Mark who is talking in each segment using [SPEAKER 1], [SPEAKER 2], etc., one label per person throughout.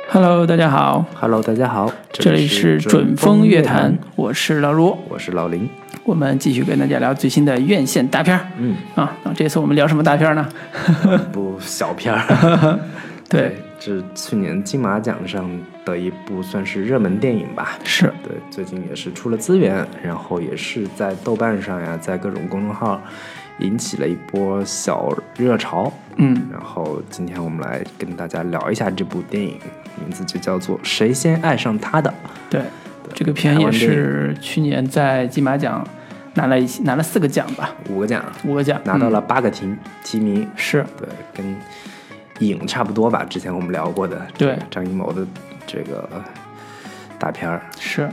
[SPEAKER 1] 家好，
[SPEAKER 2] Hello，大家好，
[SPEAKER 1] 这里是准风乐坛，，我是老卢，
[SPEAKER 2] 我是 老林。
[SPEAKER 1] 我们继续跟大家聊最新的院线大片儿。嗯啊，那这次我们聊什么大片儿呢？
[SPEAKER 2] 部小片 儿，
[SPEAKER 1] 对，，
[SPEAKER 2] 这是去年金马奖上的一部算是热门电影吧。
[SPEAKER 1] 是
[SPEAKER 2] 对，最近也是出了资源，然后也是在豆瓣上呀，在各种公众号引起了一波小热潮。
[SPEAKER 1] 嗯，
[SPEAKER 2] 然后今天我们来跟大家聊一下这部电影，名字就叫做《谁先爱上他的》。
[SPEAKER 1] 对，这个片
[SPEAKER 2] 台
[SPEAKER 1] 也
[SPEAKER 2] 湾
[SPEAKER 1] 是去年在金马奖拿了一拿了四个奖吧，
[SPEAKER 2] 五个奖，
[SPEAKER 1] 五个奖
[SPEAKER 2] 拿到
[SPEAKER 1] 嗯
[SPEAKER 2] 了八个提提名，
[SPEAKER 1] 是
[SPEAKER 2] 对，跟影差不多吧。之前我们聊过的，
[SPEAKER 1] 对
[SPEAKER 2] 张艺谋的这个大片儿，
[SPEAKER 1] 嗯是，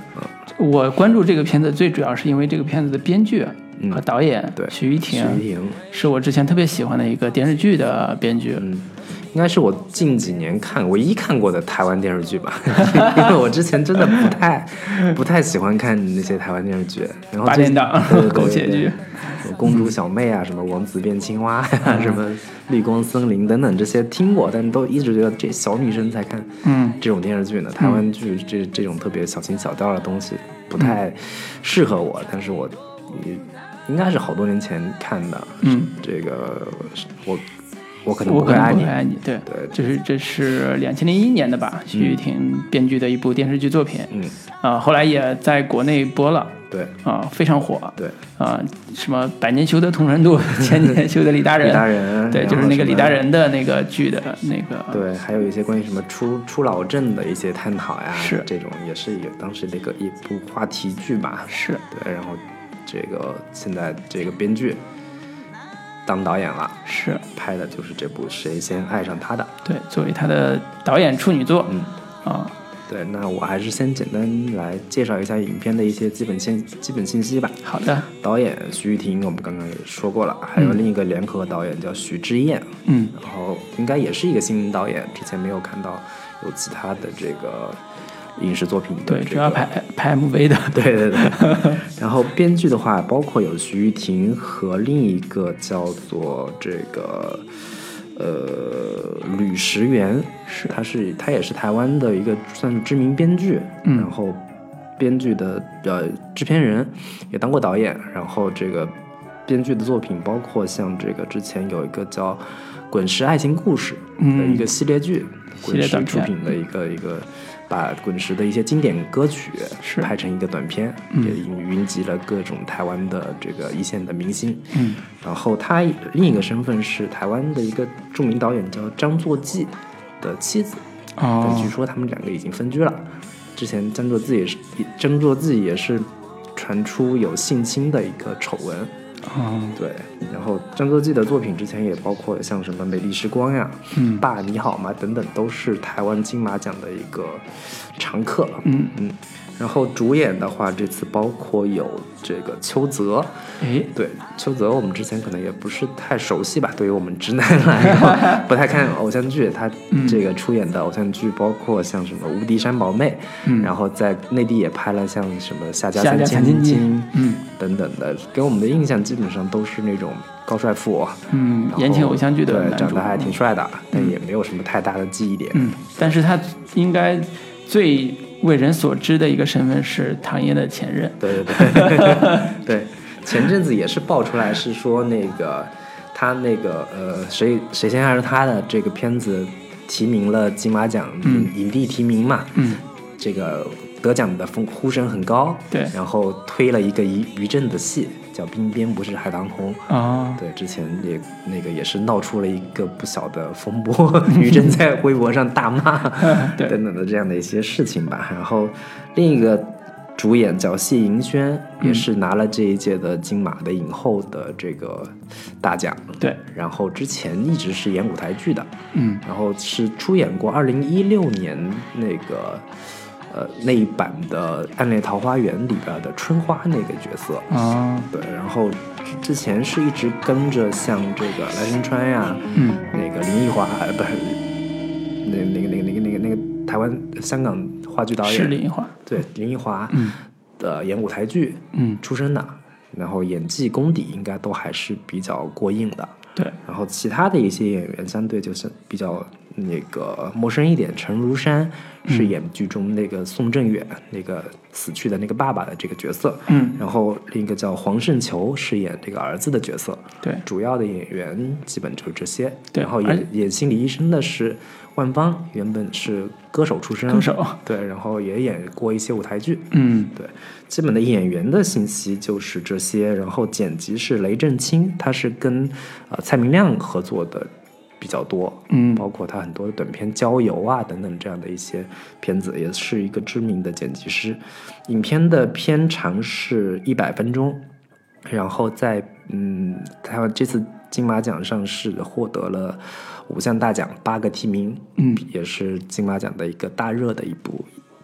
[SPEAKER 1] 我关注这个片子最主要是因为这个片子的编剧和导演
[SPEAKER 2] 对，
[SPEAKER 1] 嗯徐玉婷
[SPEAKER 2] 徐婷，
[SPEAKER 1] 是我之前特别喜欢的一个电视剧的编剧，
[SPEAKER 2] 应该是我近几年看唯一看过的台湾电视剧吧， 因为我之前真的不太 不太喜欢看那些台湾电视剧，然后
[SPEAKER 1] 八
[SPEAKER 2] 最
[SPEAKER 1] 点档
[SPEAKER 2] 对对对
[SPEAKER 1] 狗血剧，
[SPEAKER 2] 对公主小妹啊，什么王子变青蛙呀、
[SPEAKER 1] 嗯
[SPEAKER 2] 什么绿光森林等等这些听过，但都一直觉得这小女生才看
[SPEAKER 1] 嗯
[SPEAKER 2] 这种电视剧呢。台湾剧这这种特别小情小调的东西不太适合我，但是我也应该是好多年前看的，
[SPEAKER 1] 嗯，
[SPEAKER 2] 这个我我可能
[SPEAKER 1] 我
[SPEAKER 2] 不
[SPEAKER 1] 可
[SPEAKER 2] 会
[SPEAKER 1] 能
[SPEAKER 2] 爱
[SPEAKER 1] 不会
[SPEAKER 2] 你。
[SPEAKER 1] 爱你，对，
[SPEAKER 2] 对
[SPEAKER 1] 这是这是两千零一年的吧，徐玉婷编剧的一部电视剧作品，
[SPEAKER 2] 嗯，
[SPEAKER 1] 啊，后来也在国内播了，
[SPEAKER 2] 对
[SPEAKER 1] 啊，非常火，
[SPEAKER 2] 对。
[SPEAKER 1] 啊，什么百年修得同船 渡，千年修得李大人，
[SPEAKER 2] 李大人
[SPEAKER 1] 对，
[SPEAKER 2] 然
[SPEAKER 1] 就是
[SPEAKER 2] 后
[SPEAKER 1] 那个
[SPEAKER 2] 什么
[SPEAKER 1] 李大人的那个剧的那个，
[SPEAKER 2] 对，还有一些关于什么初初老症的一些探讨呀，
[SPEAKER 1] 是
[SPEAKER 2] 这种也是有当时的一个一部话题剧吧。
[SPEAKER 1] 是
[SPEAKER 2] 对，然后这个现在这个编剧当导演了，
[SPEAKER 1] 是，
[SPEAKER 2] 拍的就是这部《谁先爱上他的》。
[SPEAKER 1] 对，作为他的导演处女作，
[SPEAKER 2] 嗯
[SPEAKER 1] 啊，
[SPEAKER 2] 对，那我还是先简单来介绍一下影片的一些基本信基本信息吧。
[SPEAKER 1] 好的，
[SPEAKER 2] 导演徐玉婷，我们刚刚也说过了，还有另一个联合导演叫徐志燕，
[SPEAKER 1] 嗯，
[SPEAKER 2] 然后应该也是一个新人导演，之前没有看到有其他的这个影视作品的、这
[SPEAKER 1] 对，
[SPEAKER 2] 个。
[SPEAKER 1] 主要拍拍 MV 的，
[SPEAKER 2] 对对对，然后编剧的话，包括有徐玉婷和另一个叫做这个呃吕石原，
[SPEAKER 1] 是
[SPEAKER 2] 他是他也是台湾的一个算是知名编剧，
[SPEAKER 1] 嗯
[SPEAKER 2] 然后编剧的呃制片人也当过导演，然后这个编剧的作品包括像这个之前有一个叫《滚石爱情故事》的一个系列剧，
[SPEAKER 1] 嗯系
[SPEAKER 2] 滚
[SPEAKER 1] 列
[SPEAKER 2] 石
[SPEAKER 1] 短
[SPEAKER 2] 出
[SPEAKER 1] 片
[SPEAKER 2] 品的一个一个。把滚石的一些经典歌曲
[SPEAKER 1] 是
[SPEAKER 2] 拍成一个短片，
[SPEAKER 1] 嗯
[SPEAKER 2] 也云集了各种台湾的这个一线的明星。
[SPEAKER 1] 嗯，
[SPEAKER 2] 然后他另一个身份是台湾的一个著名导演叫张作骥的妻子，但
[SPEAKER 1] 哦
[SPEAKER 2] 据，说他们两个已经分居了。之前张作骥也是，张作骥也是传出有性侵的一个丑闻。
[SPEAKER 1] 哦，
[SPEAKER 2] 对，然后张作骥的作品之前也包括像什么《美丽时光》呀、
[SPEAKER 1] 嗯
[SPEAKER 2] 爸你好吗》等等，都是台湾金马奖的一个常客。
[SPEAKER 1] 嗯，
[SPEAKER 2] 嗯，然后主演的话，这次包括有这个邱泽，
[SPEAKER 1] 哎，
[SPEAKER 2] 对邱泽，我们之前可能也不是太熟悉吧，对于我们直男来 说，不太看偶像剧，他
[SPEAKER 1] 嗯
[SPEAKER 2] 这个出演的偶像剧包括像什么《无敌山宝妹》，
[SPEAKER 1] 嗯
[SPEAKER 2] 然后在内地也拍了像什么《夏家
[SPEAKER 1] 夏家
[SPEAKER 2] 千
[SPEAKER 1] 三千金
[SPEAKER 2] 金》
[SPEAKER 1] 嗯
[SPEAKER 2] 等等的，给我们的印象基本上都是那种高帅富，
[SPEAKER 1] 嗯
[SPEAKER 2] 然，后
[SPEAKER 1] 言情偶像剧的
[SPEAKER 2] 对，
[SPEAKER 1] 男
[SPEAKER 2] 长
[SPEAKER 1] 主
[SPEAKER 2] 得还挺帅的，但也没有什么太大的记忆点。
[SPEAKER 1] 嗯，但是他应该最为人所知的一个身份是唐嫣的前任，
[SPEAKER 2] 对对对 对，前阵子也是爆出来是说那个他那个呃谁谁先爱上他的这个片子提名了金马奖影影帝提名嘛，
[SPEAKER 1] 嗯，
[SPEAKER 2] 这个得奖的风呼声很高，
[SPEAKER 1] 对
[SPEAKER 2] 然后推了一个于于震的戏叫《冰边不是海棠红》。
[SPEAKER 1] 哦，
[SPEAKER 2] 对，之前也那个也是闹出了一个不小的风波，于震在微博上大骂
[SPEAKER 1] 对
[SPEAKER 2] 等等的这样的一些事情吧。然后另一个主演叫谢盈萱，也是拿了这一届的金马的影后的这个大奖。
[SPEAKER 1] 对，
[SPEAKER 2] 然后之前一直是演舞台剧的，
[SPEAKER 1] 嗯，
[SPEAKER 2] 然后是出演过二零一六年那个呃那一版的《暗恋桃花源》里边的春花那个角色。
[SPEAKER 1] 哦，
[SPEAKER 2] 对，然后之之前是一直跟着像这个来生川呀、
[SPEAKER 1] 嗯，
[SPEAKER 2] 那个林奕华，呃，不是，那那个那个那个那个那个台湾香港话剧导演
[SPEAKER 1] 是林奕华，
[SPEAKER 2] 对林奕华，嗯，呃，演舞台剧，
[SPEAKER 1] 嗯，
[SPEAKER 2] 出身的，然后演技功底应该都还是比较过硬的。
[SPEAKER 1] 对，
[SPEAKER 2] 然后其他的一些演员相对就是比较那个陌生一点，陈如山饰
[SPEAKER 1] 嗯
[SPEAKER 2] 演剧中那个宋振远、那个死去的那个爸爸的这个角色，
[SPEAKER 1] 嗯，
[SPEAKER 2] 然后另一个叫黄圣球饰演这个儿子的角色。
[SPEAKER 1] 对，
[SPEAKER 2] 主要的演员基本就这些，
[SPEAKER 1] 对
[SPEAKER 2] 然后
[SPEAKER 1] 而
[SPEAKER 2] 演演心理医生的是万芳，原本是歌手出身，
[SPEAKER 1] 歌手，
[SPEAKER 2] 对，然后也演过一些舞台剧，
[SPEAKER 1] 嗯
[SPEAKER 2] 对，基本的演员的信息就是这些，然后剪辑是雷震清，他是跟呃蔡明亮合作的比较多，
[SPEAKER 1] 嗯
[SPEAKER 2] 包括他很多的短片《郊游》啊等等这样的一些片子，也是一个知名的剪辑师。影片的片长是一百分钟，然后在嗯，台湾这次金马奖上是获得了五项大奖，八个提名，
[SPEAKER 1] 嗯，
[SPEAKER 2] 也是金马奖的一个大热的一部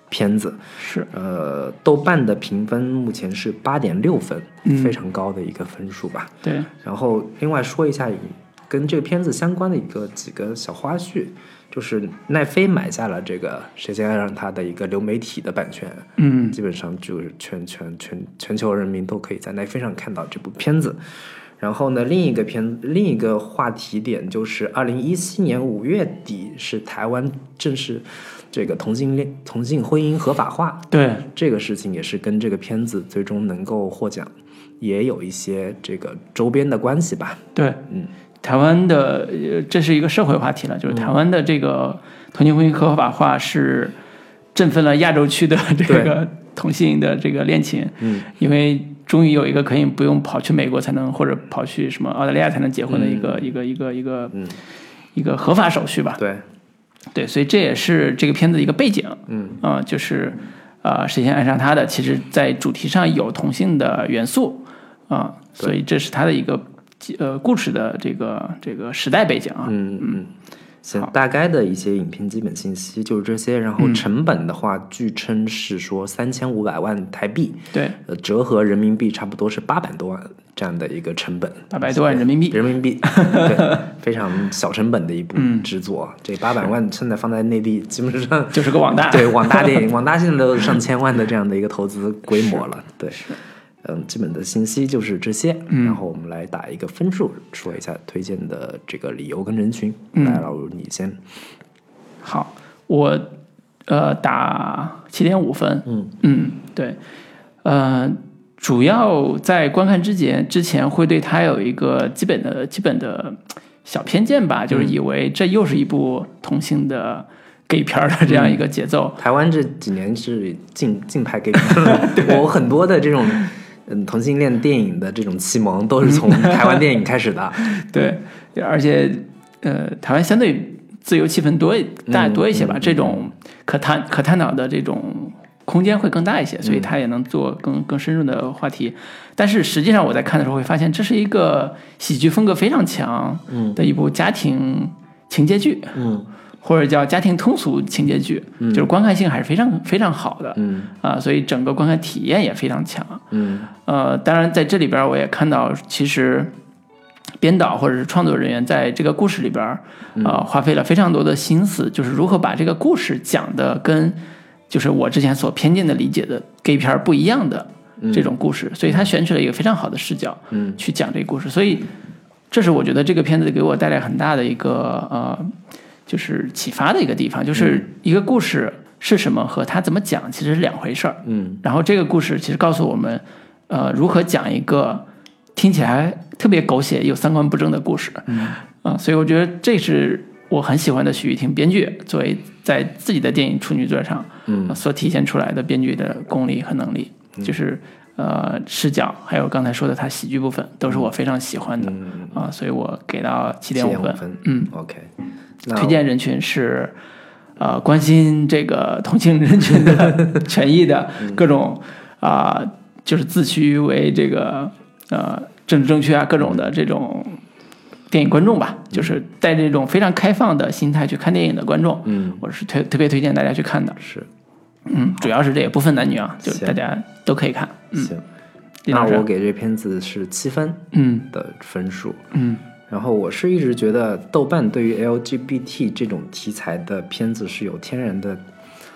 [SPEAKER 2] 片子。
[SPEAKER 1] 是，
[SPEAKER 2] 呃，豆瓣的评分目前是八点六分，
[SPEAKER 1] 嗯
[SPEAKER 2] 非常高的一个分数吧。
[SPEAKER 1] 对，
[SPEAKER 2] 然后另外说一下跟这个片子相关的一个几个小花絮，就是奈飞买下了这个《谁先爱上他》的一个流媒体的版权，
[SPEAKER 1] 嗯
[SPEAKER 2] 基本上就是全全全全球人民都可以在奈飞上看到这部片子。然后呢，另一个片另一个话题点就是，二零一七年五月底是台湾正式这个同性恋同性婚姻合法化，
[SPEAKER 1] 对，
[SPEAKER 2] 这个事情也是跟这个片子最终能够获奖也有一些这个周边的关系吧。
[SPEAKER 1] 对，
[SPEAKER 2] 嗯，
[SPEAKER 1] 台湾的呃这是一个社会话题了，就是台湾的这个同性婚姻合法化是振奋了亚洲区的这个同性的这个恋情，
[SPEAKER 2] 嗯，
[SPEAKER 1] 因为终于有一个可以不用跑去美国才能或者跑去什么澳大利亚才能结婚的一个、一个一个一个
[SPEAKER 2] 嗯，
[SPEAKER 1] 一个合法手续吧，
[SPEAKER 2] 对，
[SPEAKER 1] 对，所以这也是这个片子的一个背景，
[SPEAKER 2] 嗯，
[SPEAKER 1] 啊、就是啊，谁、先爱上他的，其实在主题上有同性的元素啊、
[SPEAKER 2] 对
[SPEAKER 1] 所以这是他的一个呃故事的这个这个时代背景啊，
[SPEAKER 2] 嗯嗯。行
[SPEAKER 1] 好，
[SPEAKER 2] 大概的一些影片基本信息就是这些。然后成本的话，据称是说三千五百万台币，
[SPEAKER 1] 对，
[SPEAKER 2] 呃，折合人民币差不多是八百多万这样的一个成本，
[SPEAKER 1] 八百多万人民币，
[SPEAKER 2] 人民币，对，非常小成本的一部制作。啊这八百万现在放在内地，基本上
[SPEAKER 1] 就是个网大，
[SPEAKER 2] 对，网大电影，网大现在都有上千万的这样的一个投资规模了。对，嗯，基本的信息就是这些。
[SPEAKER 1] 嗯
[SPEAKER 2] 然后我们来打一个分数，说一下推荐的这个理由跟人群。
[SPEAKER 1] 嗯
[SPEAKER 2] 来，老卢你先。
[SPEAKER 1] 好，我呃打七点五分，
[SPEAKER 2] 嗯
[SPEAKER 1] 对，呃，主要在观看之前之前会对它有一个基本的基本的小偏见吧，就是以为这又是一部同性的 gay 片儿的这样一个节奏，
[SPEAKER 2] 台湾这几年是竞竞拍 gay 片 了，我很多的这种嗯同性恋电影的这种启蒙都是从台湾电影开始的。
[SPEAKER 1] 对，而且呃，台湾相对自由气氛多一大
[SPEAKER 2] 嗯
[SPEAKER 1] 多一些吧，这种可探可探讨的这种空间会更大一些，
[SPEAKER 2] 嗯
[SPEAKER 1] 所以它也能做更更深入的话题。但是实际上我在看的时候会发现，这是一个喜剧风格非常强的一部家庭情节剧，
[SPEAKER 2] 嗯
[SPEAKER 1] 或者叫家庭通俗情节剧，就是观看性还是非常非常好的。
[SPEAKER 2] 嗯
[SPEAKER 1] 啊，所以整个观看体验也非常强。
[SPEAKER 2] 嗯
[SPEAKER 1] 呃，当然在这里边儿我也看到，其实编导或者是创作人员在这个故事里边儿，呃，花费了非常多的心思，就是如何把这个故事讲的跟就是我之前所偏见的理解的 gay 片儿不一样的这种故事，所以他选取了一个非常好的视角，
[SPEAKER 2] 嗯，
[SPEAKER 1] 去讲这个故事，所以这是我觉得这个片子给我带来很大的一个呃，就是启发的一个地方，就是一个故事是什么和他怎么讲其实是两回事儿。
[SPEAKER 2] 嗯
[SPEAKER 1] 然后这个故事其实告诉我们，呃，如何讲一个听起来特别狗血又三观不正的故事，嗯、所以我觉得这是我很喜欢的许玉婷编剧作为在自己的电影处女作上，
[SPEAKER 2] 嗯
[SPEAKER 1] 呃所体现出来的编剧的功力和能力，就是呃视角，还有刚才说的他喜剧部分，都是我非常喜欢的啊、
[SPEAKER 2] 嗯，
[SPEAKER 1] 所以我给到 七
[SPEAKER 2] 七
[SPEAKER 1] 点
[SPEAKER 2] 点
[SPEAKER 1] 五分。
[SPEAKER 2] 分。
[SPEAKER 1] 嗯
[SPEAKER 2] ，OK。那
[SPEAKER 1] 推荐人群是，呃，关心这个同性人群 的权益的
[SPEAKER 2] 嗯
[SPEAKER 1] 各种啊、就是自诩为这个呃政治正确啊各种
[SPEAKER 2] 嗯
[SPEAKER 1] 的这种电影观众吧，就是带这种非常开放的心态去看电影的观众，
[SPEAKER 2] 嗯
[SPEAKER 1] 我是推特别推荐大家去看的。
[SPEAKER 2] 是
[SPEAKER 1] 嗯，主要是这也不分男女啊，就
[SPEAKER 2] 行
[SPEAKER 1] 大家都可以看。嗯，
[SPEAKER 2] 行，
[SPEAKER 1] 李
[SPEAKER 2] 那
[SPEAKER 1] 老
[SPEAKER 2] 我
[SPEAKER 1] 师，
[SPEAKER 2] 给这片子是七分
[SPEAKER 1] 嗯
[SPEAKER 2] 的分数。
[SPEAKER 1] 嗯
[SPEAKER 2] 然后我是一直觉得豆瓣对于 LGBT 这种题材的片子是有天然的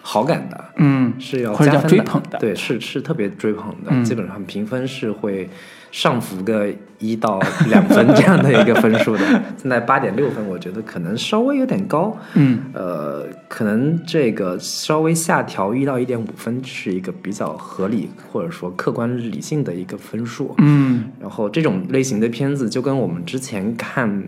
[SPEAKER 2] 好感的，
[SPEAKER 1] 嗯，
[SPEAKER 2] 是要
[SPEAKER 1] 或者
[SPEAKER 2] 加
[SPEAKER 1] 叫
[SPEAKER 2] 分
[SPEAKER 1] 追捧的
[SPEAKER 2] 对，是是特别追捧的，
[SPEAKER 1] 嗯
[SPEAKER 2] 基本上评分是会上浮个一到两分这样的一个分数的。 现在八点六分，我觉得可能稍微有点高，
[SPEAKER 1] 嗯
[SPEAKER 2] 呃，可能这个稍微下调一到一点五分是一个比较合理或者说客观理性的一个分数。
[SPEAKER 1] 嗯
[SPEAKER 2] 然后这种类型的片子就跟我们之前看《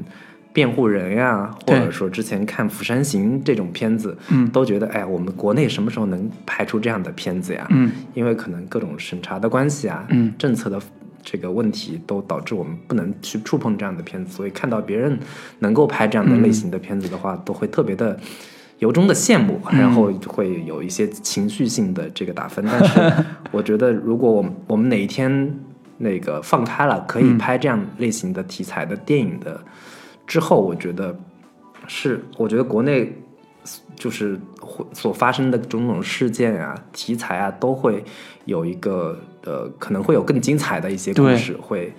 [SPEAKER 2] 辩护人》呀，或
[SPEAKER 1] 对
[SPEAKER 2] 者说之前看《釜山行》这种片子，
[SPEAKER 1] 嗯
[SPEAKER 2] 都觉得哎，我们国内什么时候能拍出这样的片子呀？
[SPEAKER 1] 嗯
[SPEAKER 2] 因为可能各种审查的关系啊，
[SPEAKER 1] 嗯
[SPEAKER 2] 政策的这个问题都导致我们不能去触碰这样的片子，所以看到别人能够拍这样的类型的片子的话，都会特别的。由衷的羡慕，然后会有一些情绪性的这个打分。但是我觉得，如果我们我们哪一天那个放开了，可以拍这样类型的题材的电影的之后，我觉得是，我觉得国内就是会所发生的种种事件啊、题材啊，都会有一个呃，可能会有更精彩的一些故
[SPEAKER 1] 对
[SPEAKER 2] 事会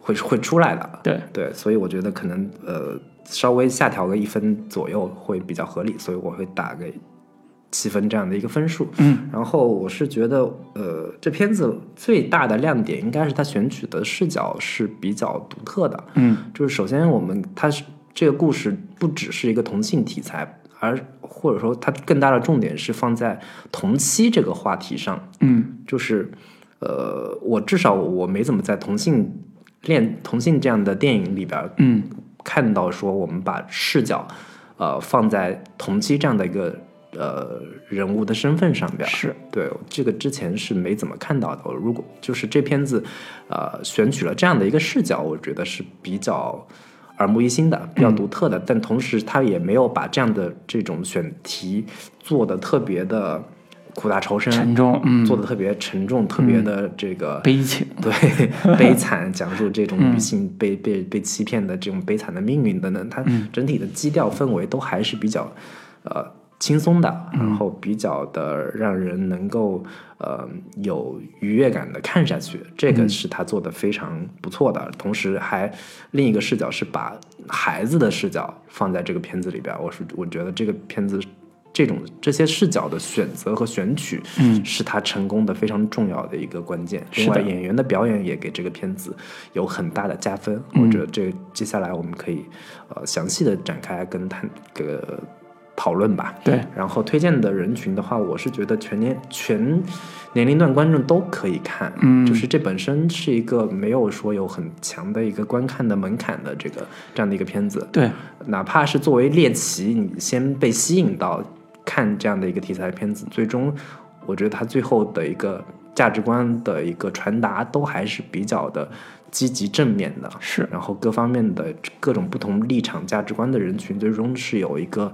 [SPEAKER 2] 会会出来的。
[SPEAKER 1] 对，
[SPEAKER 2] 对，所以我觉得可能呃稍微下调个一分左右会比较合理，所以我会打个七分这样的一个分数。
[SPEAKER 1] 嗯
[SPEAKER 2] 然后我是觉得，呃，这片子最大的亮点应该是它选取的视角是比较独特的。
[SPEAKER 1] 嗯
[SPEAKER 2] 就是首先我们它是这个故事不只是一个同性题材，而或者说它更大的重点是放在同妻这个话题上。
[SPEAKER 1] 嗯
[SPEAKER 2] 就是，呃，我至少我没怎么在同性恋、同性这样的电影里边儿
[SPEAKER 1] 嗯
[SPEAKER 2] 看到说我们把视角，呃，放在同妻这样的一个呃人物的身份上边儿。
[SPEAKER 1] 是，
[SPEAKER 2] 对，这个之前是没怎么看到的。如果就是这片子，呃，选取了这样的一个视角，我觉得是比较耳目一新的，比较
[SPEAKER 1] 嗯
[SPEAKER 2] 独特的。但同时，他也没有把这样的这种选题做的特别的苦大仇深，
[SPEAKER 1] 沉重，嗯
[SPEAKER 2] 做的特别沉重，特别的这个、
[SPEAKER 1] 悲情，
[SPEAKER 2] 对悲惨，讲述这种女
[SPEAKER 1] 嗯
[SPEAKER 2] 性被、被被欺骗的这种悲惨的命运等等，它整体的基调氛围都还是比较呃轻松的，
[SPEAKER 1] 嗯
[SPEAKER 2] 然后比较的让人能够呃有愉悦感的看下去，这
[SPEAKER 1] 嗯
[SPEAKER 2] 个是他做的非常不错的。同时还另一个视角是把孩子的视角放在这个片子里边儿，我是我觉得这个片子。这种这些视角的选择和选取，
[SPEAKER 1] 嗯
[SPEAKER 2] 是他成功的非常重要的一个关键。
[SPEAKER 1] 是
[SPEAKER 2] 另
[SPEAKER 1] 的
[SPEAKER 2] 外，演员的表演也给这个片子有很大的加分。
[SPEAKER 1] 嗯
[SPEAKER 2] 我觉得这接下来我们可以呃详细的展开跟探这个讨论吧。
[SPEAKER 1] 对，
[SPEAKER 2] 然后推荐的人群的话，我是觉得全年全年龄段观众都可以看，
[SPEAKER 1] 嗯
[SPEAKER 2] 就是这本身是一个没有说有很强的一个观看的门槛的这个这样的一个片子，
[SPEAKER 1] 对，
[SPEAKER 2] 哪怕是作为猎奇，你先被吸引到看这样的一个题材片子，最终我觉得它最后的一个价值观的一个传达都还是比较的积极正面的，
[SPEAKER 1] 是，
[SPEAKER 2] 然后各方面的各种不同立场、价值观的人群，最终是有一个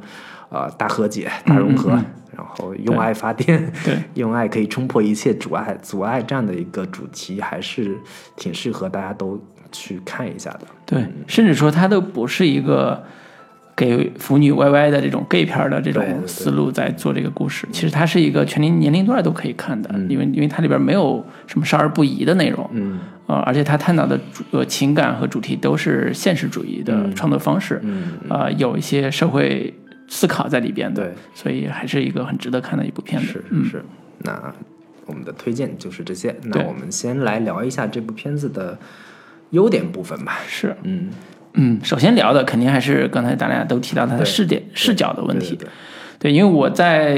[SPEAKER 2] 呃大和解、大融合，
[SPEAKER 1] 嗯嗯
[SPEAKER 2] 然后用爱发电，
[SPEAKER 1] 对，
[SPEAKER 2] 用爱可以冲破一切阻碍、阻碍这样的一个主题，还是挺适合大家都去看一下的。
[SPEAKER 1] 对，甚至说它都不是一个给腐女 YY 的这种 gay 片儿的这
[SPEAKER 2] 对对
[SPEAKER 1] 种
[SPEAKER 2] 对
[SPEAKER 1] 思路在做这个故事，其实它是一个全年年龄段都可以看的，因为因为它里边没有什么少儿不宜的内容，
[SPEAKER 2] 嗯
[SPEAKER 1] 呃，而且它探讨的主呃情感和主题都是现实主义的创作方式，
[SPEAKER 2] 嗯，
[SPEAKER 1] 呃，有一些社会思考在里边的，
[SPEAKER 2] 对，
[SPEAKER 1] 所以还是一个很值得看的一部片子
[SPEAKER 2] 是，是是。那我们的推荐就是这些。那
[SPEAKER 1] 对
[SPEAKER 2] 我们先来聊一下这部片子的优点部分吧。
[SPEAKER 1] 是，
[SPEAKER 2] 嗯，
[SPEAKER 1] 嗯，首先聊的肯定还是刚才大家都提到它的
[SPEAKER 2] 对
[SPEAKER 1] 视点视角的问题
[SPEAKER 2] 对，对对
[SPEAKER 1] 对，因为我在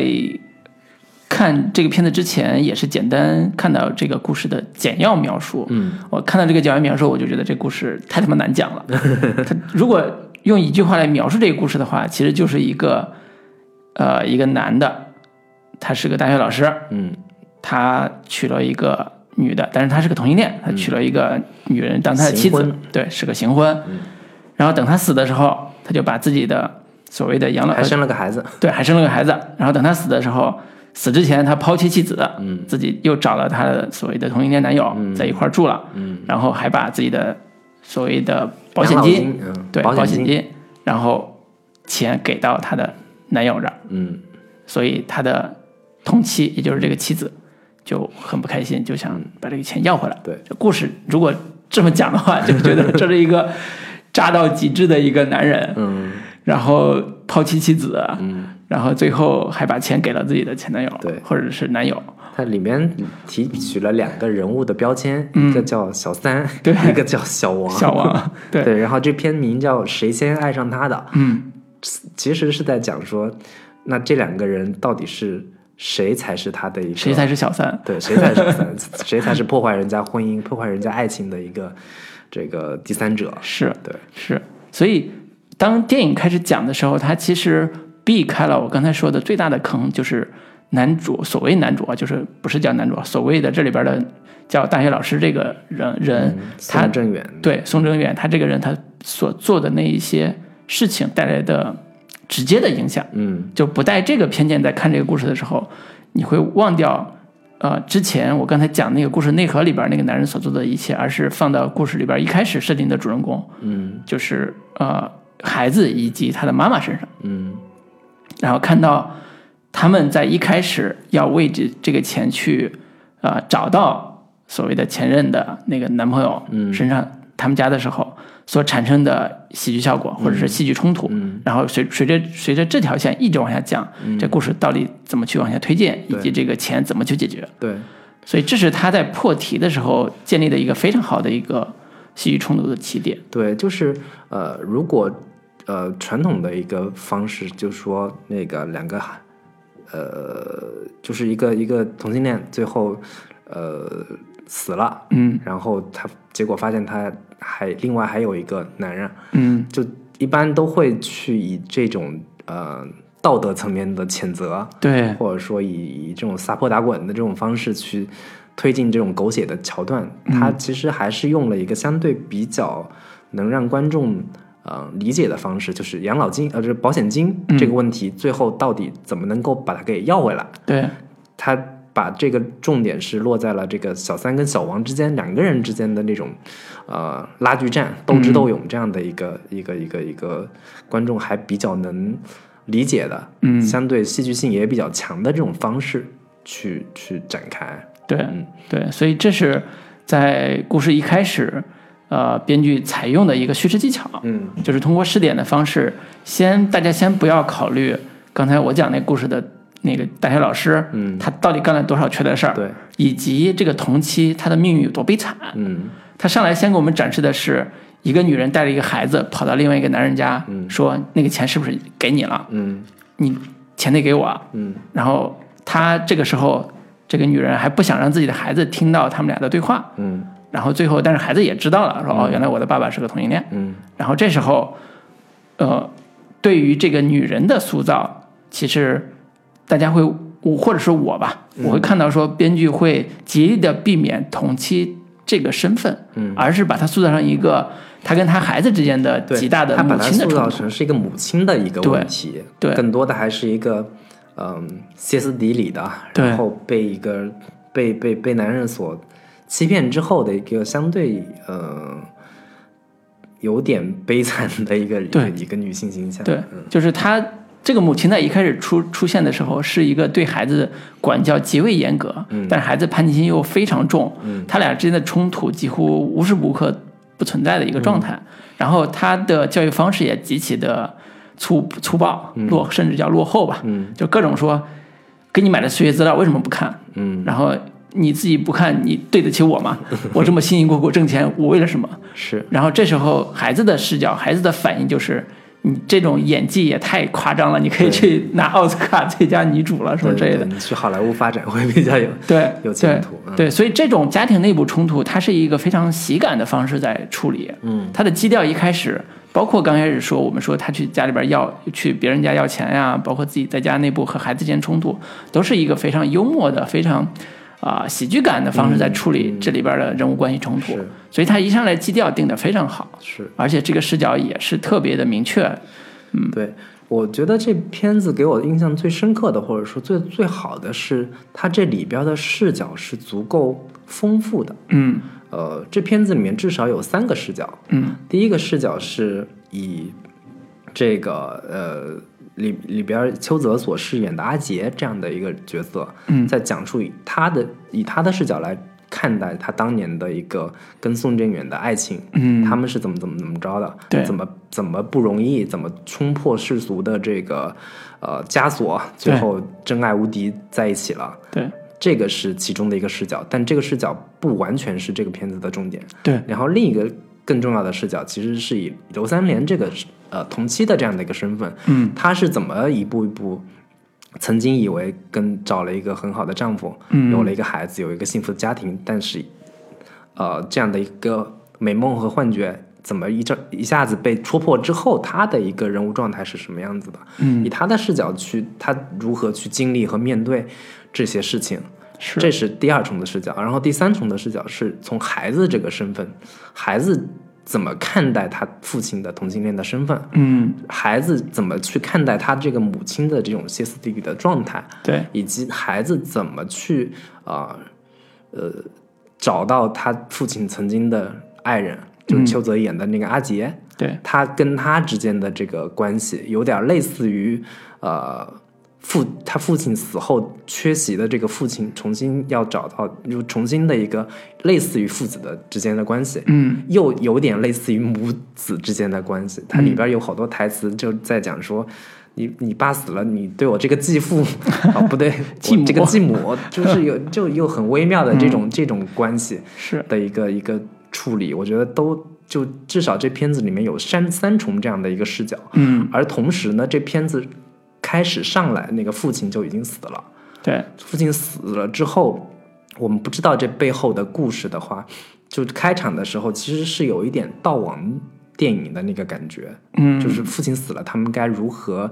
[SPEAKER 1] 看这个片子之前，也是简单看到这个故事的简要描述。
[SPEAKER 2] 嗯，
[SPEAKER 1] 我看到这个简要描述，我就觉得这故事太他妈难讲 了。他如果用一句话来描述这个故事的话，其实就是一个呃，一个男的，他是个大学老师，
[SPEAKER 2] 嗯
[SPEAKER 1] 他娶了一个女的，但是他是个同性恋，他娶了一个女人当他的妻
[SPEAKER 2] 行
[SPEAKER 1] 子
[SPEAKER 2] 婚，嗯
[SPEAKER 1] 对，是个行婚。然后等他死的时候，他就把自己的所谓的养老
[SPEAKER 2] 还生了个孩子。
[SPEAKER 1] 对，还生了个孩子。然后等他死的时候，死之前他抛弃妻子，
[SPEAKER 2] 嗯，
[SPEAKER 1] 自己又找了他的所谓的同性恋男友，在一块儿住了，
[SPEAKER 2] 嗯，
[SPEAKER 1] 然后还把自己的所谓的保险
[SPEAKER 2] 养老
[SPEAKER 1] 金，
[SPEAKER 2] 金，嗯，
[SPEAKER 1] 对，
[SPEAKER 2] 保
[SPEAKER 1] 保
[SPEAKER 2] 险
[SPEAKER 1] 险，金，然后钱给到他的男友这儿，
[SPEAKER 2] 嗯
[SPEAKER 1] 所以他的同妻，也就是这个妻子，就很不开心，就想把这个钱要回来。
[SPEAKER 2] 嗯对，
[SPEAKER 1] 这故事如果这么 讲的话，就觉得这是一个渣到极致的一个男人，
[SPEAKER 2] 嗯
[SPEAKER 1] 然后抛妻弃子，
[SPEAKER 2] 嗯，
[SPEAKER 1] 然后最后还把钱给了自己的前男友，
[SPEAKER 2] 对
[SPEAKER 1] 或者是男 友，
[SPEAKER 2] 它里面提取了两个人物的标签，
[SPEAKER 1] 嗯
[SPEAKER 2] 一个叫小三，
[SPEAKER 1] 对
[SPEAKER 2] 一个叫小王。
[SPEAKER 1] 小王，对，
[SPEAKER 2] 对，然后这篇名叫《谁先爱上他的》，
[SPEAKER 1] 嗯，
[SPEAKER 2] 其实是在讲说，那这两个人到底是谁才是他的一个
[SPEAKER 1] 谁才是小三？
[SPEAKER 2] 对，谁才是三 谁才是破坏人家婚姻、破坏人家爱情的一个这个第三者？
[SPEAKER 1] 是
[SPEAKER 2] 对，
[SPEAKER 1] 是，所以当电影开始讲的时候，它其实避开了我刚才说的最大的坑，就是男主所谓男主啊，就是不是叫男主啊，所谓的这里边的叫大学老师这个人
[SPEAKER 2] 嗯
[SPEAKER 1] 人，他
[SPEAKER 2] 宋正远，
[SPEAKER 1] 对宋哲远他这个人他所做的那一些事情带来的直接的影响，
[SPEAKER 2] 嗯，
[SPEAKER 1] 就不带这个偏见在看这个故事的时候，你会忘掉，呃，之前我刚才讲那个故事内核里边那个男人所做的一切，而是放到故事里边一开始设定的主人公，
[SPEAKER 2] 嗯，
[SPEAKER 1] 就是呃孩子以及他的妈妈身上，
[SPEAKER 2] 嗯，
[SPEAKER 1] 然后看到他们在一开始要为这这个钱去呃找到所谓的前任的那个男朋友
[SPEAKER 2] 嗯
[SPEAKER 1] 身上、他们家的时候所产生的喜剧效果或者是戏剧冲突，
[SPEAKER 2] 嗯
[SPEAKER 1] 然后随随着随着这条线一直往下讲，这故事到底怎么去往下推进，以
[SPEAKER 2] 对
[SPEAKER 1] 及这个钱怎么去解决，
[SPEAKER 2] 对，
[SPEAKER 1] 所以这是他在破题的时候建立的一个非常好的一个戏剧冲突的起点。
[SPEAKER 2] 对，就是呃，如果呃传统的一个方式，就是说那个两个呃，就是一个一个同性恋最后呃死了，
[SPEAKER 1] 嗯
[SPEAKER 2] 然后他结果发现他还另外还有一个男人，
[SPEAKER 1] 嗯，
[SPEAKER 2] 就一般都会去以这种呃道德层面的谴责，
[SPEAKER 1] 对，
[SPEAKER 2] 或者说以以这种撒泼打滚的这种方式去推进这种狗血的桥段，它其实还是用了一个相对比较能让观众呃理解的方式，就是养老金呃，就是保险金这个问题，最后到底怎么能够把它给要回来？
[SPEAKER 1] 对，
[SPEAKER 2] 他把这个重点是落在了这个小三跟小王之间两个人之间的那种呃拉锯战、斗智斗勇这样的一个、
[SPEAKER 1] 嗯
[SPEAKER 2] 一个一个一个观众还比较能理解的，
[SPEAKER 1] 嗯
[SPEAKER 2] 相对戏剧性也比较强的这种方式去去展开。
[SPEAKER 1] 对
[SPEAKER 2] 嗯
[SPEAKER 1] 对，所以这是在故事一开始，呃，编剧采用的一个叙事技巧，
[SPEAKER 2] 嗯
[SPEAKER 1] 就是通过试点的方式，先大家先不要考虑刚才我讲那故事的那个大学老师，
[SPEAKER 2] 嗯，
[SPEAKER 1] 他到底干了多少缺德事儿，
[SPEAKER 2] 对，
[SPEAKER 1] 以及这个同期他的命运有多悲惨。
[SPEAKER 2] 嗯
[SPEAKER 1] 他上来先给我们展示的是一个女人带着一个孩子跑到另外一个男人家，
[SPEAKER 2] 嗯
[SPEAKER 1] 说那个钱是不是给你了？
[SPEAKER 2] 嗯
[SPEAKER 1] 你钱得给我啊。
[SPEAKER 2] 嗯
[SPEAKER 1] 然后他这个时候，这个女人还不想让自己的孩子听到他们俩的对话，
[SPEAKER 2] 嗯
[SPEAKER 1] 然后最后，但是孩子也知道了，说哦，原来我的爸爸是个同性恋。
[SPEAKER 2] 嗯
[SPEAKER 1] 然后这时候，呃，对于这个女人的塑造，其实大家会，我或者是我吧，
[SPEAKER 2] 嗯
[SPEAKER 1] 我会看到说，编剧会极力的避免同期这个身份，
[SPEAKER 2] 嗯
[SPEAKER 1] 而是把她塑造成一个她跟她孩子之间的
[SPEAKER 2] 对，
[SPEAKER 1] 极大的
[SPEAKER 2] 他把
[SPEAKER 1] 母
[SPEAKER 2] 它
[SPEAKER 1] 亲的
[SPEAKER 2] 塑
[SPEAKER 1] 冲
[SPEAKER 2] 造
[SPEAKER 1] 突。
[SPEAKER 2] 成是一个母亲的一个
[SPEAKER 1] 对
[SPEAKER 2] 问题，
[SPEAKER 1] 对
[SPEAKER 2] 更多的还是一个嗯歇斯底里的，
[SPEAKER 1] 对
[SPEAKER 2] 然后被一个被被被男人所欺骗之后的一个相对呃有点悲惨的一个一个
[SPEAKER 1] 对
[SPEAKER 2] 一个女性形象，
[SPEAKER 1] 对，就是她这个母亲在一开始出出现的时候，是一个对孩子管教极为严格，
[SPEAKER 2] 嗯
[SPEAKER 1] 但是孩子叛逆心又非常重，
[SPEAKER 2] 嗯
[SPEAKER 1] 他俩之间的冲突几乎无时无刻不存在的一个状态。
[SPEAKER 2] 嗯
[SPEAKER 1] 然后他的教育方式也极其的粗粗暴，落甚至叫落后吧，
[SPEAKER 2] 嗯
[SPEAKER 1] 就各种说给你买的数学资料为什么不看，
[SPEAKER 2] 嗯
[SPEAKER 1] 然后你自己不看，你对得起我吗？我这么辛辛苦苦挣钱，我为了什么？
[SPEAKER 2] 是
[SPEAKER 1] 然后这时候孩子的视角，孩子的反应就是，你这种演技也太夸张了，你可以去拿奥斯卡最佳女主了什么之类
[SPEAKER 2] 对
[SPEAKER 1] 的
[SPEAKER 2] 对。你去好莱坞发展会比较有
[SPEAKER 1] 对，
[SPEAKER 2] 有前途嗯
[SPEAKER 1] 对。对，所以这种家庭内部冲突，它是一个非常喜感的方式在处理。
[SPEAKER 2] 嗯，
[SPEAKER 1] 它的基调一开始，包括刚开始说我们说他去家里边要去别人家要钱呀，包括自己在家内部和孩子之间冲突，都是一个非常幽默的、非常啊、喜剧感的方式在处理这里边的人物关系冲突。
[SPEAKER 2] 嗯是
[SPEAKER 1] 所以他一上来基调定的非常好，
[SPEAKER 2] 是。
[SPEAKER 1] 而且这个视角也是特别的明确。嗯
[SPEAKER 2] 对，我觉得这片子给我印象最深刻的，或者说最最好的是，它这里边的视角是足够丰富的。
[SPEAKER 1] 嗯
[SPEAKER 2] 呃，这片子里面至少有三个视角。
[SPEAKER 1] 嗯
[SPEAKER 2] 第一个视角是以这个呃里里边邱泽所饰演的阿杰这样的一个角色，
[SPEAKER 1] 嗯
[SPEAKER 2] 在讲述以他的以他的视角来看待他当年的一个跟宋振远的爱情，
[SPEAKER 1] 嗯
[SPEAKER 2] 他们是怎么怎么怎么着的，
[SPEAKER 1] 对
[SPEAKER 2] 怎么怎么不容易，怎么冲破世俗的这个呃枷锁，最
[SPEAKER 1] 对
[SPEAKER 2] 后真爱无敌在一起了。
[SPEAKER 1] 对
[SPEAKER 2] 这个是其中的一个视角，但这个视角不完全是这个片子的重点。
[SPEAKER 1] 对
[SPEAKER 2] 然后另一个更重要的视角，其实是以刘三连这个呃同期的这样的一个身份，
[SPEAKER 1] 嗯，
[SPEAKER 2] 他是怎么一步一步，曾经以为跟找了一个很好的丈夫，
[SPEAKER 1] 嗯
[SPEAKER 2] 有了一个孩子，有一个幸福的家庭，但是呃这样的一个美梦和幻觉。怎么一这一下子被戳破之后，他的一个人物状态是什么样子的？
[SPEAKER 1] 嗯
[SPEAKER 2] 以他的视角去，他如何去经历和面对这些事情，
[SPEAKER 1] 是
[SPEAKER 2] 这是第二重的视角。然后第三重的视角是从孩子这个身份，孩子怎么看待他父亲的同性恋的身份，
[SPEAKER 1] 嗯
[SPEAKER 2] 孩子怎么去看待他这个母亲的这种歇斯底里的状态，
[SPEAKER 1] 对
[SPEAKER 2] 以及孩子怎么去啊呃找到他父亲曾经的爱人，就是邱泽演的那个阿杰。
[SPEAKER 1] 对
[SPEAKER 2] 他跟他之间的这个关系，有点类似于呃父他父亲死后缺席的这个父亲重新要找到，又重新的一个类似于父子的之间的关系，
[SPEAKER 1] 嗯
[SPEAKER 2] 又有点类似于母子之间的关系。它里边有好多台词就在讲说。你你爸死了，你对我这个继 父啊、不对，
[SPEAKER 1] 继母
[SPEAKER 2] 我这个继母就是有就又很微妙的这种、这种关系，
[SPEAKER 1] 是
[SPEAKER 2] 的一个一个处理，我觉得都就至少这片子里面有三三重这样的一个视角，
[SPEAKER 1] 嗯
[SPEAKER 2] 而同时呢，这片子开始上来那个父亲就已经死了，
[SPEAKER 1] 对
[SPEAKER 2] 父亲死了之后，我们不知道这背后的故事的话，就开场的时候其实是有一点悼亡电影的那个感觉，
[SPEAKER 1] 嗯
[SPEAKER 2] 就是父亲死了，他们该如何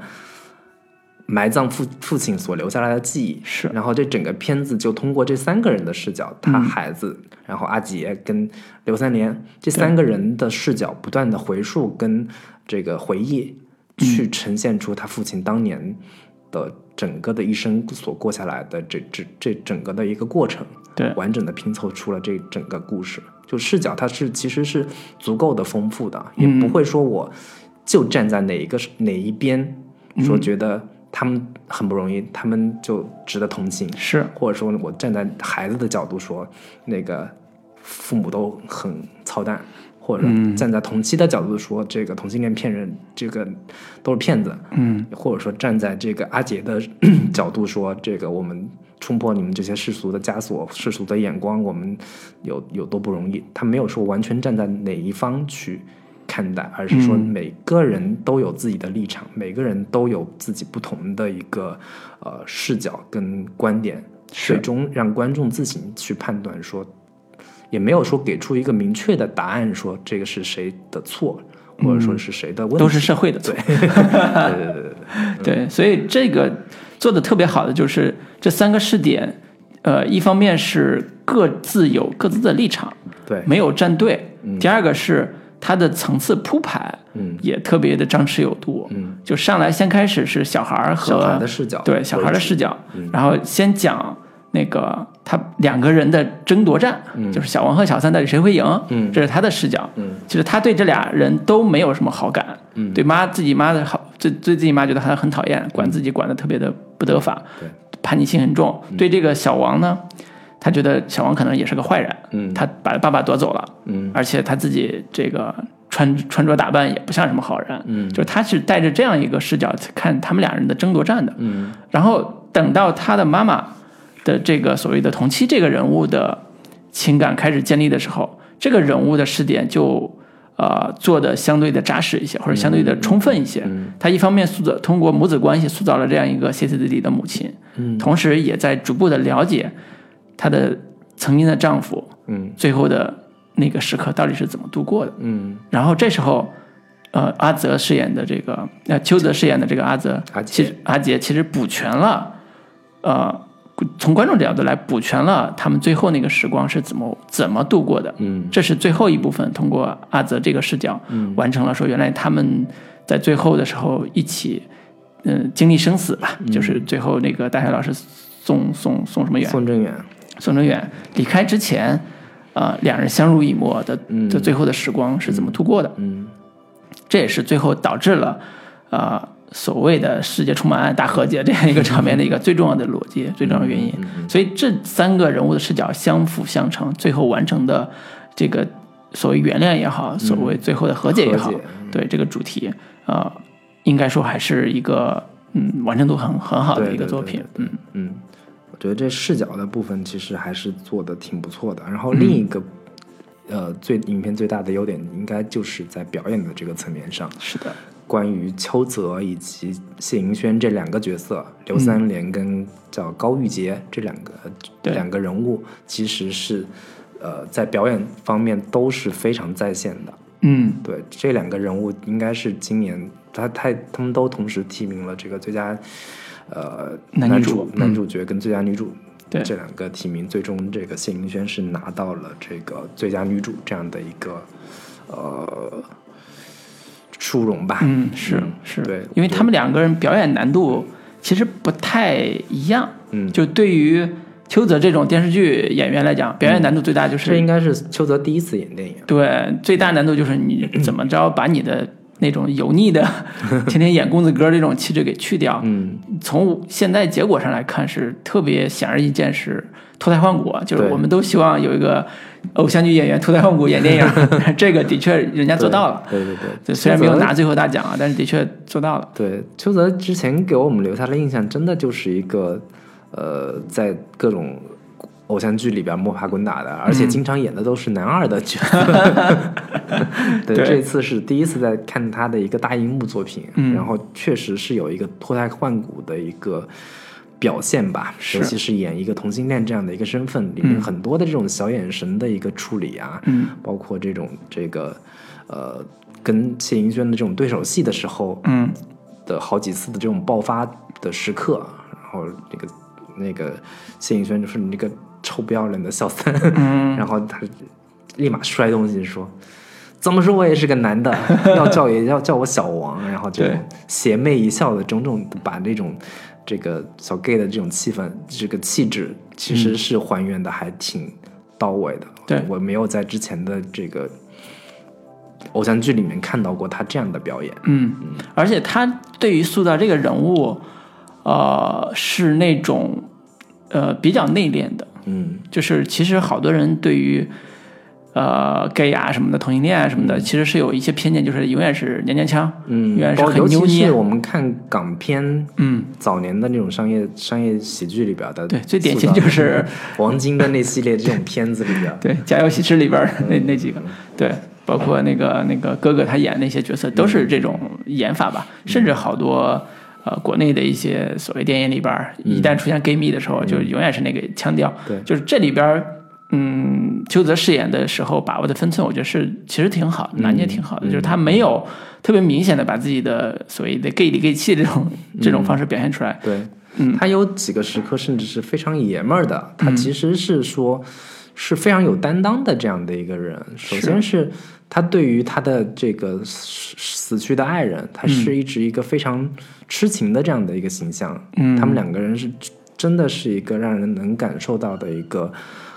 [SPEAKER 2] 埋葬父父亲所留下来的记忆。
[SPEAKER 1] 是
[SPEAKER 2] 然后这整个片子就通过这三个人的视角，他孩子，然后阿杰跟刘三连这三个人的视角，不断的回溯跟这个回忆，去呈现出他父亲当年的整个的一生所过下来的这这这整个的一个过程，
[SPEAKER 1] 对
[SPEAKER 2] 完整的拼凑出了这整个故事。就视角，它是其实是足够的丰富的，也不会说我就站在哪一个哪一边，说觉得他们很不容易，他们就值得同情，
[SPEAKER 1] 是
[SPEAKER 2] 或者说我站在孩子的角度说，那个父母都很操蛋，或者站在同期的角度说，这个同性恋骗人，这个都是骗子，
[SPEAKER 1] 嗯
[SPEAKER 2] 或者说站在这个阿杰的 角度说，这个我们冲破你们这些世俗的枷锁、世俗的眼光，我们有有多不容易。他没有说完全站在哪一方去看待，而是说每个人都有自己的立场，每个人都有自己不同的一个呃视角跟观点，
[SPEAKER 1] 是
[SPEAKER 2] 最终让观众自行去判断说。也没有说给出一个明确的答案，说这个是谁的错，或者说是谁的问题，
[SPEAKER 1] 嗯都是社会的错
[SPEAKER 2] 对，对对对对。
[SPEAKER 1] 对，所以这个做的特别好的就是这三个试点，呃，一方面是各自有各自的立场，
[SPEAKER 2] 对，
[SPEAKER 1] 没有站队；第二个是它的层次铺排
[SPEAKER 2] 嗯
[SPEAKER 1] 也特别的张弛有度，
[SPEAKER 2] 嗯，
[SPEAKER 1] 就上来先开始是小孩儿和
[SPEAKER 2] 小孩的视角，嗯
[SPEAKER 1] 对小孩的视
[SPEAKER 2] 角，
[SPEAKER 1] 角，然后先讲那个他两个人的争夺战，就是小王和小三到底谁会赢，
[SPEAKER 2] 嗯
[SPEAKER 1] 这是他的视角。
[SPEAKER 2] 嗯
[SPEAKER 1] 其实他对这俩人都没有什么好感，
[SPEAKER 2] 嗯
[SPEAKER 1] 对妈自己妈的好，对对自己妈觉得他很讨厌，管自己管的特别的不得法，
[SPEAKER 2] 对嗯
[SPEAKER 1] 叛逆心很重。对这个小王呢，他觉得小王可能也是个坏人，
[SPEAKER 2] 嗯
[SPEAKER 1] 他把爸爸夺走了，
[SPEAKER 2] 嗯
[SPEAKER 1] 而且他自己这个穿穿着打扮也不像什么好人，
[SPEAKER 2] 嗯
[SPEAKER 1] 就是他是带着这样一个视角去看他们俩人的争夺战的，
[SPEAKER 2] 嗯
[SPEAKER 1] 然后等到他的妈妈的这个所谓的同期这个人物的情感开始建立的时候，这个人物的视点就呃做的相对的扎实一些，或者相对的充分一些。
[SPEAKER 2] 嗯
[SPEAKER 1] 他一方面塑造通过母子关系塑造了这样一个歇斯底里的母亲，
[SPEAKER 2] 嗯
[SPEAKER 1] 同时也在逐步的了解她的曾经的丈夫
[SPEAKER 2] 嗯
[SPEAKER 1] 最后的那个时刻到底是怎么度过的。
[SPEAKER 2] 嗯，
[SPEAKER 1] 然后这时候，呃，阿泽饰演的这个，呃，邱泽饰演的这个阿泽，
[SPEAKER 2] 阿杰
[SPEAKER 1] 其实阿杰其实补全了，呃，从观众角度来补全了他们最后那个时光是怎么怎么度过的。
[SPEAKER 2] 嗯
[SPEAKER 1] 这是最后一部分，通过阿泽这个视角，完成了说原来他们在最后的时候一起，嗯、经历生死
[SPEAKER 2] 嗯
[SPEAKER 1] 吧，就是最后那个大学老师宋宋宋什么远
[SPEAKER 2] 宋正远，
[SPEAKER 1] 宋哲远离开之前，呃，两人相濡以沫的的最后的时光是怎么度过的？
[SPEAKER 2] 嗯
[SPEAKER 1] 这也是最后导致了，呃，所谓的世界充满爱、大和解这样一个场面的一个最重要的逻辑、
[SPEAKER 2] 嗯
[SPEAKER 1] 最重要的原因。所以这三个人物的视角相辅相成，最后完成的这个所谓原谅也好，所谓最后的和解也好
[SPEAKER 2] 嗯和解，嗯
[SPEAKER 1] 对这个主题啊、呃应该说还是一个嗯完成度很很好的
[SPEAKER 2] 对
[SPEAKER 1] 一个
[SPEAKER 2] 对
[SPEAKER 1] 作
[SPEAKER 2] 对
[SPEAKER 1] 品。
[SPEAKER 2] 对
[SPEAKER 1] 嗯
[SPEAKER 2] 嗯，我觉得这视角的部分其实还是做的挺不错的。然后另一个、呃，最影片最大的优点应该就是在表演的这个层面上，
[SPEAKER 1] 是的，
[SPEAKER 2] 关于邱泽以及谢盈萱这两个角色，刘三连跟叫高玉洁这两个、
[SPEAKER 1] 对
[SPEAKER 2] 两个人物，其实是呃在表演方面都是非常在线的。
[SPEAKER 1] 嗯，
[SPEAKER 2] 对，这两个人物应该是今年他他他们都同时提名了这个最佳呃
[SPEAKER 1] 男女主嗯
[SPEAKER 2] 主男主角跟最佳女主。
[SPEAKER 1] 对
[SPEAKER 2] 这两个提名，最终这个谢盈萱是拿到了这个最佳女主这样的一个呃殊荣吧。
[SPEAKER 1] 嗯，是是，
[SPEAKER 2] 对
[SPEAKER 1] 因为
[SPEAKER 2] 我觉
[SPEAKER 1] 他们两个人表演难度其实不太一样。
[SPEAKER 2] 嗯
[SPEAKER 1] 就对于邱泽这种电视剧演员来讲，表演难度最大就
[SPEAKER 2] 这
[SPEAKER 1] 是、
[SPEAKER 2] 应该是邱泽第一次演电影。
[SPEAKER 1] 对最大难度就是你怎么着把你的那种油腻 的天天演公子哥这种气质给去掉。
[SPEAKER 2] 嗯，
[SPEAKER 1] 从现在结果上来看，是特别显而易见是脱胎换骨，啊就是
[SPEAKER 2] 对
[SPEAKER 1] 我们都希望有一个偶像剧演员脱胎换骨演电 影，这个的确人家做到了。
[SPEAKER 2] 对对对
[SPEAKER 1] 对，虽然没有
[SPEAKER 2] 邱泽
[SPEAKER 1] 拿最后大奖啊，但是的确做到了。
[SPEAKER 2] 对，邱泽之前给我们留下的印象，真的就是一个，呃，在各种偶像剧里边摸爬滚打的，而
[SPEAKER 1] 嗯
[SPEAKER 2] 且经常演的都是男二的角色。 对，
[SPEAKER 1] 对
[SPEAKER 2] 这次是第一次在看他的一个大荧幕作品，
[SPEAKER 1] 嗯
[SPEAKER 2] 然后确实是有一个脱胎换骨的一个。表现吧，
[SPEAKER 1] 是
[SPEAKER 2] 尤其是演一个同性恋这样的一个身份，里面很多的这种小眼神的一个处理啊，
[SPEAKER 1] 嗯
[SPEAKER 2] 包括这种这个呃跟谢盈萱的这种对手戏的时候，
[SPEAKER 1] 嗯，
[SPEAKER 2] 的好几次的这种爆发的时刻，啊然后那个那个谢颖轩就说：“你这个臭不要脸的小三。
[SPEAKER 1] 嗯
[SPEAKER 2] 然后他立马摔东西说：“怎么说我也是个男的，要叫也要叫我小王。”然后这种邪魅一笑的种种，把这种这个小 gay 的这种气氛、这个气质，其实是还原的还挺到位的。
[SPEAKER 1] 嗯对
[SPEAKER 2] 我没有在之前的这个。偶像剧里面看到过他这样的表演，
[SPEAKER 1] 嗯，而且他对于塑造这个人物，呃，是那种呃比较内敛的，
[SPEAKER 2] 嗯，
[SPEAKER 1] 就是其实好多人对于呃 gay 啊什么的、同性恋啊什么的，其实是有一些偏见，就是永远是娘娘腔，
[SPEAKER 2] 嗯
[SPEAKER 1] 永远是
[SPEAKER 2] 包
[SPEAKER 1] 很
[SPEAKER 2] 尤
[SPEAKER 1] 扭
[SPEAKER 2] 其
[SPEAKER 1] 捏
[SPEAKER 2] 是，我们看港片
[SPEAKER 1] 嗯，
[SPEAKER 2] 早年的那种商业商业喜剧里边的，
[SPEAKER 1] 对最典型就是，
[SPEAKER 2] 王晶的那系列这种片子里边
[SPEAKER 1] 对《家有喜事》里边儿那那几个，对，包括那个那个哥哥他演那些角色都是这种演法吧，甚至好多。呃，国内的一些所谓电影里边儿，一旦出现 gay 蜜的时候，就永远是那个腔调。
[SPEAKER 2] 嗯对
[SPEAKER 1] 就是这里边儿，嗯，邱泽饰演的时候把握的分寸，我觉得是其实挺好的，拿捏挺
[SPEAKER 2] 嗯
[SPEAKER 1] 好的，就是他没有特别明显的把自己的所谓的 gay 里 gay 气这种
[SPEAKER 2] 嗯
[SPEAKER 1] 这种方式表现出来。
[SPEAKER 2] 对，
[SPEAKER 1] 嗯
[SPEAKER 2] 他有几个时刻甚至是非常爷们儿的，他其实是说、是非常有担当的这样的一个人。首先是他对于他的这个死死去的爱人，他是一直一个非常痴情的这样的一个形象。
[SPEAKER 1] 嗯
[SPEAKER 2] 他们两个人是真的是一个让人能感受到的一个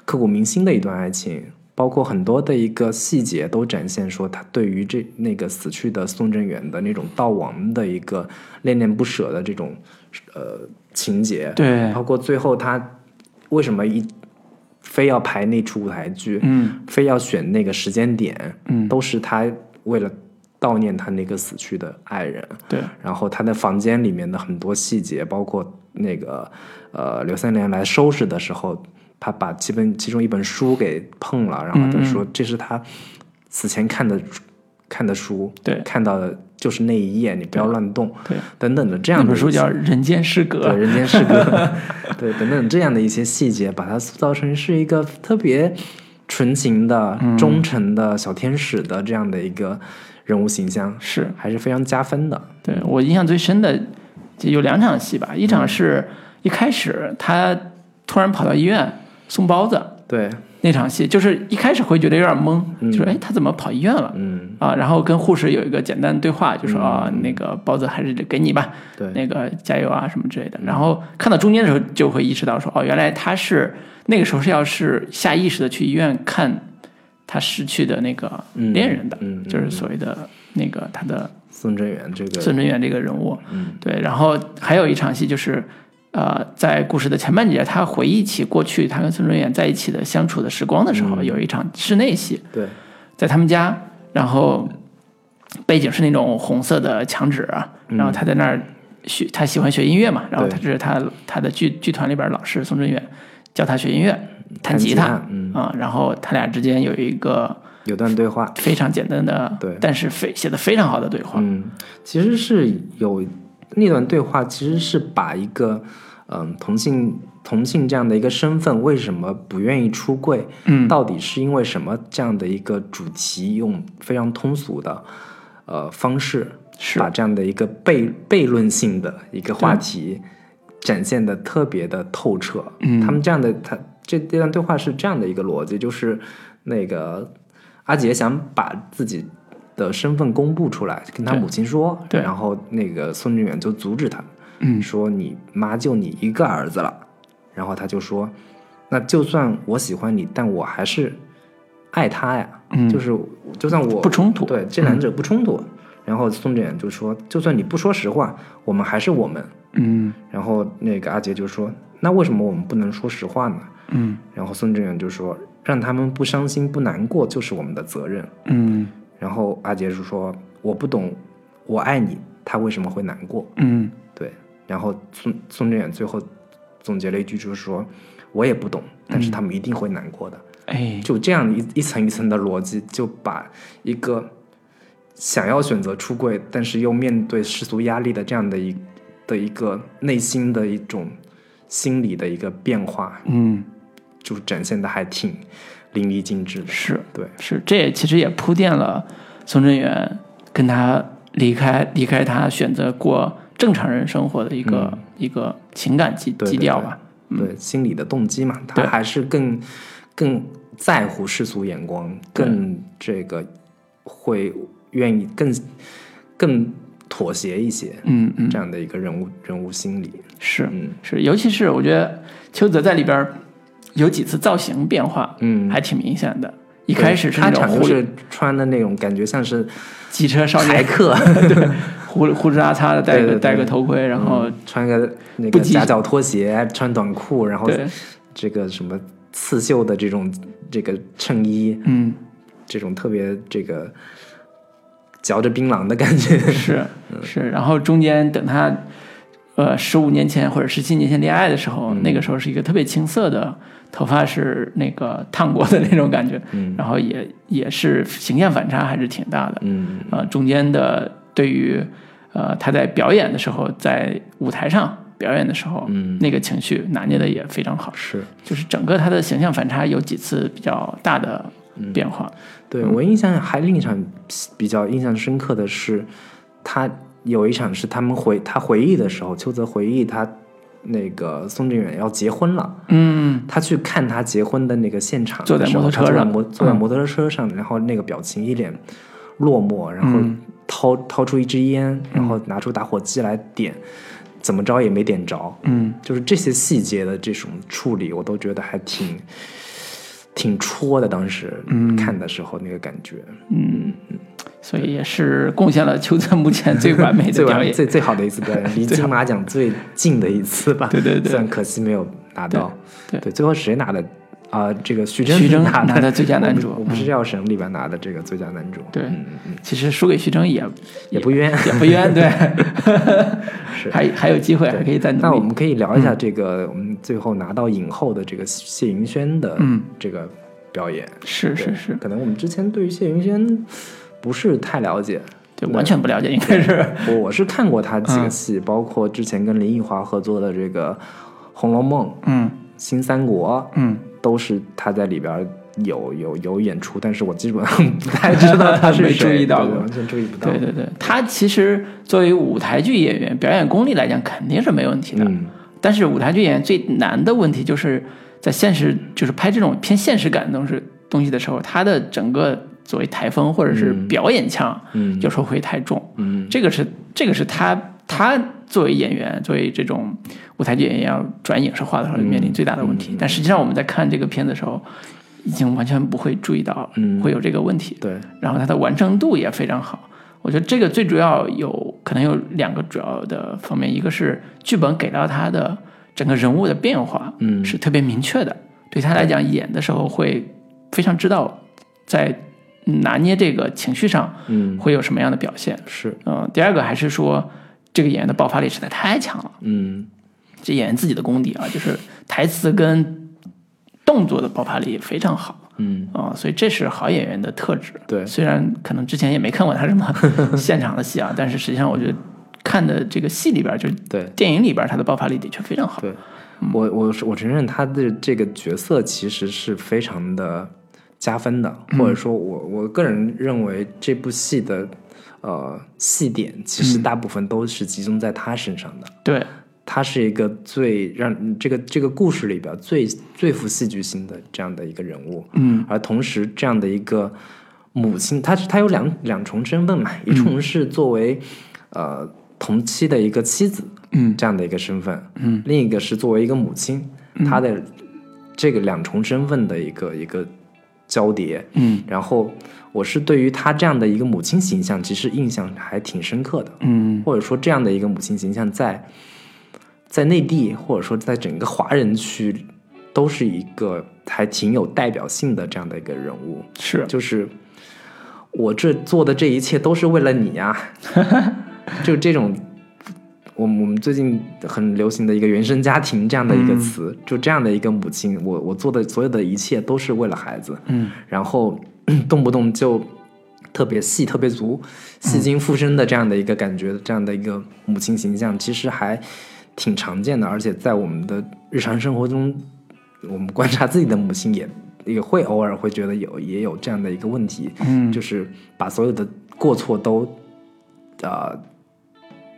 [SPEAKER 2] 刻骨铭心的一段爱情。包括很多的一个细节都展现说他对于这那个死去的宋振元的那种悼亡的一个恋恋不舍的这种呃情节，
[SPEAKER 1] 对，
[SPEAKER 2] 包括最后他为什么一非要排那出舞台剧，
[SPEAKER 1] 嗯
[SPEAKER 2] 非要选那个时间点，
[SPEAKER 1] 嗯，
[SPEAKER 2] 都是他为了悼念他那个死去的爱人。
[SPEAKER 1] 对，
[SPEAKER 2] 然后他的房间里面的很多细节，包括那个呃刘三连来收拾的时候，他把其本其中一本书给碰了，然后他
[SPEAKER 1] 嗯
[SPEAKER 2] 说这是他死前看的看的书，
[SPEAKER 1] 对
[SPEAKER 2] 看到的就是那一页，你不要乱动，
[SPEAKER 1] 对，
[SPEAKER 2] 等等的这
[SPEAKER 1] 那
[SPEAKER 2] 样的
[SPEAKER 1] 本书
[SPEAKER 2] 一些
[SPEAKER 1] 叫《人间失格》
[SPEAKER 2] 对，人间 失格，对等等这样的一些细节，把它塑造成是一个特别纯情的、
[SPEAKER 1] 嗯
[SPEAKER 2] 忠诚的小天使的这样的一个人物形象，
[SPEAKER 1] 是。
[SPEAKER 2] 还是非常加分的。
[SPEAKER 1] 对我印象最深的就有两场戏吧，一
[SPEAKER 2] 嗯
[SPEAKER 1] 场是一开始他突然跑到医院送包子
[SPEAKER 2] 对，
[SPEAKER 1] 那场戏，就是一开始会觉得有点懵，就说哎他怎么跑医院了
[SPEAKER 2] 嗯，
[SPEAKER 1] 啊？然后跟护士有一个简单的对话，就说啊那个包子还是得给你吧，
[SPEAKER 2] 对，嗯
[SPEAKER 1] 那个加油啊什么之类的。然后看到中间的时候就会意识到说哦原来他是那个时候是要是下意识的去医院看他失去的那个恋人的，
[SPEAKER 2] 嗯嗯嗯
[SPEAKER 1] 就是所谓的那个他的
[SPEAKER 2] 孙正元这个
[SPEAKER 1] 孙真元这个人物。
[SPEAKER 2] 嗯
[SPEAKER 1] 对，然后还有一场戏就是，呃，在故事的前半节，他回忆起过去他跟孙真远在一起的相处的时光的时
[SPEAKER 2] 嗯
[SPEAKER 1] 候，有一场室内戏，
[SPEAKER 2] 对
[SPEAKER 1] 在他们家，然后背景是那种红色的墙纸啊，
[SPEAKER 2] 嗯
[SPEAKER 1] 然后他在那儿学，他喜欢学音乐嘛，然后他这是他他的剧剧团里边老师宋振远教他学音乐，弹吉他
[SPEAKER 2] 弹吉他嗯
[SPEAKER 1] 啊、然后他俩之间有一个
[SPEAKER 2] 有段对话，
[SPEAKER 1] 非常简单的，
[SPEAKER 2] 对
[SPEAKER 1] 但是非写的非常好的对话，
[SPEAKER 2] 嗯，其实是有那段对话，其实是把一个嗯同性同性这样的一个身份，为什么不愿意出柜，
[SPEAKER 1] 嗯
[SPEAKER 2] 到底是因为什么这样的一个主题，用非常通俗的呃方式，
[SPEAKER 1] 是
[SPEAKER 2] 把这样的一个悖悖论性的一个话题展现的特别的透彻。
[SPEAKER 1] 嗯
[SPEAKER 2] 他们这样的他这这段对话是这样的一个逻辑，就是那个阿杰想把自己。的身份公布出来，跟他
[SPEAKER 1] 对
[SPEAKER 2] 母亲说，
[SPEAKER 1] 嗯对
[SPEAKER 2] 然后那个孙志远就阻止他，
[SPEAKER 1] 嗯
[SPEAKER 2] 说你妈就你一个儿子了，然后他就说，那就算我喜欢你，但我还是爱他呀，
[SPEAKER 1] 嗯
[SPEAKER 2] 就是就算我
[SPEAKER 1] 不冲突
[SPEAKER 2] 对，这两者不冲突。然后宋志远就说，就算你不说实话，我们还是我们。
[SPEAKER 1] 嗯
[SPEAKER 2] 然后那个阿杰就说，那为什么我们不能说实话呢？
[SPEAKER 1] 嗯
[SPEAKER 2] 然后宋志远就说，让他们不伤心不难过就是我们的责任。
[SPEAKER 1] 嗯
[SPEAKER 2] 然后阿杰就说，我不懂，我爱你，他为什么会难过？
[SPEAKER 1] 嗯
[SPEAKER 2] 对，然后宋宋振远最后总结了一句，就是说，我也不懂，但是他们一定会难过的。
[SPEAKER 1] 哎
[SPEAKER 2] 就这样一一层一层的逻辑，就把一个想要选择出柜，但是又面对世俗压力的这样的一的一个内心的一种心理的一个变化，
[SPEAKER 1] 嗯
[SPEAKER 2] 就展现的还挺淋漓尽致的。
[SPEAKER 1] 是。
[SPEAKER 2] 对，
[SPEAKER 1] 是，这也其实也铺垫了宋振元跟他离开离开他选择过正常人生活的一个、
[SPEAKER 2] 嗯
[SPEAKER 1] 一个情感基
[SPEAKER 2] 对对
[SPEAKER 1] 基调吧。
[SPEAKER 2] 对心理的动机嘛，他
[SPEAKER 1] 对
[SPEAKER 2] 还是更更在乎世俗眼光，
[SPEAKER 1] 对
[SPEAKER 2] 更这个会愿意更更妥协一些，
[SPEAKER 1] 嗯嗯，
[SPEAKER 2] 这样的一个人物人物心理，
[SPEAKER 1] 是
[SPEAKER 2] 嗯
[SPEAKER 1] 是，尤其是我觉得邱泽在里边儿有几次造型变化，
[SPEAKER 2] 嗯，
[SPEAKER 1] 还挺明显的。一
[SPEAKER 2] 一
[SPEAKER 1] 开始是那
[SPEAKER 2] 开
[SPEAKER 1] 种
[SPEAKER 2] 场就
[SPEAKER 1] 胡
[SPEAKER 2] 是穿的那种感觉像是
[SPEAKER 1] 机车少
[SPEAKER 2] 台
[SPEAKER 1] 年，
[SPEAKER 2] 客，
[SPEAKER 1] 胡胡子拉碴的，戴
[SPEAKER 2] 对嗯
[SPEAKER 1] 个
[SPEAKER 2] 对
[SPEAKER 1] 戴个
[SPEAKER 2] 对
[SPEAKER 1] 头盔，然后
[SPEAKER 2] 穿个那
[SPEAKER 1] 不
[SPEAKER 2] 个
[SPEAKER 1] 羁
[SPEAKER 2] 夹脚拖鞋，穿短裤，然后
[SPEAKER 1] 对，
[SPEAKER 2] 这个什么刺绣的这种这个衬衣，
[SPEAKER 1] 嗯，
[SPEAKER 2] 这种特别这个嚼着槟榔的感觉，
[SPEAKER 1] 是
[SPEAKER 2] 嗯
[SPEAKER 1] 是，然后中间等他，呃，十五年前或者十七年前恋爱的时候，
[SPEAKER 2] 嗯
[SPEAKER 1] 那个时候是一个特别青涩的，头发是那个烫过的那种感觉，
[SPEAKER 2] 嗯
[SPEAKER 1] 然后也也是形象反差还是挺大的，
[SPEAKER 2] 嗯。
[SPEAKER 1] 呃，中间的对于呃他在表演的时候，在舞台上表演的时候，
[SPEAKER 2] 嗯
[SPEAKER 1] 那个情绪拿捏的也非常好，
[SPEAKER 2] 是
[SPEAKER 1] 就是整个他的形象反差有几次比较大的
[SPEAKER 2] 嗯
[SPEAKER 1] 变化，
[SPEAKER 2] 对
[SPEAKER 1] 嗯
[SPEAKER 2] 我印象还另一场比较印象深刻的是，他有一场是他们回他回忆的时候，邱泽回忆他那个宋志远要结婚了，
[SPEAKER 1] 嗯，
[SPEAKER 2] 他去看他结婚的那个现场的时
[SPEAKER 1] 坐
[SPEAKER 2] 候，
[SPEAKER 1] 在摩托车
[SPEAKER 2] 他坐在
[SPEAKER 1] 上
[SPEAKER 2] 摩坐在
[SPEAKER 1] 嗯
[SPEAKER 2] 摩托车上，然后那个表情一脸落寞，然后
[SPEAKER 1] 嗯
[SPEAKER 2] 掏掏出一支烟，然后拿出打火机来点，怎么着也没点着，
[SPEAKER 1] 嗯
[SPEAKER 2] 就是这些细节的这种处理，我都觉得还挺挺戳的。当时看的时候那个感觉，
[SPEAKER 1] 嗯，所以也是贡献了邱泽目前最完美的
[SPEAKER 2] 最
[SPEAKER 1] 表
[SPEAKER 2] 完
[SPEAKER 1] 演。
[SPEAKER 2] 最最好的一 次表演，离金马奖最近的一次吧。
[SPEAKER 1] 对对对
[SPEAKER 2] 虽然可惜没有拿到。
[SPEAKER 1] 对对
[SPEAKER 2] 最后谁拿的？啊、这个徐峥
[SPEAKER 1] 徐峥
[SPEAKER 2] 拿
[SPEAKER 1] 拿的最佳男主嗯
[SPEAKER 2] 我不我不是药神里边拿的这个最佳男主。
[SPEAKER 1] 对
[SPEAKER 2] 嗯嗯嗯
[SPEAKER 1] 其实输给徐峥也
[SPEAKER 2] 也不冤。
[SPEAKER 1] 也不 冤，对，
[SPEAKER 2] 是
[SPEAKER 1] 还还有机会，还可以再
[SPEAKER 2] 那我
[SPEAKER 1] 努力。
[SPEAKER 2] 们可以聊一
[SPEAKER 1] 嗯
[SPEAKER 2] 下这个，我们最后拿到影后的这个谢云轩的
[SPEAKER 1] 嗯
[SPEAKER 2] 这个表演。
[SPEAKER 1] 是
[SPEAKER 2] 对
[SPEAKER 1] 是是，
[SPEAKER 2] 可能我们之前对于谢云轩不是太了解。
[SPEAKER 1] 对，完全不了解，应该是
[SPEAKER 2] 我 我是看过他
[SPEAKER 1] 嗯
[SPEAKER 2] 几个戏，包括之前跟林奕华合作的这个《红楼梦》《
[SPEAKER 1] 嗯
[SPEAKER 2] 新三国
[SPEAKER 1] 嗯》，
[SPEAKER 2] 都是他在里边有有有演出，但是我基本上不太知道他 是
[SPEAKER 1] 没
[SPEAKER 2] 谁
[SPEAKER 1] 注意到
[SPEAKER 2] 对
[SPEAKER 1] 过
[SPEAKER 2] 完全注意不到。
[SPEAKER 1] 对对对，他其实作为舞台剧演员，表演功力来讲肯定是没问题的。
[SPEAKER 2] 嗯，
[SPEAKER 1] 但是舞台剧演员最难的问题就是在现实，就是拍这种偏现实感的东西东西的时候，他的整个所谓台风或者是
[SPEAKER 2] 嗯
[SPEAKER 1] 表演腔，
[SPEAKER 2] 嗯
[SPEAKER 1] 有时候会太重。
[SPEAKER 2] 嗯
[SPEAKER 1] 这个是这个是他他作为演员，作为这种舞台剧演员要转影视化
[SPEAKER 2] 嗯
[SPEAKER 1] 的时候面临最大的问题。但实际上我们在看这个片子的时候，已经完全不会注意到
[SPEAKER 2] 嗯
[SPEAKER 1] 会有这个问题，
[SPEAKER 2] 对，
[SPEAKER 1] 然后它的完成度也非常好。我觉得这个最主要有可能有两个主要的方面，一个是剧本给到他的整个人物的变化，
[SPEAKER 2] 嗯
[SPEAKER 1] 是特别明确的，对他来讲演的时候会非常知道在拿捏这个情绪上
[SPEAKER 2] 嗯
[SPEAKER 1] 会有什么样的表现。
[SPEAKER 2] 是
[SPEAKER 1] 嗯，第二个还是说这个演员的爆发力实在太强了，
[SPEAKER 2] 嗯
[SPEAKER 1] 这演员自己的功底啊，就是台词跟动作的爆发力非常好。
[SPEAKER 2] 嗯
[SPEAKER 1] 啊、所以这是好演员的特质。
[SPEAKER 2] 对
[SPEAKER 1] 虽然可能之前也没看过他 什么现场的戏啊，但是实际上我觉得看的这个戏里边儿，就是
[SPEAKER 2] 对。
[SPEAKER 1] 电影里边儿，他的爆发力的确非常好。
[SPEAKER 2] 对，
[SPEAKER 1] 嗯
[SPEAKER 2] 我我是我承认他的这个角色其实是非常的加分的，或
[SPEAKER 1] 嗯
[SPEAKER 2] 者说我我个人认为这部戏的呃戏点其
[SPEAKER 1] 嗯
[SPEAKER 2] 实大部分都是集中在他身上的。
[SPEAKER 1] 对
[SPEAKER 2] 他是一个最让这个这个故事里边最最富戏剧性的这样的一个人物，
[SPEAKER 1] 嗯，
[SPEAKER 2] 而同时这样的一个母亲，她她有两两重身份嘛，
[SPEAKER 1] 嗯
[SPEAKER 2] 一重是作为、呃同期的一个妻子，
[SPEAKER 1] 嗯，
[SPEAKER 2] 这样的一个身份，嗯，另一个是作为一个母亲，
[SPEAKER 1] 嗯
[SPEAKER 2] 她的这个两重身份的一个一个交叠，
[SPEAKER 1] 嗯
[SPEAKER 2] 然后我是对于她这样的一个母亲形象，其实印象还挺深刻的，
[SPEAKER 1] 嗯
[SPEAKER 2] 或者说这样的一个母亲形象在在内地或者说在整个华人区都是一个还挺有代表性的这样的一个人物，
[SPEAKER 1] 是
[SPEAKER 2] 就是我这做的这一切都是为了你 呀、就这种。我们我们最近很流行的一个原生家庭这样的一个词，
[SPEAKER 1] 嗯
[SPEAKER 2] 就这样的一个母亲，我我做的所有的一切都是为了孩子，
[SPEAKER 1] 嗯
[SPEAKER 2] 然后嗯动不动就特别细、特别足、
[SPEAKER 1] 嗯
[SPEAKER 2] 戏精附身的这样的一个感觉，这样的一个母亲形象，其实还挺常见的，而且在我们的日常生活中，我们观察自己的母亲也也会偶尔会觉得有也有这样的一个问题，
[SPEAKER 1] 嗯
[SPEAKER 2] 就是把所有的过错都呃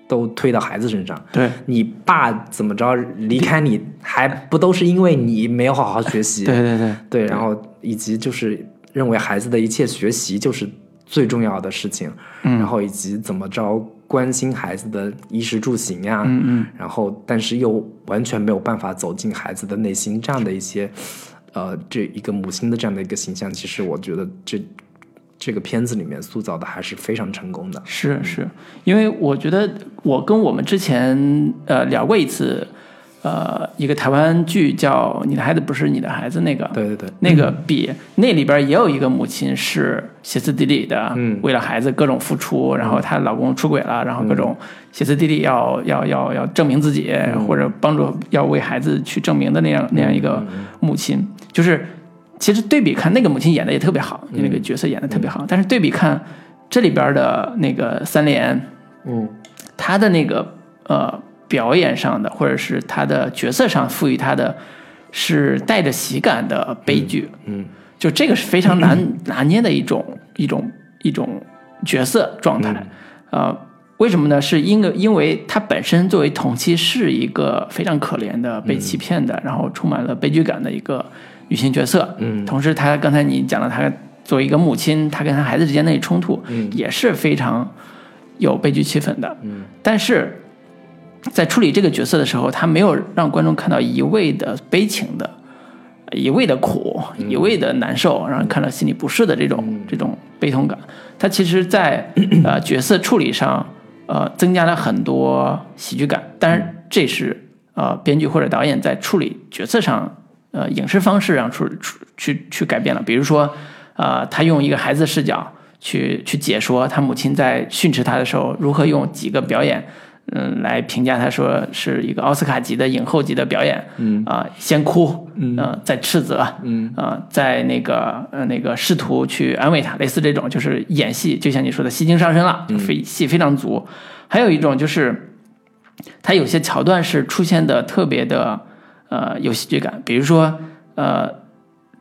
[SPEAKER 2] 都推到孩子身上。
[SPEAKER 1] 对
[SPEAKER 2] 你爸怎么着离开你，还不都是因为你没有好好学习？
[SPEAKER 1] 对对对
[SPEAKER 2] 对，然后以及就是认为孩子的一切学习就是最重要的事情，
[SPEAKER 1] 嗯
[SPEAKER 2] 然后以及怎么着关心孩子的衣食住行呀、
[SPEAKER 1] 嗯嗯
[SPEAKER 2] 然后但是又完全没有办法走进孩子的内心，这样的一些，呃，这一个母亲的这样的一个形象，其实我觉得这这个片子里面塑造的还是非常成功的。
[SPEAKER 1] 是是，因为我觉得我跟我们之前呃聊过一次，呃一个台湾剧叫《你的孩子不是你的孩子》那个，
[SPEAKER 2] 对对对，
[SPEAKER 1] 那个比那里边也有一个母亲是歇斯底里的，
[SPEAKER 2] 嗯
[SPEAKER 1] 为了孩子各种付出，然后她老公出轨了，然后各种歇斯底里要要要要证明自己，或者帮助要为孩子去证明的那样那样一个母亲，就是其实对比看那个母亲演的也特别好，那个角色演的特别好，但是对比看这里边的那个三连，
[SPEAKER 2] 嗯
[SPEAKER 1] 他的那个呃表演上的，或者是他的角色上赋予他的，是带着喜感的悲剧。
[SPEAKER 2] 嗯
[SPEAKER 1] 就这个是非常 难拿捏的一种一种一种角色状态。
[SPEAKER 2] 嗯
[SPEAKER 1] 呃，为什么呢？是因为因为他本身作为同期是一个非常可怜的被欺骗的，然后充满了悲剧感的一个女性角色。
[SPEAKER 2] 嗯
[SPEAKER 1] 同时她刚才你讲了，她作为一个母亲，她跟她孩子之间那冲突，
[SPEAKER 2] 嗯
[SPEAKER 1] 也是非常有悲剧气氛的。嗯，但是在处理这个角色的时候，他没有让观众看到一味的悲情的、一味的苦、一味的难受，让人看到心里不适的这种、这种悲痛感。他其实在，呃角色处理上，呃增加了很多喜剧感。当然，这是呃编剧或者导演在处理角色上，呃影视方式上处处去去改变了。比如说，呃，他用一个孩子视角去去解说他母亲在训斥他的时候，如何用几个表演，嗯，来评价他说是一个奥斯卡级的影后级的表演，嗯啊、先哭，嗯、呃，再斥责，嗯啊、在那个呃那个试图去安慰他，类似这种就是演戏，就像你说的，戏精上身了，非戏非常足。还有一种就是，他有些桥段是出现的特别的呃有喜剧感，比如说呃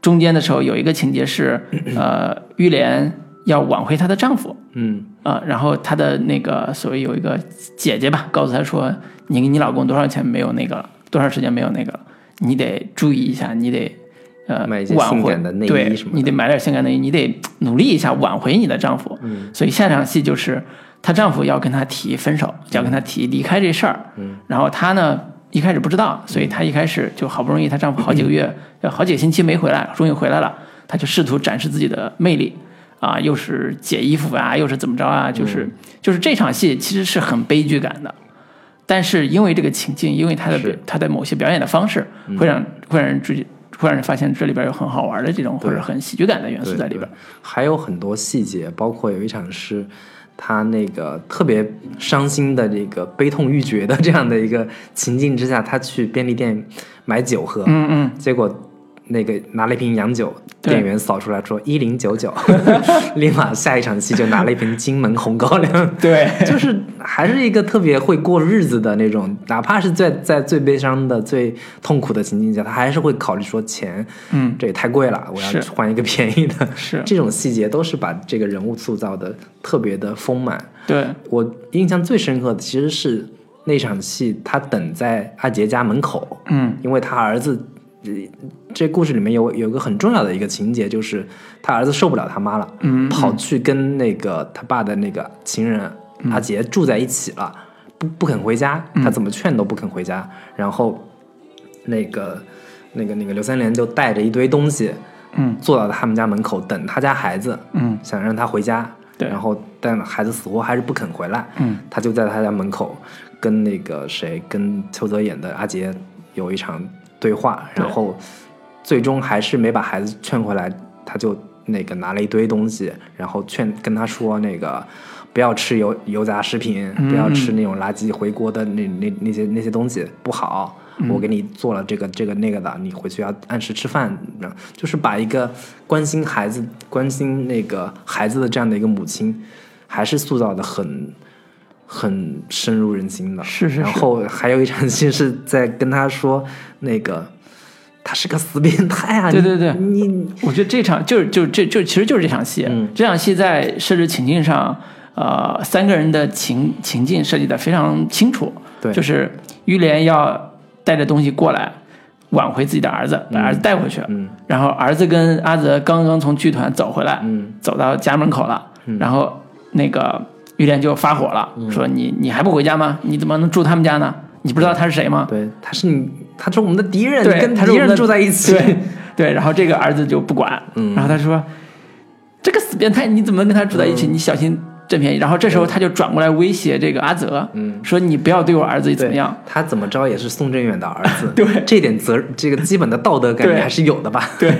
[SPEAKER 1] 中间的时候有一个情节是，呃，玉莲要挽回她的丈夫
[SPEAKER 2] 嗯
[SPEAKER 1] 啊、然后她的那个所谓有一个姐姐吧，告诉她说，你跟你老公多少钱没有那个了，多长时间没有那个了，你得注意一下，你得呃
[SPEAKER 2] 买一些
[SPEAKER 1] 挽
[SPEAKER 2] 性
[SPEAKER 1] 回
[SPEAKER 2] 感的内衣
[SPEAKER 1] 对
[SPEAKER 2] 什么的
[SPEAKER 1] 你得买点性感内衣，你得努力一下挽回你的丈夫。嗯，所以下场戏就是她丈夫要跟她提分手，要跟她提离开这事儿。嗯，然后她呢一开始不知道，所
[SPEAKER 2] 嗯
[SPEAKER 1] 以她一开始就好不容易她丈夫好几个月、呃好几个星期没回来，终于回来了，她就试图展示自己的魅力。啊，又是解衣服啊，又是怎么着啊，就是就是这场戏其实是很悲剧感的，但是因为这个情境，因为他的
[SPEAKER 2] 是
[SPEAKER 1] 他的某些表演的方式，会让会让人注意，会让人发现这里边有很好玩的这种或者很喜剧感的元素在里边。
[SPEAKER 2] 还有很多细节，包括有一场是他那个特别伤心的这个悲痛欲绝的这样的一个情境之下，他去便利店买酒喝，
[SPEAKER 1] 嗯嗯，
[SPEAKER 2] 结果那个拿了一瓶洋酒，
[SPEAKER 1] 对
[SPEAKER 2] 店员扫出来说一零 九九， 立马下一场戏就拿了一瓶金门红高粱。
[SPEAKER 1] 对，
[SPEAKER 2] 就是还是一个特别会过日子的那种，哪怕是在在最悲伤的、最痛苦的情境下，他还是会考虑说钱，
[SPEAKER 1] 嗯，
[SPEAKER 2] 这也太贵了，我要
[SPEAKER 1] 是
[SPEAKER 2] 换一个便宜的。
[SPEAKER 1] 是
[SPEAKER 2] 这种细节都是把这个人物塑造的特别的丰满。
[SPEAKER 1] 对，
[SPEAKER 2] 我印象最深刻的其实是那场戏，他等在阿杰家门口，
[SPEAKER 1] 嗯
[SPEAKER 2] 因为他儿子，呃这故事里面有有个很重要的一个情节，就是他儿子受不了他妈了，
[SPEAKER 1] 嗯，
[SPEAKER 2] 跑去跟那个他爸的那个情人
[SPEAKER 1] 嗯
[SPEAKER 2] 阿杰住在一起了，不不肯回家，他怎么劝都不肯回家，然后那个那个那个刘三连就带着一堆东西，
[SPEAKER 1] 嗯，
[SPEAKER 2] 坐到他们家门口等他家孩子，
[SPEAKER 1] 嗯
[SPEAKER 2] 想让他回家，
[SPEAKER 1] 对
[SPEAKER 2] 然后但孩子死活还是不肯回来，
[SPEAKER 1] 嗯，
[SPEAKER 2] 他就在他家门口跟那个谁，跟邱泽演的阿杰有一场对话，
[SPEAKER 1] 对
[SPEAKER 2] 然后最终还是没把孩子劝回来，他就那个拿了一堆东西，然后劝跟他说那个不要吃油油炸食品，不要吃那种垃圾回锅的那那那些那些东西不好。我给你做了这个这个那个的，你回去要按时吃饭，然后就是把一个关心孩子、关心那个孩子的这样的一个母亲，还是塑造的很很深入人心的。
[SPEAKER 1] 是是是
[SPEAKER 2] 然后还有一场戏是在跟他说那个。他是个死变态啊！
[SPEAKER 1] 对
[SPEAKER 2] 你
[SPEAKER 1] 对对
[SPEAKER 2] 你
[SPEAKER 1] 我觉得这场就是就是这就其实就是这场戏，
[SPEAKER 2] 嗯
[SPEAKER 1] 这场戏在设置情境上，呃，三个人的情情境设计的非常清楚，
[SPEAKER 2] 对
[SPEAKER 1] 就是于连要带着东西过来，挽回自己的儿子，把儿子带回去，
[SPEAKER 2] 嗯
[SPEAKER 1] 然后儿子跟阿泽刚刚从剧团走回来，
[SPEAKER 2] 嗯
[SPEAKER 1] 走到家门口了，然后那个于连就发火了，
[SPEAKER 2] 嗯
[SPEAKER 1] 说你你还不回家吗？你怎么能住他们家呢？你不知道他是谁吗？
[SPEAKER 2] 对，他是你，他是我们的敌人，
[SPEAKER 1] 对，
[SPEAKER 2] 你跟
[SPEAKER 1] 他是我
[SPEAKER 2] 敌
[SPEAKER 1] 们
[SPEAKER 2] 人
[SPEAKER 1] 的
[SPEAKER 2] 住在一起，
[SPEAKER 1] 对对，然后这个儿子就不管，然后他说：“这个死变态，你怎么能跟他住在一起？你小心占便宜。”然后这时候他就转过来威胁这个阿泽，说：“你不要嗯对我儿子怎么样。
[SPEAKER 2] 他怎么着也是宋振远的儿子，
[SPEAKER 1] 对
[SPEAKER 2] 这点责这个基本的道德感
[SPEAKER 1] 对
[SPEAKER 2] 你还是有的吧？”
[SPEAKER 1] 对，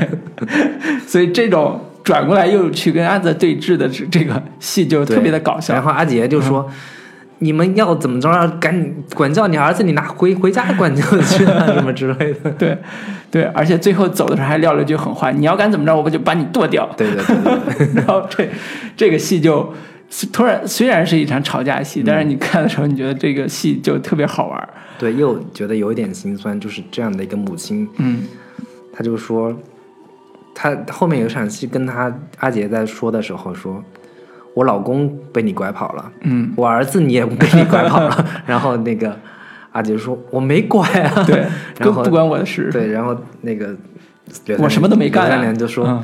[SPEAKER 1] 所以这种转过来又去跟阿泽对峙的这这个戏就 特别的搞
[SPEAKER 2] 然
[SPEAKER 1] 笑。嗯
[SPEAKER 2] 后阿杰就说：“你们要怎么着，赶紧管教你儿子，你拿回回家管教去啊，什么之类的。
[SPEAKER 1] 对，对，而且最后走的时候还撂了一句狠话：“你要敢怎么着，我不就把你剁 掉。”
[SPEAKER 2] 对”对对对，
[SPEAKER 1] 然后这这个戏就突然虽然是一场吵架戏，但是你看的时候，你觉得这个戏就特别好玩儿。
[SPEAKER 2] 对，又觉得有一点心酸，就是这样的一个母亲，
[SPEAKER 1] 嗯，
[SPEAKER 2] 他就说，他后面有场戏跟他阿杰在说的时候说，我老公被你拐跑了，
[SPEAKER 1] 嗯，
[SPEAKER 2] 我儿子你也被你拐跑了， 然后那个阿杰说我没拐啊，
[SPEAKER 1] 对，
[SPEAKER 2] 然
[SPEAKER 1] 不
[SPEAKER 2] 后
[SPEAKER 1] 不关我的事。
[SPEAKER 2] 对，然后那个刘三
[SPEAKER 1] 我什么都没干啊
[SPEAKER 2] 刘三连就说。
[SPEAKER 1] 嗯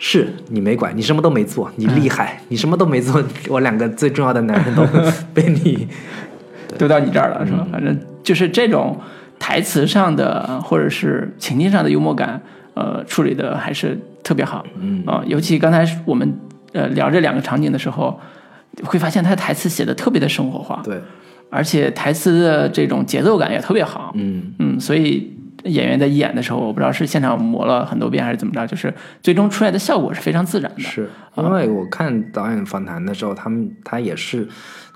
[SPEAKER 2] 是你没拐，你什么都没做，你厉害，你什么都没做，我两个最重要的男人都 被你
[SPEAKER 1] 丢到你这儿了，是吧？
[SPEAKER 2] 嗯
[SPEAKER 1] 反正就是这种台词上的或者是情境上的幽默感，呃，处理的还是特别好。嗯啊、尤其刚才我们呃聊这两个场景的时候，会发现他台词写的特别的生活化，
[SPEAKER 2] 嗯对，
[SPEAKER 1] 而且台词的这种节奏感也特别好。
[SPEAKER 2] 嗯，
[SPEAKER 1] 嗯，所以演员在演的时候，我不知道是现场磨了很多遍还是怎么着，就是最终出来的效果是非常自然的。啊
[SPEAKER 2] 是因为我看导演访谈的时候，他们他也是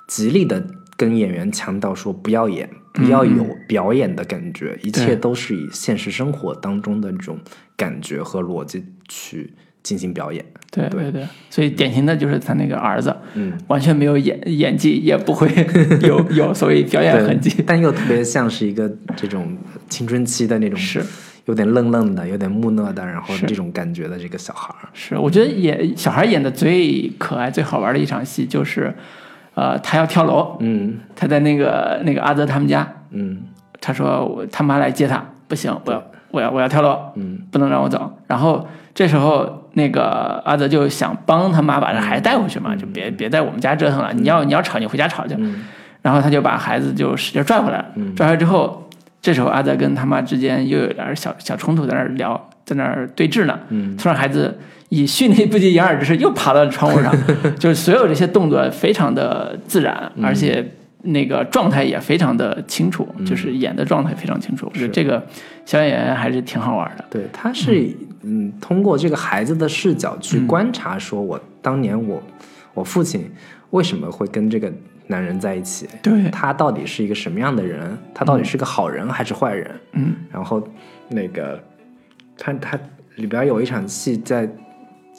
[SPEAKER 2] 极力的跟演员强调说，不要演，不
[SPEAKER 1] 嗯
[SPEAKER 2] 要有表演的感觉，一切都是以现实生活当中的这种感觉和逻辑去进行表演。
[SPEAKER 1] 对对对，所以典型的就是他那个儿子，
[SPEAKER 2] 嗯，
[SPEAKER 1] 完全没有演 演技，也不会有有所谓表演痕迹。
[SPEAKER 2] 但又特别像是一个这种青春期的那种，
[SPEAKER 1] 是
[SPEAKER 2] 有点愣愣的，有点木讷的，然后
[SPEAKER 1] 是哦
[SPEAKER 2] 这种感觉的这个小孩儿。
[SPEAKER 1] 是，我觉得演小孩演的最可爱、最好玩的一场戏就是，呃，他要跳楼，
[SPEAKER 2] 嗯
[SPEAKER 1] 他在那个那个阿泽他们家，
[SPEAKER 2] 嗯
[SPEAKER 1] 他说我他妈来接他，不行，我要我要我要跳楼，
[SPEAKER 2] 嗯，
[SPEAKER 1] 不能让我走。然后这时候那个阿泽就想帮他妈把这
[SPEAKER 2] 嗯
[SPEAKER 1] 孩子带回去嘛，就别别在我们家折腾了，嗯你要你要吵你回家吵去。然后他就把孩子就使劲拽回来了，拽回来之后，这时候阿泽跟他妈之间又有点小小冲突，在那儿聊，在那儿对峙呢。
[SPEAKER 2] 嗯，
[SPEAKER 1] 突然孩子以迅雷不及掩耳之势又爬到窗户 上，就是所有这些动作非常的自然，而且那个状态也非常的清楚，就是演的状态非常清楚。我觉得这个小演员还是挺好玩的。
[SPEAKER 2] 对，他是嗯通过这个孩子的视角去观察，说我当年我我父亲为什么会跟这个男人在一起，
[SPEAKER 1] 对
[SPEAKER 2] 他到底是一个什么样的人，他到底是个好人还是坏人？
[SPEAKER 1] 嗯，
[SPEAKER 2] 然后那个他他里边有一场戏在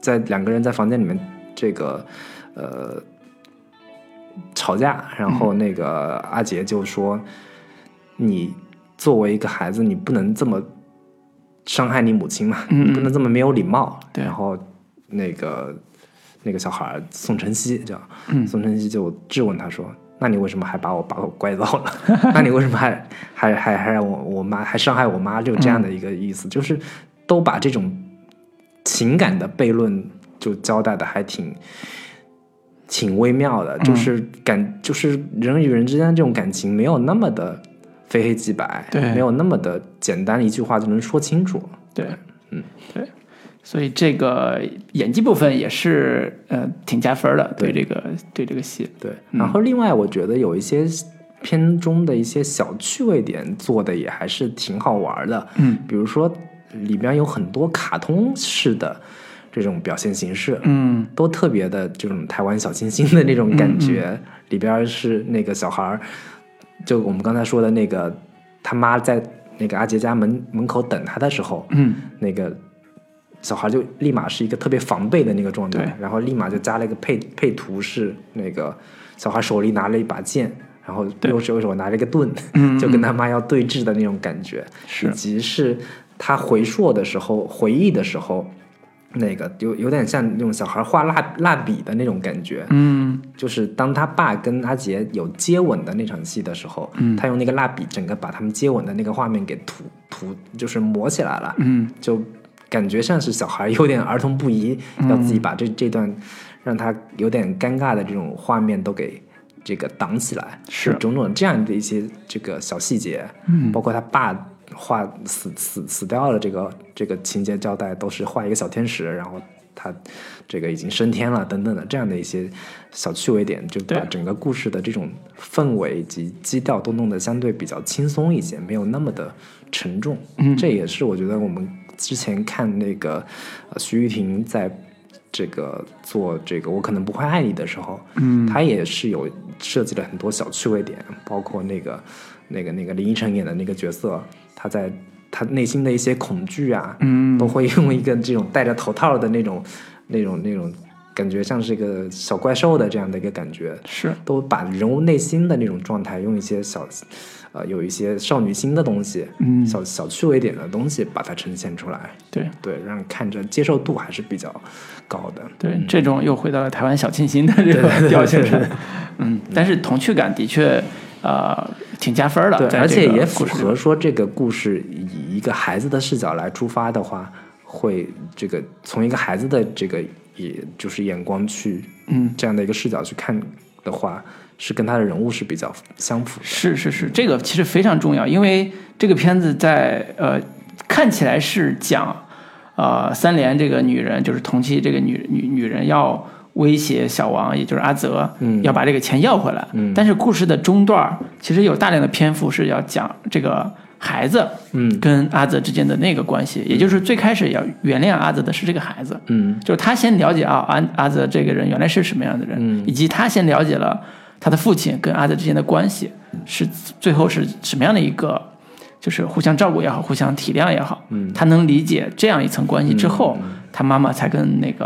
[SPEAKER 2] 在两个人在房间里面这个呃吵架，然后那个阿杰就说、你作为一个孩子，你不能这么伤害你母亲嘛，
[SPEAKER 1] 嗯
[SPEAKER 2] 你不能这么没有礼貌。
[SPEAKER 1] 对
[SPEAKER 2] 然后那个那个小孩儿宋晨曦叫、宋晨曦就质问他说：“那你为什么还把我把我拐走了？那你为什么还还还还让我我妈还伤害我妈？”就这样的一个意思，就是都把这种情感的悖论就交代的还挺。挺微妙的，就是感，就是人与人之间这种感情没有那么的非黑即白，
[SPEAKER 1] 对
[SPEAKER 2] 没有那么的简单一句话就能说清楚。
[SPEAKER 1] 对，嗯，对，所以这个演技部分也是呃挺加分的，对这个对这个戏，
[SPEAKER 2] 对，然后另外我觉得有一些片中的一些小趣味点做的也还是挺好玩的，
[SPEAKER 1] 嗯，
[SPEAKER 2] 比如说里面有很多卡通式的这种表现形式，
[SPEAKER 1] 嗯
[SPEAKER 2] 都特别的这种台湾小清新的那种感觉。里边儿是那个小孩儿，就我们刚才说的那个他妈在那个阿杰家门门口等他的时候，
[SPEAKER 1] 嗯，
[SPEAKER 2] 那个小孩就立马是一个特别防备的那个状态
[SPEAKER 1] 对，
[SPEAKER 2] 然后立马就加了一个配配图是那个小孩手里拿了一把剑，然后右手右手拿了一个盾，就跟他妈要对峙的那种感觉，
[SPEAKER 1] 嗯是
[SPEAKER 2] 以及是他回溯的时候、回忆的时候，那个有有点像那种小孩画蜡蜡笔的那种感觉，
[SPEAKER 1] 嗯
[SPEAKER 2] 就是当他爸跟阿杰有接吻的那场戏的时候，
[SPEAKER 1] 嗯
[SPEAKER 2] 他用那个蜡笔整个把他们接吻的那个画面给涂涂，就是抹起来了，
[SPEAKER 1] 嗯，
[SPEAKER 2] 就感觉像是小孩有点儿童不宜，要自己
[SPEAKER 1] 嗯
[SPEAKER 2] 把这这段让他有点尴尬的这种画面都给这个挡起来，
[SPEAKER 1] 是嗯
[SPEAKER 2] 就种种这样的一些这个小细节，包括他爸。画死死死掉了，这个这个情节交代都是画一个小天使，然后他这个已经升天了等等的这样的一些小趣味点，就把
[SPEAKER 1] 对
[SPEAKER 2] 整个故事的这种氛围以及基调都弄得相对比较轻松一些，没有那么的沉重。嗯，这也是我觉得我们之前看那个呃徐玉婷在这个做这个《我可能不会爱你》的时候，嗯，她也是有设计了很多小趣味点，包括那个那个那个林依晨演的那个角色，她在。她内心的一些恐惧啊，嗯，都会用一个这种戴着头套的那种、那种、那种感觉，像是一个小怪兽的这样的一个感觉，
[SPEAKER 1] 是
[SPEAKER 2] 都把人物内心的那种状态，用一些小，呃，有一些少女心的东西，嗯，小小趣味点的东西，把它呈现出来，
[SPEAKER 1] 对。
[SPEAKER 2] 对，让人看着接受度还是比较高的。
[SPEAKER 1] 对，这种又回到了台湾小清新的这个调性上，嗯，但是童趣感的确，呃，挺加分的，
[SPEAKER 2] 对，
[SPEAKER 1] 在
[SPEAKER 2] 啊而且
[SPEAKER 1] 这个
[SPEAKER 2] 也符
[SPEAKER 1] 故事
[SPEAKER 2] 合说这个故事以一个孩子的视角来出发的话，会这个从一个孩子的这个也就是眼光去，
[SPEAKER 1] 嗯，
[SPEAKER 2] 这样的一个视角去看的话，是跟他的人物是比较相符的。
[SPEAKER 1] 是是是，这个其实非常重要，因为这个片子在呃看起来是讲，呃三连这个女人就是同期这个女女女人要威胁小王，也就是阿泽，
[SPEAKER 2] 嗯
[SPEAKER 1] 要把这个钱要回来。
[SPEAKER 2] 嗯
[SPEAKER 1] 但是故事的中段儿其实有大量的篇幅是要讲这个孩子
[SPEAKER 2] 嗯
[SPEAKER 1] 跟阿泽之间的那个关系，也就是最开始要原谅阿泽的是这个孩子，
[SPEAKER 2] 嗯
[SPEAKER 1] 就是他先了解啊，阿阿泽这个人原来是什么样的人，
[SPEAKER 2] 嗯
[SPEAKER 1] 以及他先了解了他的父亲跟阿泽之间的关系是最后是什么样的一个，就是互相照顾也好，互相体谅也好，
[SPEAKER 2] 嗯
[SPEAKER 1] 他能理解这样一层关系之后，他妈妈才跟那个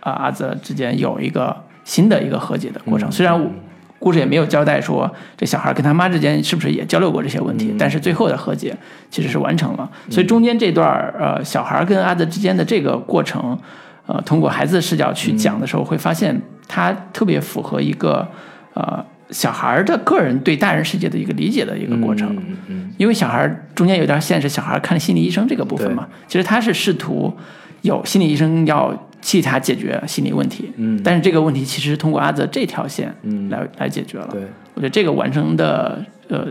[SPEAKER 1] 啊阿泽之间有一个新的一个和解的
[SPEAKER 2] 嗯
[SPEAKER 1] 过程。虽然我故事也没有交代说这小孩跟他妈之间是不是也交流过这些问题，
[SPEAKER 2] 嗯
[SPEAKER 1] 但是最后的和解其实是完成了。所以中间这段儿呃，小孩跟阿泽之间的这个过程，呃，通过孩子的视角去讲的时候，会发现他特别符合一个呃小孩的个人对大人世界的一个理解的一个过程。
[SPEAKER 2] 嗯嗯
[SPEAKER 1] 因为小孩儿中间有点现实，小孩儿看心理医生这个部分嘛，其实他是试图有心理医生要替他解决心理问题，
[SPEAKER 2] 嗯
[SPEAKER 1] 但是这个问题其实通过阿泽这条线
[SPEAKER 2] 嗯
[SPEAKER 1] 来、来解决了。
[SPEAKER 2] 对。
[SPEAKER 1] 我觉得这个完成的呃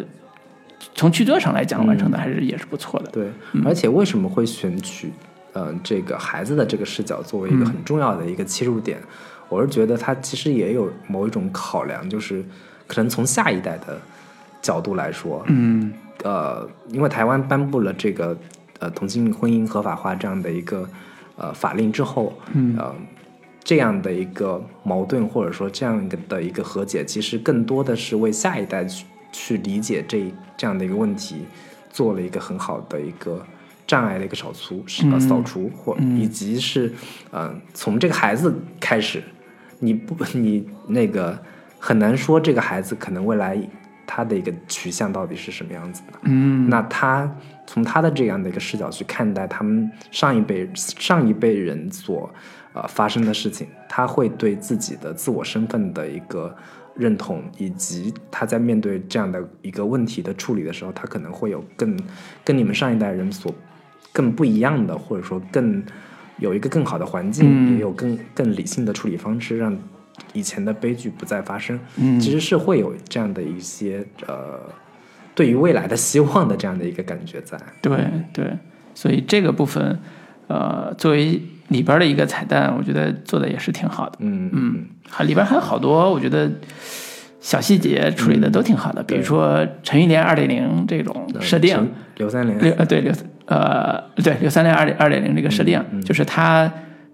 [SPEAKER 1] 从剧作上来
[SPEAKER 2] 嗯
[SPEAKER 1] 讲完成的还是也是不错的。嗯
[SPEAKER 2] 对，而且为什么会选取嗯、呃这个孩子的这个视角作为
[SPEAKER 1] 嗯
[SPEAKER 2] 一个很重要的一个切入点？我是觉得他其实也有某一种考量，就是可能从下一代的角度来说，
[SPEAKER 1] 嗯
[SPEAKER 2] 呃，因为台湾颁布了这个呃同性婚姻合法化这样的一个呃法令之后，
[SPEAKER 1] 嗯
[SPEAKER 2] 呃，这样的一个矛盾或者说这样的一个和解，其实更多的是为下一代去去理解这这样的一个问题，做了一个很好的一个障碍的一个扫除，是吧？
[SPEAKER 1] 嗯
[SPEAKER 2] 扫除或
[SPEAKER 1] 嗯
[SPEAKER 2] 以及是嗯、呃从这个孩子开始，你不 你那个很难说这个孩子可能未来他的一个取向到底是什么样子的。
[SPEAKER 1] 嗯
[SPEAKER 2] 那他从他的这样的一个视角去看待他们上一辈上一辈人所呃发生的事情，他会对自己的自我身份的一个认同，以及他在面对这样的一个问题的处理的时候，他可能会有更跟你们上一代人所更不一样的，或者说更有一个更好的环境，
[SPEAKER 1] 嗯
[SPEAKER 2] 也有更更理性的处理方式，让以前的悲剧不再发生。
[SPEAKER 1] 嗯
[SPEAKER 2] 其实是会有这样的一些呃，对于未来的希望的这样的一个感觉在。
[SPEAKER 1] 对对，所以这个部分，呃，作为里边的一个彩蛋，我觉得做的也是挺好的。
[SPEAKER 2] 嗯嗯
[SPEAKER 1] 还里边还有好多，我觉得小细节处
[SPEAKER 2] 嗯
[SPEAKER 1] 理的都挺好的，比如说陈玉莲二点零这种设定，，
[SPEAKER 2] 刘三连，
[SPEAKER 1] 六呃对六呃对六三零二点二点零这个设
[SPEAKER 2] 嗯
[SPEAKER 1] 定，就是他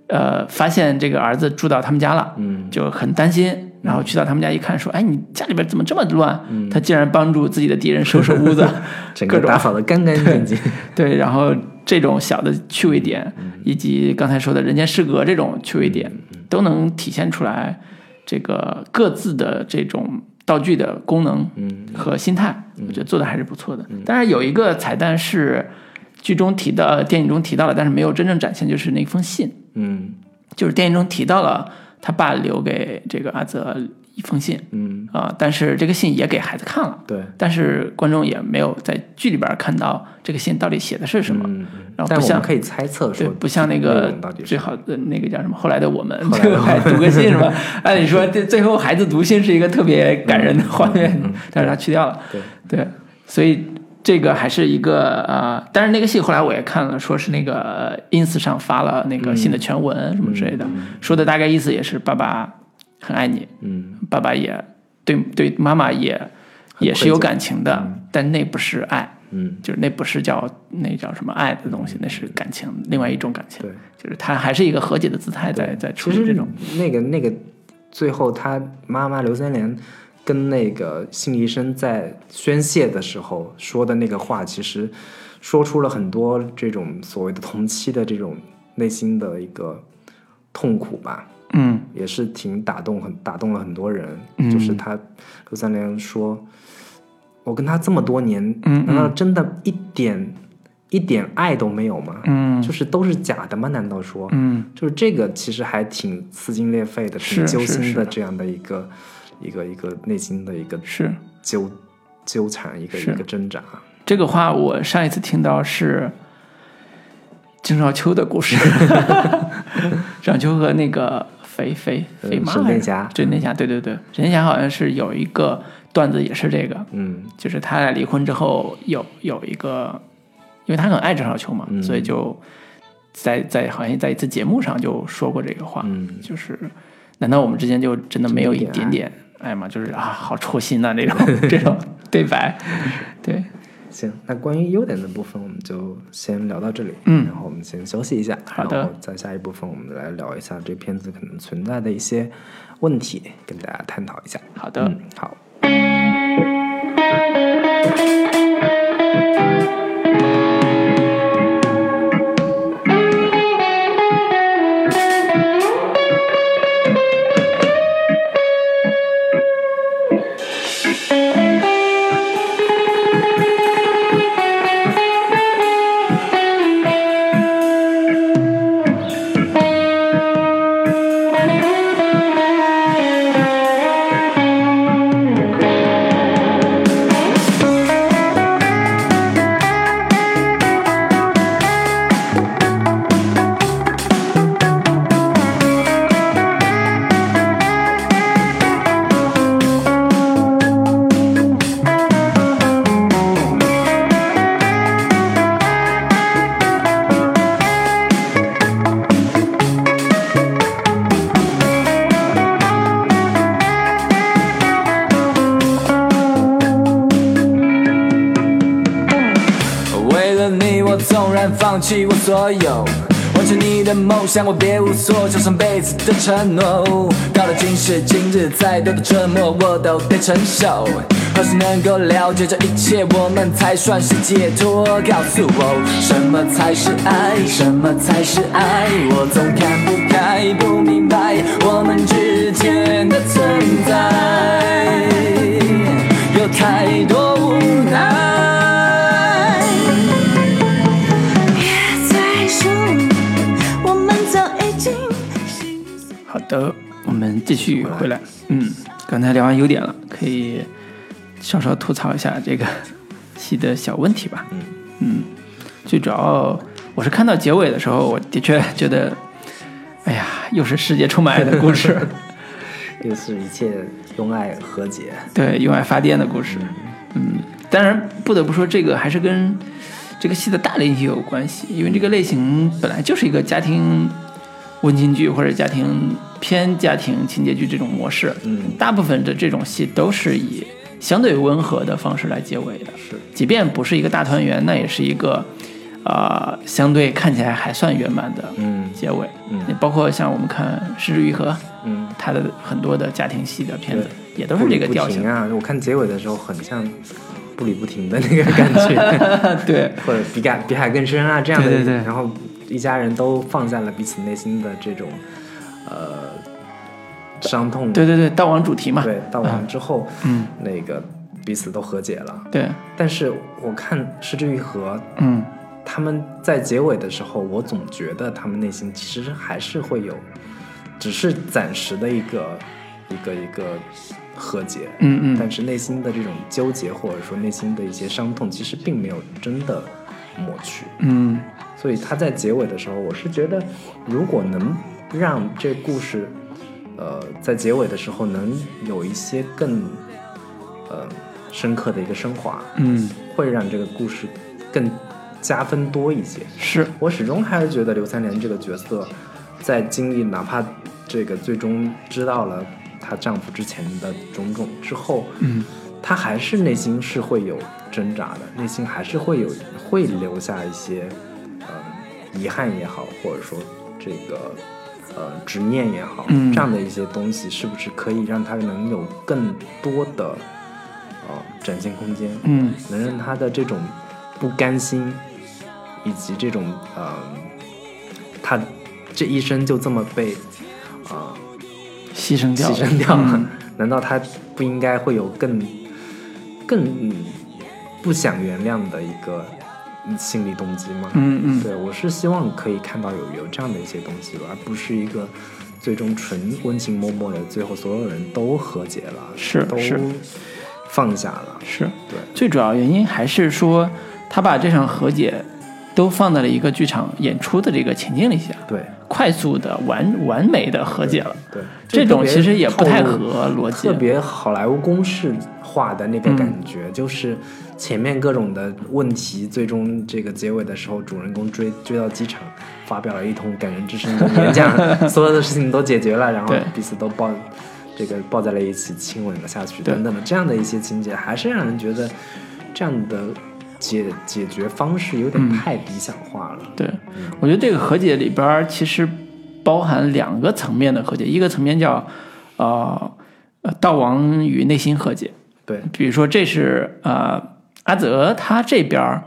[SPEAKER 1] 呃发现这个儿子住到他们家了，
[SPEAKER 2] 嗯，
[SPEAKER 1] 就很担心，然后去到他们家一看，说：“哎，你家里边怎么这么乱？”他竟然帮助自己的敌人收拾屋子
[SPEAKER 2] 嗯 整
[SPEAKER 1] 各
[SPEAKER 2] 个
[SPEAKER 1] 种
[SPEAKER 2] 打扫的干干 净净。
[SPEAKER 1] 对，然后这种小的趣味点，
[SPEAKER 2] 嗯
[SPEAKER 1] 以及刚才说的人间失格这种趣味点，都能体现出来这个各自的这种道具的功能
[SPEAKER 2] 嗯
[SPEAKER 1] 和心态，我觉得做的还是不错的。当然有一个彩蛋是剧中提到，呃电影中提到了，但是没有真正展现，就是那封信。
[SPEAKER 2] 嗯
[SPEAKER 1] 就是电影中提到了他爸留给这个阿泽一封信
[SPEAKER 2] 嗯，
[SPEAKER 1] 啊、但是这个信也给孩子看了，
[SPEAKER 2] 对。
[SPEAKER 1] 但是观众也没有在剧里边看到这个信到底写的是什么。
[SPEAKER 2] 嗯，
[SPEAKER 1] 然后
[SPEAKER 2] 但
[SPEAKER 1] 不
[SPEAKER 2] 我
[SPEAKER 1] 像
[SPEAKER 2] 们可以猜测
[SPEAKER 1] 对，
[SPEAKER 2] 说，
[SPEAKER 1] 不像那
[SPEAKER 2] 内
[SPEAKER 1] 个
[SPEAKER 2] 容到底是
[SPEAKER 1] 最好的那个叫什么？后来的我们，
[SPEAKER 2] 后来
[SPEAKER 1] 最
[SPEAKER 2] 的
[SPEAKER 1] 后
[SPEAKER 2] 我
[SPEAKER 1] 还
[SPEAKER 2] 们
[SPEAKER 1] 读个信是 吧？按理说，这最后孩子读信是一个特别感
[SPEAKER 2] 嗯
[SPEAKER 1] 人的画面， 但是他去掉了。
[SPEAKER 2] 对
[SPEAKER 1] 对，所以这个还是一个呃，但是那个戏后来我也看了，说是那个 ins 上发了那个
[SPEAKER 2] 嗯
[SPEAKER 1] 信的全文什么之类的，说的大概意思也是爸爸很爱你，
[SPEAKER 2] 嗯
[SPEAKER 1] 爸爸也对对妈妈也
[SPEAKER 2] 很
[SPEAKER 1] 也是有
[SPEAKER 2] 愧疚
[SPEAKER 1] 感情的，但那不是爱。
[SPEAKER 2] 嗯，
[SPEAKER 1] 就是那不是叫那叫什么爱的东西，那是感情，另外一种感情。
[SPEAKER 2] 对，
[SPEAKER 1] 就是他还是一个和解的姿态在在处
[SPEAKER 2] 其
[SPEAKER 1] 理
[SPEAKER 2] 实
[SPEAKER 1] 这种。
[SPEAKER 2] 那个那个，最后他妈妈刘三连跟那个心理医生在宣泄的时候说的那个话，其实说出了很多这种所谓的同期的这种内心的一个痛苦吧，
[SPEAKER 1] 嗯
[SPEAKER 2] 也是挺打动很打动了很多人。
[SPEAKER 1] 嗯
[SPEAKER 2] 就是他刘三连说，我跟他这么多年，
[SPEAKER 1] 嗯嗯
[SPEAKER 2] 难道真的一点一点爱都没有吗？
[SPEAKER 1] 嗯
[SPEAKER 2] 就是都是假的吗？难道说？
[SPEAKER 1] 嗯，
[SPEAKER 2] 就是这个其实还挺撕心裂肺的，
[SPEAKER 1] 是
[SPEAKER 2] 挺揪
[SPEAKER 1] 是
[SPEAKER 2] 心
[SPEAKER 1] 是
[SPEAKER 2] 的这样的一个一个一个内心的一个
[SPEAKER 1] 是
[SPEAKER 2] 纠纠缠，一个一
[SPEAKER 1] 是
[SPEAKER 2] 个挣扎。
[SPEAKER 1] 这个话，我上一次听到是郑少秋的 故事，郑少秋和那个肥肥
[SPEAKER 2] 呃
[SPEAKER 1] 肥妈
[SPEAKER 2] 沈
[SPEAKER 1] 还
[SPEAKER 2] 殿
[SPEAKER 1] 是
[SPEAKER 2] 霞
[SPEAKER 1] 沈殿霞，对对对，沈殿霞好像是有一个段子也是这个，
[SPEAKER 2] 嗯
[SPEAKER 1] 就是他俩离婚之后有有一个，因为他很爱郑少秋嘛，
[SPEAKER 2] 嗯
[SPEAKER 1] 所以就在在好像在一次节目上就说过这个话，
[SPEAKER 2] 嗯，
[SPEAKER 1] 就是难道我们之间就真的没有一点点爱吗？就是啊，好戳心呐、这种这种对白， 对，
[SPEAKER 2] 行，那关于优点的部分我们就先聊到这里，
[SPEAKER 1] 嗯
[SPEAKER 2] 然后我们先休息一下，
[SPEAKER 1] 好的
[SPEAKER 2] 然后在下一部分我们来聊一下这片子可能存在的一些问题，跟大家探讨一下。
[SPEAKER 1] 好的，
[SPEAKER 2] 嗯，好。
[SPEAKER 3] thank 愿放弃我所有，完成你的梦想，我别无所求，上辈子的承诺。到了今时今日，再多的折磨我都得承受。何时能够了解这一切，我们才算是解脱？告诉我，什么才是爱？什么才是爱？我总看不开，不明白我们之间的存在，有太多无奈。
[SPEAKER 4] 别再说，我们早已经心碎。
[SPEAKER 1] 好的，我们继续回来。嗯，刚才聊完优点了，可以稍稍吐槽一下这个戏的小问题吧。嗯最主要我是看到结尾的时候，我的确觉得，哎呀，又是世界充满爱的故事，
[SPEAKER 2] 又是一切用爱和解。
[SPEAKER 1] 对，用爱发电的故事。嗯，当然不得不说，这个还是跟这个戏的大类型有关系，因为这个类型本来就是一个家庭温情剧或者家庭偏家庭情节剧这种模式。
[SPEAKER 2] 嗯
[SPEAKER 1] 大部分的这种戏都是以相对温和的方式来结尾的。
[SPEAKER 2] 是
[SPEAKER 1] 即便不是一个大团圆，那也是一个，呃，相对看起来还算圆满的
[SPEAKER 2] 嗯
[SPEAKER 1] 结尾。
[SPEAKER 2] 嗯
[SPEAKER 1] 也包括像我们看《失之愈合》，
[SPEAKER 2] 嗯，
[SPEAKER 1] 它的很多的家庭戏的片子也都是这个调
[SPEAKER 2] 不
[SPEAKER 1] 性
[SPEAKER 2] 停。啊！我看结尾的时候，很像步履不停的那个 感觉，
[SPEAKER 1] 对，
[SPEAKER 2] 或者比感比海更深啊这样的。
[SPEAKER 1] 对对对
[SPEAKER 2] 然后一家人都放下了彼此内心的这种呃伤痛。
[SPEAKER 1] 对对对，悼亡主题嘛。
[SPEAKER 2] 对，到完之后，
[SPEAKER 1] 啊嗯，
[SPEAKER 2] 那个彼此都和解了。
[SPEAKER 1] 对，
[SPEAKER 2] 但是我看《失之愈合》，
[SPEAKER 1] 嗯，
[SPEAKER 2] 他们在结尾的时候，我总觉得他们内心其实还是会有，只是暂时的一个一个一个和解，
[SPEAKER 1] 嗯嗯
[SPEAKER 2] 但是内心的这种纠结或者说内心的一些伤痛，其实并没有真的抹去。
[SPEAKER 1] 嗯，
[SPEAKER 2] 所以他在结尾的时候，我是觉得，如果能让这故事，呃，在结尾的时候能有一些更，呃，深刻的一个升华，
[SPEAKER 1] 嗯，
[SPEAKER 2] 会让这个故事更加分多一些。
[SPEAKER 1] 是，
[SPEAKER 2] 我始终还是觉得刘三连这个角色，在经历哪怕这个最终知道了她丈夫之前的种种之后，
[SPEAKER 1] 嗯，
[SPEAKER 2] 她还是内心是会有挣扎的，内心还是会有会留下一些，呃，遗憾也好，或者说这个呃执念也好，
[SPEAKER 1] 嗯
[SPEAKER 2] 这样的一些东西，是不是可以让她能有更多的呃展现空间？
[SPEAKER 1] 嗯
[SPEAKER 2] 能让他的这种不甘心，以及这种呃，他这一生就这么被啊、
[SPEAKER 1] 牺牲掉
[SPEAKER 2] 牺
[SPEAKER 1] 了，
[SPEAKER 2] 牲掉了，
[SPEAKER 1] 嗯
[SPEAKER 2] 难道他不应该会有更更、嗯不想原谅的一个心理动机吗？
[SPEAKER 1] 嗯嗯
[SPEAKER 2] 对我是希望可以看到有有这样的一些东西吧，而不是一个。最终纯温情脉脉的，最后所有人都和解了，
[SPEAKER 1] 是
[SPEAKER 2] 都
[SPEAKER 1] 是
[SPEAKER 2] 放下了，
[SPEAKER 1] 是。
[SPEAKER 2] 对，
[SPEAKER 1] 最主要原因还是说，他把这场和解都放在了一个剧场演出的这个情境里下，
[SPEAKER 2] 对，
[SPEAKER 1] 快速的完完美的和解了。
[SPEAKER 2] 对，
[SPEAKER 1] 这
[SPEAKER 2] 特
[SPEAKER 1] 种
[SPEAKER 2] 别
[SPEAKER 1] 其实也不太
[SPEAKER 2] 透露
[SPEAKER 1] 合逻辑啊
[SPEAKER 2] 特别好莱坞公式化的那
[SPEAKER 1] 嗯
[SPEAKER 2] 个感觉，就是前面各种的问题，最终这个结尾的时候，主人公追追到机场，发表了一通感人至深的演讲， 所有的事情都解决了，然后
[SPEAKER 1] 对
[SPEAKER 2] 彼此都抱。这个抱在了一起，亲吻了下去，
[SPEAKER 1] 对
[SPEAKER 2] 等等的这样的一些情节，还是让人觉得这样的解解决方式有
[SPEAKER 1] 嗯
[SPEAKER 2] 点太理想化了。
[SPEAKER 1] 对，我觉得这个和解里边儿其实包含两个层面的和解，一个层面叫呃呃道王与内心和解，
[SPEAKER 2] 对，
[SPEAKER 1] 比如说这是呃阿泽他这边儿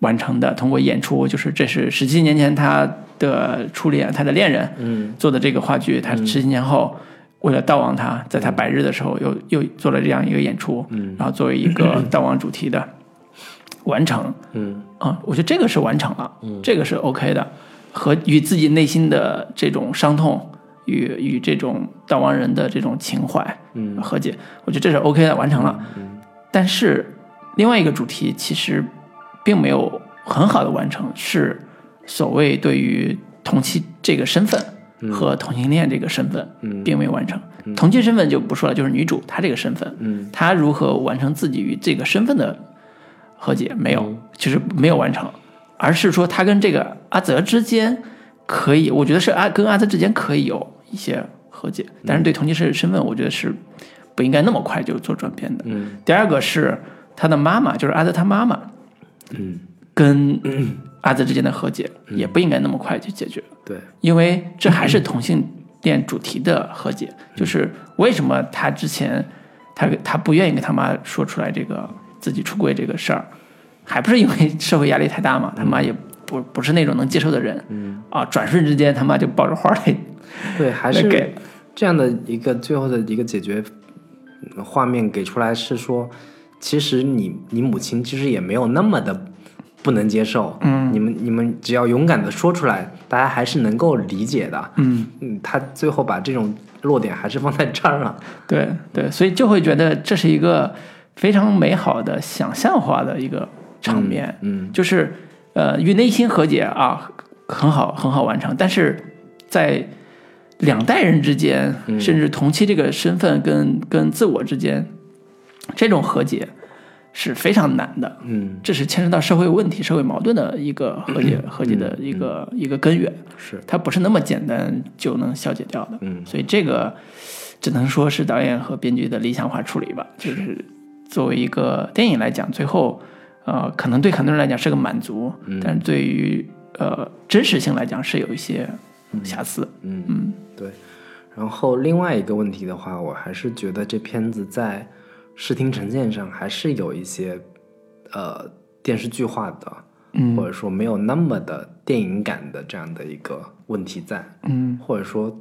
[SPEAKER 1] 完成的，通过演出，就是这是十七年前他的初恋，他的恋人，
[SPEAKER 2] 嗯，
[SPEAKER 1] 做的这个话剧，他十几年后为了悼亡他，在他百日的时候又又做了这样一个演出，
[SPEAKER 2] 嗯
[SPEAKER 1] 然后作为一 个悼亡主题的完成
[SPEAKER 2] 嗯
[SPEAKER 1] 啊、我觉得这个是完成了，这个是 OK 的，和与自己内心的这种伤痛与与这种悼亡人的这种情怀
[SPEAKER 2] 嗯
[SPEAKER 1] 和解，我觉得这是 OK 的，完成了。
[SPEAKER 2] 嗯
[SPEAKER 1] 但是另外一个主题其实并没有很好的完成，是所谓对于同期这个身份和同性恋这个身份
[SPEAKER 2] 嗯
[SPEAKER 1] 并没有完成。同期身份就不说了，就是女主她这个身份，
[SPEAKER 2] 嗯
[SPEAKER 1] 她如何完成自己与这个身份的和解，没有，
[SPEAKER 2] 嗯
[SPEAKER 1] 就是没有完成，而是说她跟这个阿泽之间可以，我觉得是阿跟阿泽之间可以有一些和解，
[SPEAKER 2] 嗯
[SPEAKER 1] 但是对同期身身份，我觉得是不应该那么快就做转变的。
[SPEAKER 2] 嗯
[SPEAKER 1] 第二个是他的妈妈，就是阿德他妈妈
[SPEAKER 2] 嗯
[SPEAKER 1] 跟阿兹之间的和解，也不应该那么快去解决，
[SPEAKER 2] 对，
[SPEAKER 1] 因为这还是同性恋主题的和解，就是为什么他之前他他不愿意跟他妈说出来这个自己出柜这个事儿，还不是因为社会压力太大嘛，他妈也不不是那种能接受的人，嗯啊，转瞬之间他妈就抱着花儿来，
[SPEAKER 2] 对，还是
[SPEAKER 1] 给
[SPEAKER 2] 这样的一个最后的一个解决嗯画面给出来是说，其实你你母亲其实也没有那么的不能接受，嗯，你们你们只要勇敢的说出来，大家还是能够理解的，
[SPEAKER 1] 嗯，
[SPEAKER 2] 嗯，他最后把这种落点还是放在这儿了，
[SPEAKER 1] 对对，所以就会觉得这是一个非常美好的想象化的一个场面，
[SPEAKER 2] 嗯，
[SPEAKER 1] 就是呃与内心和解啊，很好很好完成，但是在两代人之间，甚至同期这个身份跟跟自我之间，这种和解是非常难的，
[SPEAKER 2] 嗯，
[SPEAKER 1] 这是牵扯到社会问题、社会矛盾的一个和解和解的一个一个根源，
[SPEAKER 2] 是，
[SPEAKER 1] 它不是那么简单就能消解掉的，
[SPEAKER 2] 嗯
[SPEAKER 1] 所以这个只能说是导演和编剧的理想化处理吧。就是作为一个电影来讲，最后呃，可能对很多人来讲是个满足，但是对于呃真实性来讲是有一些瑕疵。
[SPEAKER 2] 嗯嗯，对。然后另外一个问题的话，我还是觉得这片子在视听呈现上还是有一些呃电视剧化的，
[SPEAKER 1] 嗯
[SPEAKER 2] 或者说没有那么的电影感的这样的一个问题在，
[SPEAKER 1] 嗯
[SPEAKER 2] 或者说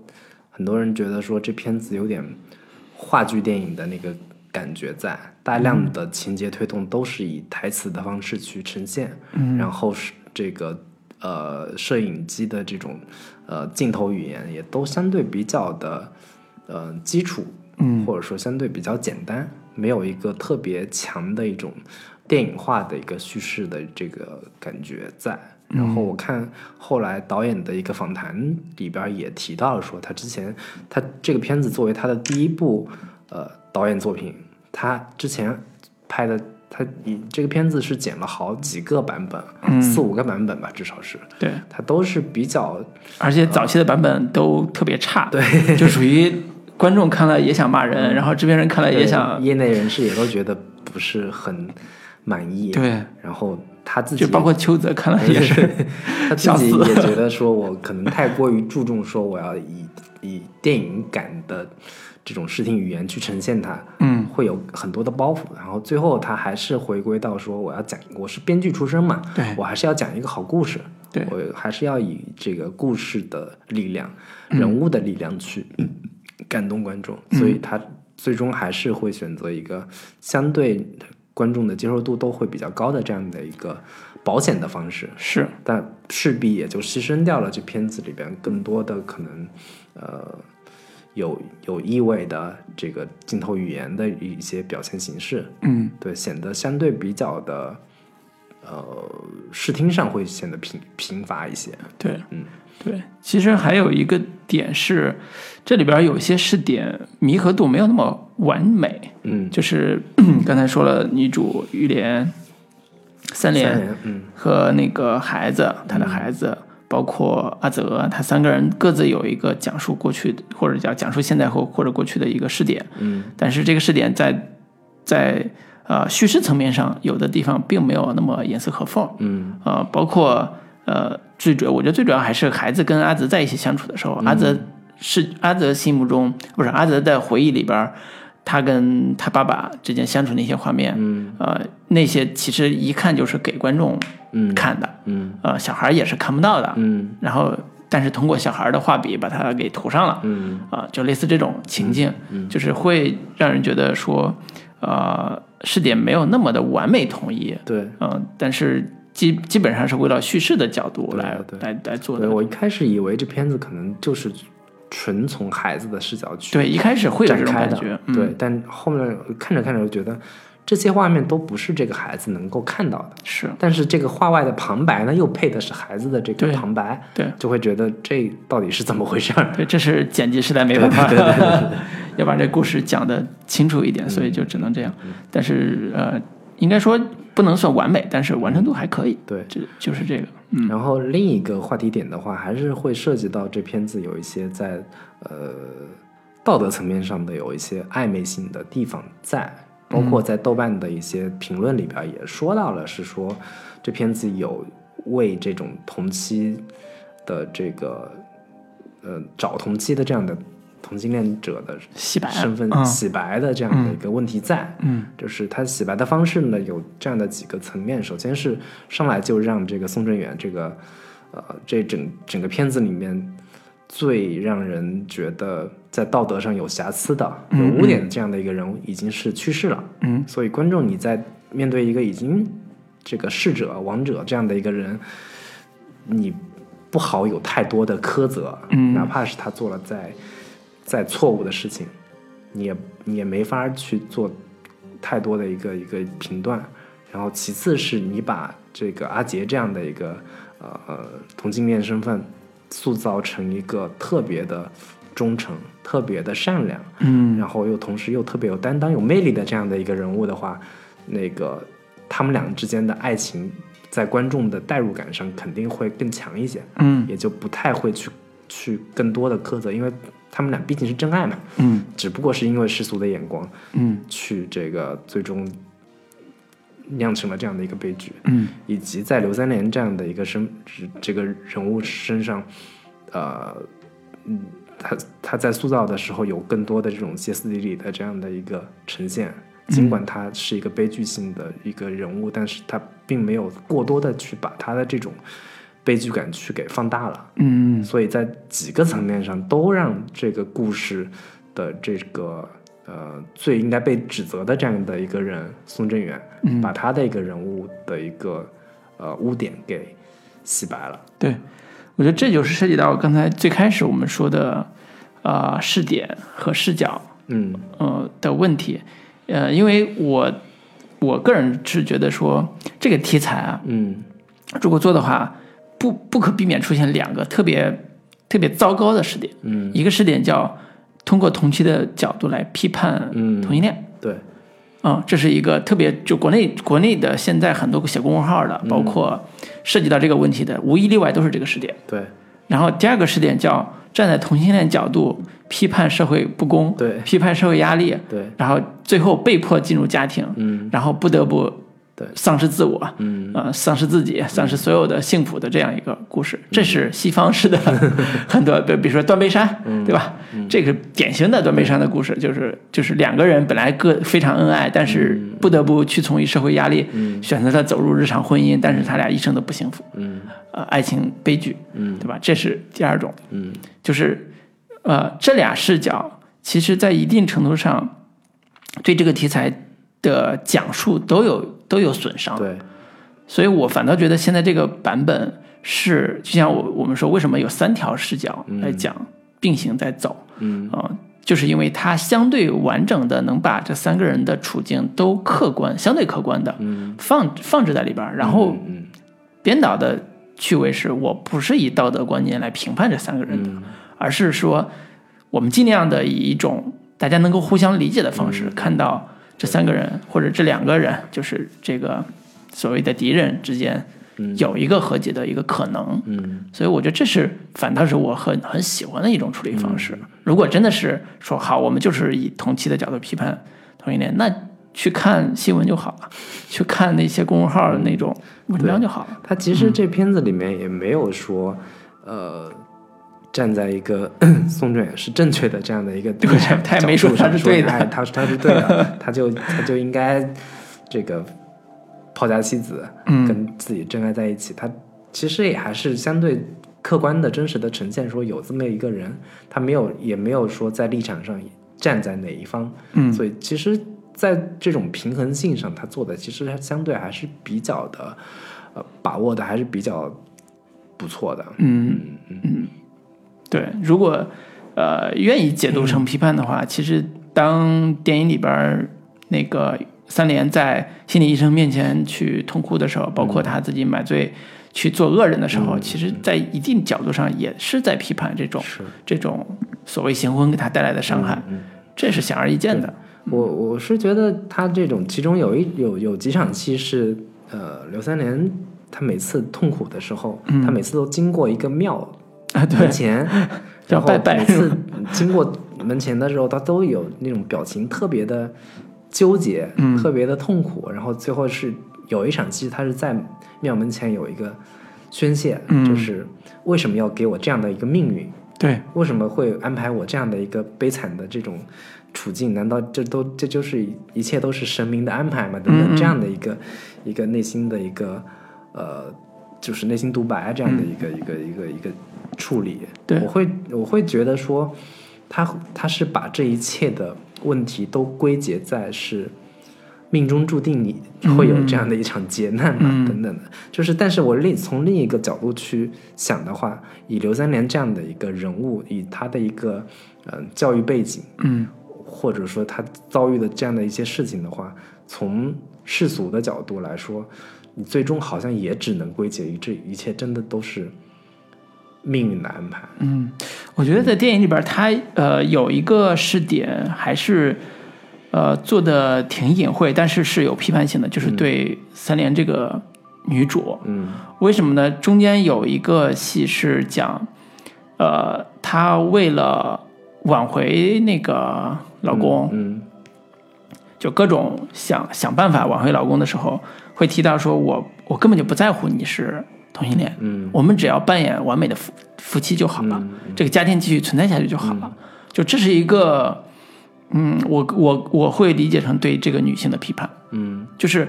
[SPEAKER 2] 很多人觉得说这片子有点话剧电影的那个感觉在，大
[SPEAKER 1] 嗯
[SPEAKER 2] 量的情节推动都是以台词的方式去呈现，
[SPEAKER 1] 嗯
[SPEAKER 2] 然后是这个呃摄影机的这种呃镜头语言也都相对比较的呃基础，
[SPEAKER 1] 嗯
[SPEAKER 2] 或者说相对比较简单，没有一个特别强的一种电影化的一个叙事的这个感觉在。然后我看后来导演的一个访谈里边也提到了说，他之前他这个片子作为他的第一部呃导演作品，他之前拍的他以这个片子是剪了好几个版本，
[SPEAKER 1] 嗯
[SPEAKER 2] 四五个版本吧，至少是，
[SPEAKER 1] 对，
[SPEAKER 2] 他都是比较
[SPEAKER 1] 而且早期的版本都特别差，对，就属于观众看了也想骂人，然后制片人看了哎也想，
[SPEAKER 2] 业内人士也都觉得不是很满意，
[SPEAKER 1] 对，
[SPEAKER 2] 然后他自己
[SPEAKER 1] 就包括邱泽看 了也是
[SPEAKER 2] 他自
[SPEAKER 1] 想
[SPEAKER 2] 己
[SPEAKER 1] 死
[SPEAKER 2] 也觉得说，我可能太过于注重说我要以以电影感的这种视听语言去呈现它，
[SPEAKER 1] 嗯，
[SPEAKER 2] 会有很多的包袱。然后最后他还是回归到说，我要讲，我是编剧出身嘛，
[SPEAKER 1] 对
[SPEAKER 2] 我还是要讲一个好故事，
[SPEAKER 1] 对
[SPEAKER 2] 我还是要以这个故事的力量、人
[SPEAKER 1] 嗯
[SPEAKER 2] 物的力量去感动观众，所以他最终还是会选择一个相对观众的接受度都会比较高的这样的一个保险的方式。
[SPEAKER 1] 是
[SPEAKER 2] 但势必也就牺牲掉了这片子里边更多的可能，呃，有有意味的这个镜头语言的一些表现形式，
[SPEAKER 1] 嗯
[SPEAKER 2] 对，显得相对比较的，呃，视听上会显得贫贫乏一些，
[SPEAKER 1] 对，
[SPEAKER 2] 嗯，
[SPEAKER 1] 对，其实还有一个点是，这里边有些视点弥合度没有那么完美，
[SPEAKER 2] 嗯，
[SPEAKER 1] 就是 刚才说了，女主玉莲、三
[SPEAKER 2] 三
[SPEAKER 1] 连
[SPEAKER 2] 人，嗯
[SPEAKER 1] 和那个孩子，他的孩子，包括阿泽，他三个人各自有一个讲述过去的或者叫讲述现在或或者过去的一个视点，
[SPEAKER 2] 嗯，
[SPEAKER 1] 但是这个视点在在呃叙事层面上，有的地方并没有那么严丝合缝，
[SPEAKER 2] 嗯
[SPEAKER 1] 呃，包括呃，最主要，我觉得最主要还是孩子跟阿泽在一起相处的时候，
[SPEAKER 2] 嗯
[SPEAKER 1] 阿泽是阿泽心目中不是阿泽在回忆里边儿，他跟他爸爸之间相处那些画面，
[SPEAKER 2] 嗯
[SPEAKER 1] 呃，那些其实一看就是给观众
[SPEAKER 2] 嗯
[SPEAKER 1] 看的，
[SPEAKER 2] 嗯
[SPEAKER 1] 呃，小孩儿也是看不到的，
[SPEAKER 2] 嗯
[SPEAKER 1] 然后但是通过小孩儿的画笔把它给涂上了，
[SPEAKER 2] 嗯
[SPEAKER 1] 啊、就类似这种情境，就是会让人觉得说，呃，视点没有那么的完美统一，
[SPEAKER 2] 对。
[SPEAKER 1] 嗯，但是基基本上是围绕叙事的角度
[SPEAKER 2] 对
[SPEAKER 1] 来
[SPEAKER 2] 对
[SPEAKER 1] 来来做
[SPEAKER 2] 对
[SPEAKER 1] 的。
[SPEAKER 2] 我一开始以为这片子可能就是纯从孩子的视角去
[SPEAKER 1] 对，一开始会有
[SPEAKER 2] 展
[SPEAKER 1] 这种
[SPEAKER 2] 开
[SPEAKER 1] 感
[SPEAKER 2] 的，
[SPEAKER 1] 觉，
[SPEAKER 2] 对
[SPEAKER 1] 嗯，，
[SPEAKER 2] 但后面看着看着就觉得这些画面都不是这个孩子能够看到的，
[SPEAKER 1] 是
[SPEAKER 2] 但是这个画外的旁白呢，又配的是孩子的这个
[SPEAKER 1] 对
[SPEAKER 2] 旁白，
[SPEAKER 1] 对
[SPEAKER 2] 就会觉得这到底是怎么回事儿？
[SPEAKER 1] 对，这是剪辑时代没办法， 要把这故事讲得清楚一点，所以就只能这样。
[SPEAKER 2] 嗯
[SPEAKER 1] 但是呃，应该说不能算完美，但是完成度还可以。
[SPEAKER 2] 对
[SPEAKER 1] 这就是这个，
[SPEAKER 2] 然后另一个话题点的话，还是会涉及到这片子有一些在呃道德层面上的有一些暧昧性的地方在，包括在豆瓣的一些评论里边也说到了，是说这片子有为这种同期的这个呃找同期的这样的同性恋者的
[SPEAKER 1] 洗白
[SPEAKER 2] 身份
[SPEAKER 1] 嗯
[SPEAKER 2] 洗白的这样的一个问题在，
[SPEAKER 1] 嗯，
[SPEAKER 2] 就是他洗白的方式呢有这样的几个层面，首先是上来就让这个宋振元这个呃这整整个片子里面最让人觉得在道德上有瑕疵的、有污点的这样的一个人物已经是去世了，
[SPEAKER 1] 嗯，
[SPEAKER 2] 所以观众你在面对一个已经这个逝者、亡者这样的一个人，你不好有太多的苛责，
[SPEAKER 1] 嗯
[SPEAKER 2] 哪怕是他做了再再错误的事情，你也你也没法去做太多的一个一个评断。然后其次是你把这个阿杰这样的一个呃呃同性恋身份塑造成一个特别的忠诚、特别的善良，
[SPEAKER 1] 嗯
[SPEAKER 2] 然后又同时又特别有担当、有魅力的这样的一个人物的话，那个他们俩之间的爱情在观众的代入感上肯定会更强一些，
[SPEAKER 1] 嗯
[SPEAKER 2] 也就不太会去去更多的苛责，因为他们俩毕竟是真爱嘛，
[SPEAKER 1] 嗯
[SPEAKER 2] 只不过是因为世俗的眼光
[SPEAKER 1] 嗯
[SPEAKER 2] 去这个最终酿成了这样的一个悲剧。
[SPEAKER 1] 嗯
[SPEAKER 2] 以及在刘三连这样的一个身这个人物身上，呃，嗯，他他在塑造的时候有更多的这种歇斯底里的这样的一个呈现。尽管他是一个悲剧性的一个人物，但是他并没有过多的去把他的这种悲剧感去给放大了。
[SPEAKER 1] 嗯
[SPEAKER 2] 所以在几个层面上都让这个故事的这个呃最应该被指责的这样的一个人宋振元，
[SPEAKER 1] 嗯
[SPEAKER 2] 把他的一个人物的一个呃污点给洗白了。
[SPEAKER 1] 对，我觉得这就是涉及到刚才最开始我们说的，呃，视点和视角，
[SPEAKER 2] 嗯
[SPEAKER 1] 呃的问题，呃，因为我我个人是觉得说这个题材啊，
[SPEAKER 2] 嗯
[SPEAKER 1] 如果做的话，不不可避免出现两个特别特别糟糕的视点，
[SPEAKER 2] 嗯，
[SPEAKER 1] 一个视点叫通过同期的角度来批判
[SPEAKER 2] 嗯
[SPEAKER 1] 同性恋，
[SPEAKER 2] 对，
[SPEAKER 1] 嗯，这是一个特别就国内国内的现在很多写公众号的，
[SPEAKER 2] 嗯
[SPEAKER 1] 包括涉及到这个问题的，无一例外都是这个视点。
[SPEAKER 2] 对
[SPEAKER 1] 然后第二个视点叫站在同性恋角度批判社会不公，
[SPEAKER 2] 对
[SPEAKER 1] 批判社会压力，
[SPEAKER 2] 对
[SPEAKER 1] 然后最后被迫进入家庭，
[SPEAKER 2] 嗯，
[SPEAKER 1] 然后不得不
[SPEAKER 2] 对
[SPEAKER 1] 丧失自我，
[SPEAKER 2] 嗯嗯
[SPEAKER 1] 呃，丧失自己，丧失所有的幸福的这样一个故事，这是西方式 的很多，比比如说断背山，
[SPEAKER 2] 嗯
[SPEAKER 1] 对吧？这个典型的断背山的故事，就是就是两个人本来各非常恩爱，但是
[SPEAKER 2] 嗯
[SPEAKER 1] 不得不屈从于社会压力，选择了走入日常婚姻，但是他俩一生都不幸福，
[SPEAKER 2] 嗯
[SPEAKER 1] 呃，爱情悲剧，
[SPEAKER 2] 嗯
[SPEAKER 1] 对吧？这是第二种。
[SPEAKER 2] 嗯
[SPEAKER 1] 就是呃，这俩视角其实在一定程度上对这个题材的讲述都有都有损伤。
[SPEAKER 2] 对
[SPEAKER 1] 所以我反倒觉得现在这个版本是，就像我我们说，为什么有三条视角来讲并行在走，
[SPEAKER 2] 嗯
[SPEAKER 1] 啊、就是因为它相对完整的能把这三个人的处境都客观、相对客观的放放置在里边儿，然后
[SPEAKER 2] 嗯
[SPEAKER 1] 编导的趣味是，我不是以道德观念来评判这三个人的，而是说我们尽量的以一种大家能够互相理解的方式，看到这三个人或者这两个人，就是这个所谓的敌人之间有一个和解的一个可能。
[SPEAKER 2] 嗯
[SPEAKER 1] 所以我觉得这是反倒是我很很喜欢的一种处理方式。如果真的是说好，我们就是以同期的角度批判同性恋，那去看新闻就好了，去看那些公众号的那种文章就好了。
[SPEAKER 2] 他其实这片子里面也没有说，呃，站在一个 宋振远是正确的这样的一个
[SPEAKER 1] 对他也没
[SPEAKER 2] 角
[SPEAKER 1] 说
[SPEAKER 2] 度上
[SPEAKER 1] 他是对的
[SPEAKER 2] 哎他说他是对 的，他就他就应该这个抛家弃子，
[SPEAKER 1] 嗯
[SPEAKER 2] 跟自己真爱在一起。他其实也还是相对客观的、真实的呈现说有这么一个人，他没有也没有说在立场上站在哪一方，
[SPEAKER 1] 嗯
[SPEAKER 2] 所以其实，在这种平衡性上，他做的其实还相对还是比较的，呃，把握的还是比较不错的。
[SPEAKER 1] 嗯，
[SPEAKER 2] 嗯嗯
[SPEAKER 1] 对，如果呃愿意解读成批判的话，其实当电影里边儿那个三连在心理医生面前去痛哭的时候，包括他自己买醉去做恶人的时候，其实，在一定角度上也是在批判这种
[SPEAKER 2] 是
[SPEAKER 1] 这种所谓行婚给他带来的伤害，这是显而易见的。
[SPEAKER 2] 我我是觉得他这种，其中有一有有几场戏是，呃，刘三连他每次痛苦的时候，他每次都经过一个庙
[SPEAKER 1] 嗯啊， 对
[SPEAKER 2] 门，前，
[SPEAKER 1] 要
[SPEAKER 2] 然后
[SPEAKER 1] 拜拜
[SPEAKER 2] 每次经过门前的时候，他都有那种表情特别的纠结，
[SPEAKER 1] 嗯
[SPEAKER 2] 特别的痛苦，然后最后是有一场戏，他是在庙门前有一个宣泄，
[SPEAKER 1] 嗯
[SPEAKER 2] 就是为什么要给我这样的一个命运？
[SPEAKER 1] 对，
[SPEAKER 2] 为什么会安排我这样的一个悲惨的这种处境？难道这都这就是一切都是神明的安排吗？等等，这样的一个一个内心的一个呃，就是内心独白啊这样的一个、一个一个一个处理。
[SPEAKER 1] 对
[SPEAKER 2] 我会我会觉得说，他他是把这一切的问题都归结在是。命中注定你会有这样的一场劫难嘛，等等的，就是，但是我另从另一个角度去想的话，以刘三连这样的一个人物，以他的一个嗯、呃教育背景，
[SPEAKER 1] 嗯，
[SPEAKER 2] 或者说他遭遇的这样的一些事情的话，从世俗的角度来说，你最终好像也只能归结于这一切真的都是命运的安排，
[SPEAKER 1] 我觉得在电影里边儿，它呃有一个视点还是呃做的挺隐晦，但是是有批判性的，就是对三连这个女主，
[SPEAKER 2] 嗯
[SPEAKER 1] 为什么呢？中间有一个戏是讲，呃，她为了挽回那个老公，
[SPEAKER 2] 嗯
[SPEAKER 1] 就各种想想办法挽回老公的时候，会提到说我我根本就不在乎你是同性恋，
[SPEAKER 2] 嗯
[SPEAKER 1] 我们只要扮演完美的夫夫妻就好了，
[SPEAKER 2] 嗯
[SPEAKER 1] 这个家庭继续存在下去就好了。就这是一个，嗯，我我我会理解成对这个女性的批判，
[SPEAKER 2] 嗯
[SPEAKER 1] 就是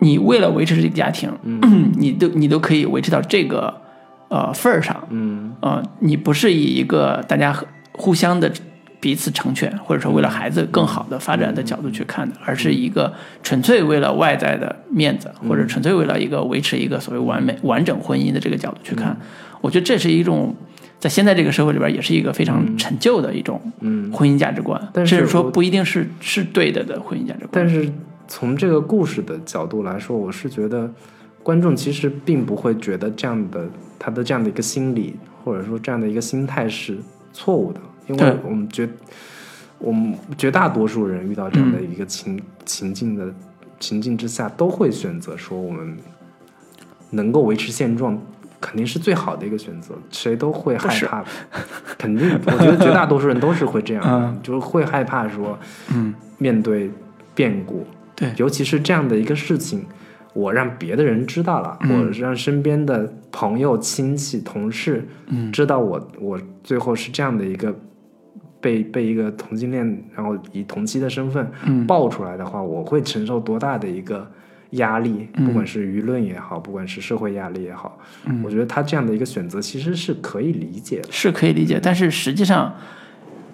[SPEAKER 1] 你为了维持这个家庭，
[SPEAKER 2] 嗯
[SPEAKER 1] 你都你都可以维持到这个呃份儿上，
[SPEAKER 2] 嗯
[SPEAKER 1] 呃，你不是以一个大家和互相的彼此成全，或者说为了孩子更好的发展的角度去看的，而是一个纯粹为了外在的面子，或者纯粹为了一个维持一个所谓完美完整婚姻的这个角度去看。
[SPEAKER 2] 嗯
[SPEAKER 1] 我觉得这是一种在现在这个社会里边，也是一个非常陈旧的一种
[SPEAKER 2] 嗯，
[SPEAKER 1] 婚姻价值观，
[SPEAKER 2] 但
[SPEAKER 1] 甚
[SPEAKER 2] 是
[SPEAKER 1] 至说
[SPEAKER 2] 我
[SPEAKER 1] 不一定是是对的的婚姻价值观。
[SPEAKER 2] 但是从这个故事的角度来说，我是觉得观众其实并不会觉得这样的他的这样的一个心理，或者说这样的一个心态是错误的，因
[SPEAKER 1] 对
[SPEAKER 2] 为我们绝我们绝大多数人遇到这样
[SPEAKER 1] 嗯
[SPEAKER 2] 的一个情、情境的情境之下，都会选择说我们能够维持现状。肯定是最好的一个选择，谁都会害怕， 肯定，我觉得绝大多数人都是会这样的，
[SPEAKER 1] 嗯
[SPEAKER 2] 就是会害怕说，面对变故，
[SPEAKER 1] 对
[SPEAKER 2] 尤其是这样的一个事情，我让别的人知道
[SPEAKER 1] 嗯
[SPEAKER 2] 了，我让身边的朋友、亲戚、同事
[SPEAKER 1] 嗯
[SPEAKER 2] 知道我，我最后是这样的一个被被一个同性恋，然后以同妻的身份
[SPEAKER 1] 嗯
[SPEAKER 2] 爆出来的话，我会承受多大的一个压力？
[SPEAKER 1] 嗯
[SPEAKER 2] 不管是舆论也好，不管是社会压力也好，我觉得他这样的一个选择其实是可以理解的。
[SPEAKER 1] 是可以理解，但是实际上，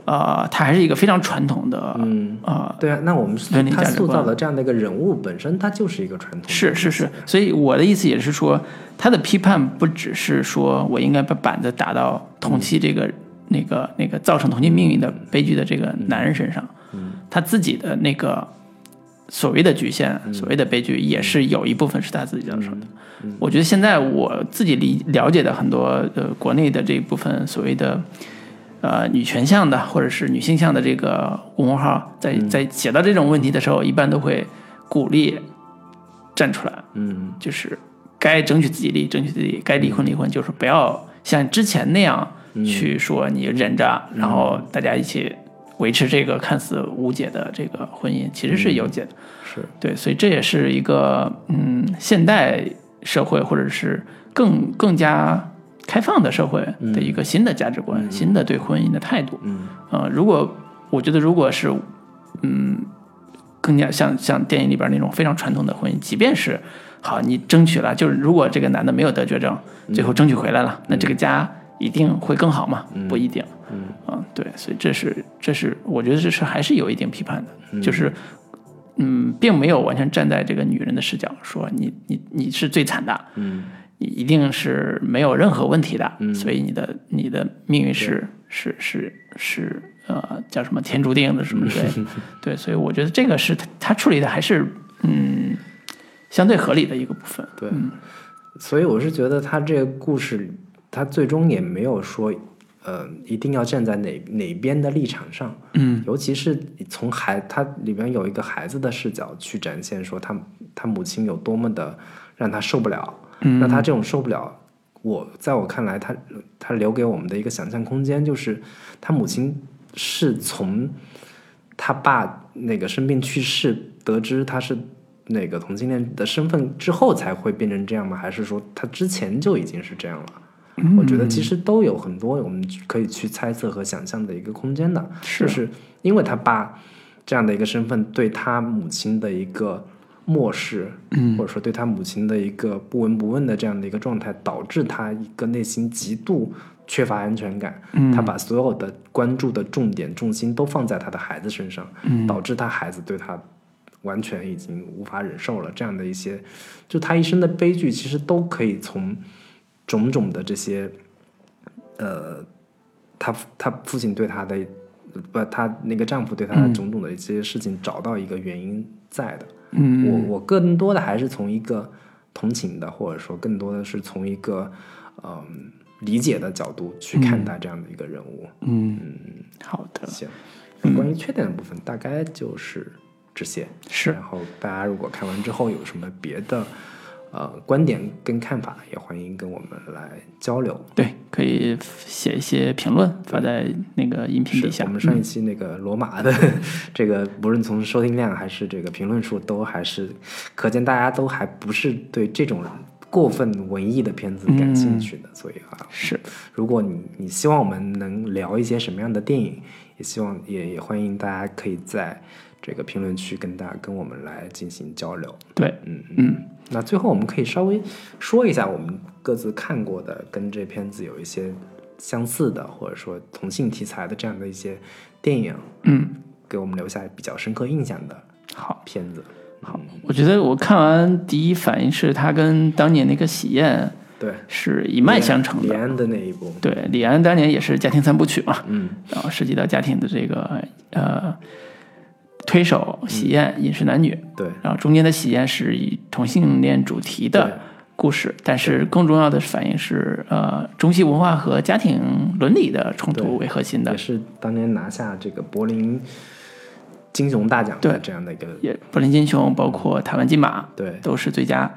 [SPEAKER 1] 呃，它还是一个非常传统的，
[SPEAKER 2] 嗯
[SPEAKER 1] 呃，
[SPEAKER 2] 对啊，那我们
[SPEAKER 1] 伦理
[SPEAKER 2] 他
[SPEAKER 1] 价值
[SPEAKER 2] 塑
[SPEAKER 1] 观
[SPEAKER 2] 造的这样的一个人物本身，他就是一个传统的
[SPEAKER 1] 是是是，所以我的意思也是说，他的批判不只是说我应该把板子打到同期这个、那个那个造成同期命运的悲剧的这个男人身上，他自己的那个所谓的局限、所谓的悲剧，也是有一部分是他自己造成的。我觉得现在我自己理了解的很多呃国内的这一部分所谓的呃女权向的或者是女性向的这个公众号，在在写到这种问题的时候，一般都会鼓励站出来，
[SPEAKER 2] 嗯
[SPEAKER 1] 就是该争取自己利益，争取自己利益，该离婚离婚，就是不要像之前那样
[SPEAKER 2] 嗯
[SPEAKER 1] 去说你忍着，然后大家一起维持这个看似无解的这个婚姻，其实是有解的。
[SPEAKER 2] 嗯是，
[SPEAKER 1] 对，所以这也是一个嗯，现代社会或者是更更加开放的社会的一个新的价值观，新的对婚姻的态度。
[SPEAKER 2] 嗯
[SPEAKER 1] 呃，如果我觉得如果是嗯，更加像像电影里边那种非常传统的婚姻，即便是好你争取了，就是如果这个男的没有得绝症，最后争取回来了，那这个家一定会更好嘛？不一定。嗯对，所以这是这是我觉得这是还是有一定批判的，就是。嗯，并没有完全站在这个女人的视角说你你你是最惨的，
[SPEAKER 2] 嗯
[SPEAKER 1] 你一定是没有任何问题的，所以你的你的命运是是是是呃叫什么天注定的什么之类的， 对，所以我觉得这个是他他处理的还是嗯相对合理的一个部分，
[SPEAKER 2] 对，所以我是觉得他这个故事，他最终也没有说，呃，一定要站在哪哪边的立场上，嗯，尤其是从孩，他里边有一个孩子的视角去展现，说他他母亲有多么的让他受不了，嗯，那他这种受不了。我在我看来，他他留给我们的一个想象空间，就是他母亲是从他爸那个生病去世，得知他是那个同性恋的身份之后才会变成这样吗？还是说他之前就已经是这样了？我觉得其实都有很多我们可以去猜测和想象的一个空间的，
[SPEAKER 1] 是
[SPEAKER 2] 就是因为他爸这样的一个身份对他母亲的一个漠视，或者说对他母亲的一个不闻不问的这样的一个状态，导致他一个内心极度缺乏安全感。他把所有的关注的重点重心都放在他的孩子身上，导致他孩子对他完全已经无法忍受了。这样的一些，就他一生的悲剧，其实都可以从种种的这些，呃，他他父亲对他的，不，他那个丈夫对他的种种的一些事情，找到一个原因在的。
[SPEAKER 1] 嗯，
[SPEAKER 2] 我我更多的还是从一个同情的，或者说更多的是从一个嗯、理解的角度去
[SPEAKER 1] 嗯
[SPEAKER 2] 看待这样的一个人物。
[SPEAKER 1] 好的，
[SPEAKER 2] 行，
[SPEAKER 1] 嗯
[SPEAKER 2] 关于缺点的部分大概就是这些。
[SPEAKER 1] 是
[SPEAKER 2] 然后大家如果看完之后有什么别的呃观点跟看法，也欢迎跟我们来交流。
[SPEAKER 1] 对，可以写一些评论发在那个音频底
[SPEAKER 2] 是
[SPEAKER 1] 下嗯
[SPEAKER 2] 我。们上一期那个罗马的这个，无论从收听量还是这个评论数，都还是可见大家都还不是对这种过分文艺的片子
[SPEAKER 1] 嗯
[SPEAKER 2] 感兴趣的。所以啊，
[SPEAKER 1] 是，
[SPEAKER 2] 如果你你希望我们能聊一些什么样的电影，也希望也也欢迎大家可以在这个评论区跟大家跟我们来进行交流。
[SPEAKER 1] 对，
[SPEAKER 2] 嗯嗯。那最后我们可以稍微说一下我们各自看过的跟这片子有一些相似的，或者说同性题材的这样的一些电影，
[SPEAKER 1] 嗯，
[SPEAKER 2] 给我们留下比较深刻印象的
[SPEAKER 1] 好。
[SPEAKER 2] 片子。嗯好，
[SPEAKER 1] 我觉得我看完第一反应是他跟当年那个《喜宴
[SPEAKER 2] 对，》
[SPEAKER 1] 是一脉相承
[SPEAKER 2] 李
[SPEAKER 1] 的。
[SPEAKER 2] 安的那一部，
[SPEAKER 1] 对，李安当年也是家庭三部曲嘛，
[SPEAKER 2] 嗯，
[SPEAKER 1] 然后涉及到家庭的这个呃推手、喜宴、
[SPEAKER 2] 嗯
[SPEAKER 1] 饮食男女，
[SPEAKER 2] 对，
[SPEAKER 1] 然后中间的喜宴是以同性恋主题
[SPEAKER 2] 对
[SPEAKER 1] 的故事，但是更重要的反映是呃中西文化和家庭伦理的冲
[SPEAKER 2] 对
[SPEAKER 1] 突为核心的
[SPEAKER 2] 也，是当年拿下这个柏林金熊大奖的
[SPEAKER 1] 对
[SPEAKER 2] 这样的一个，
[SPEAKER 1] 也柏林金熊包括台湾金马
[SPEAKER 2] 对，嗯
[SPEAKER 1] 都是最佳，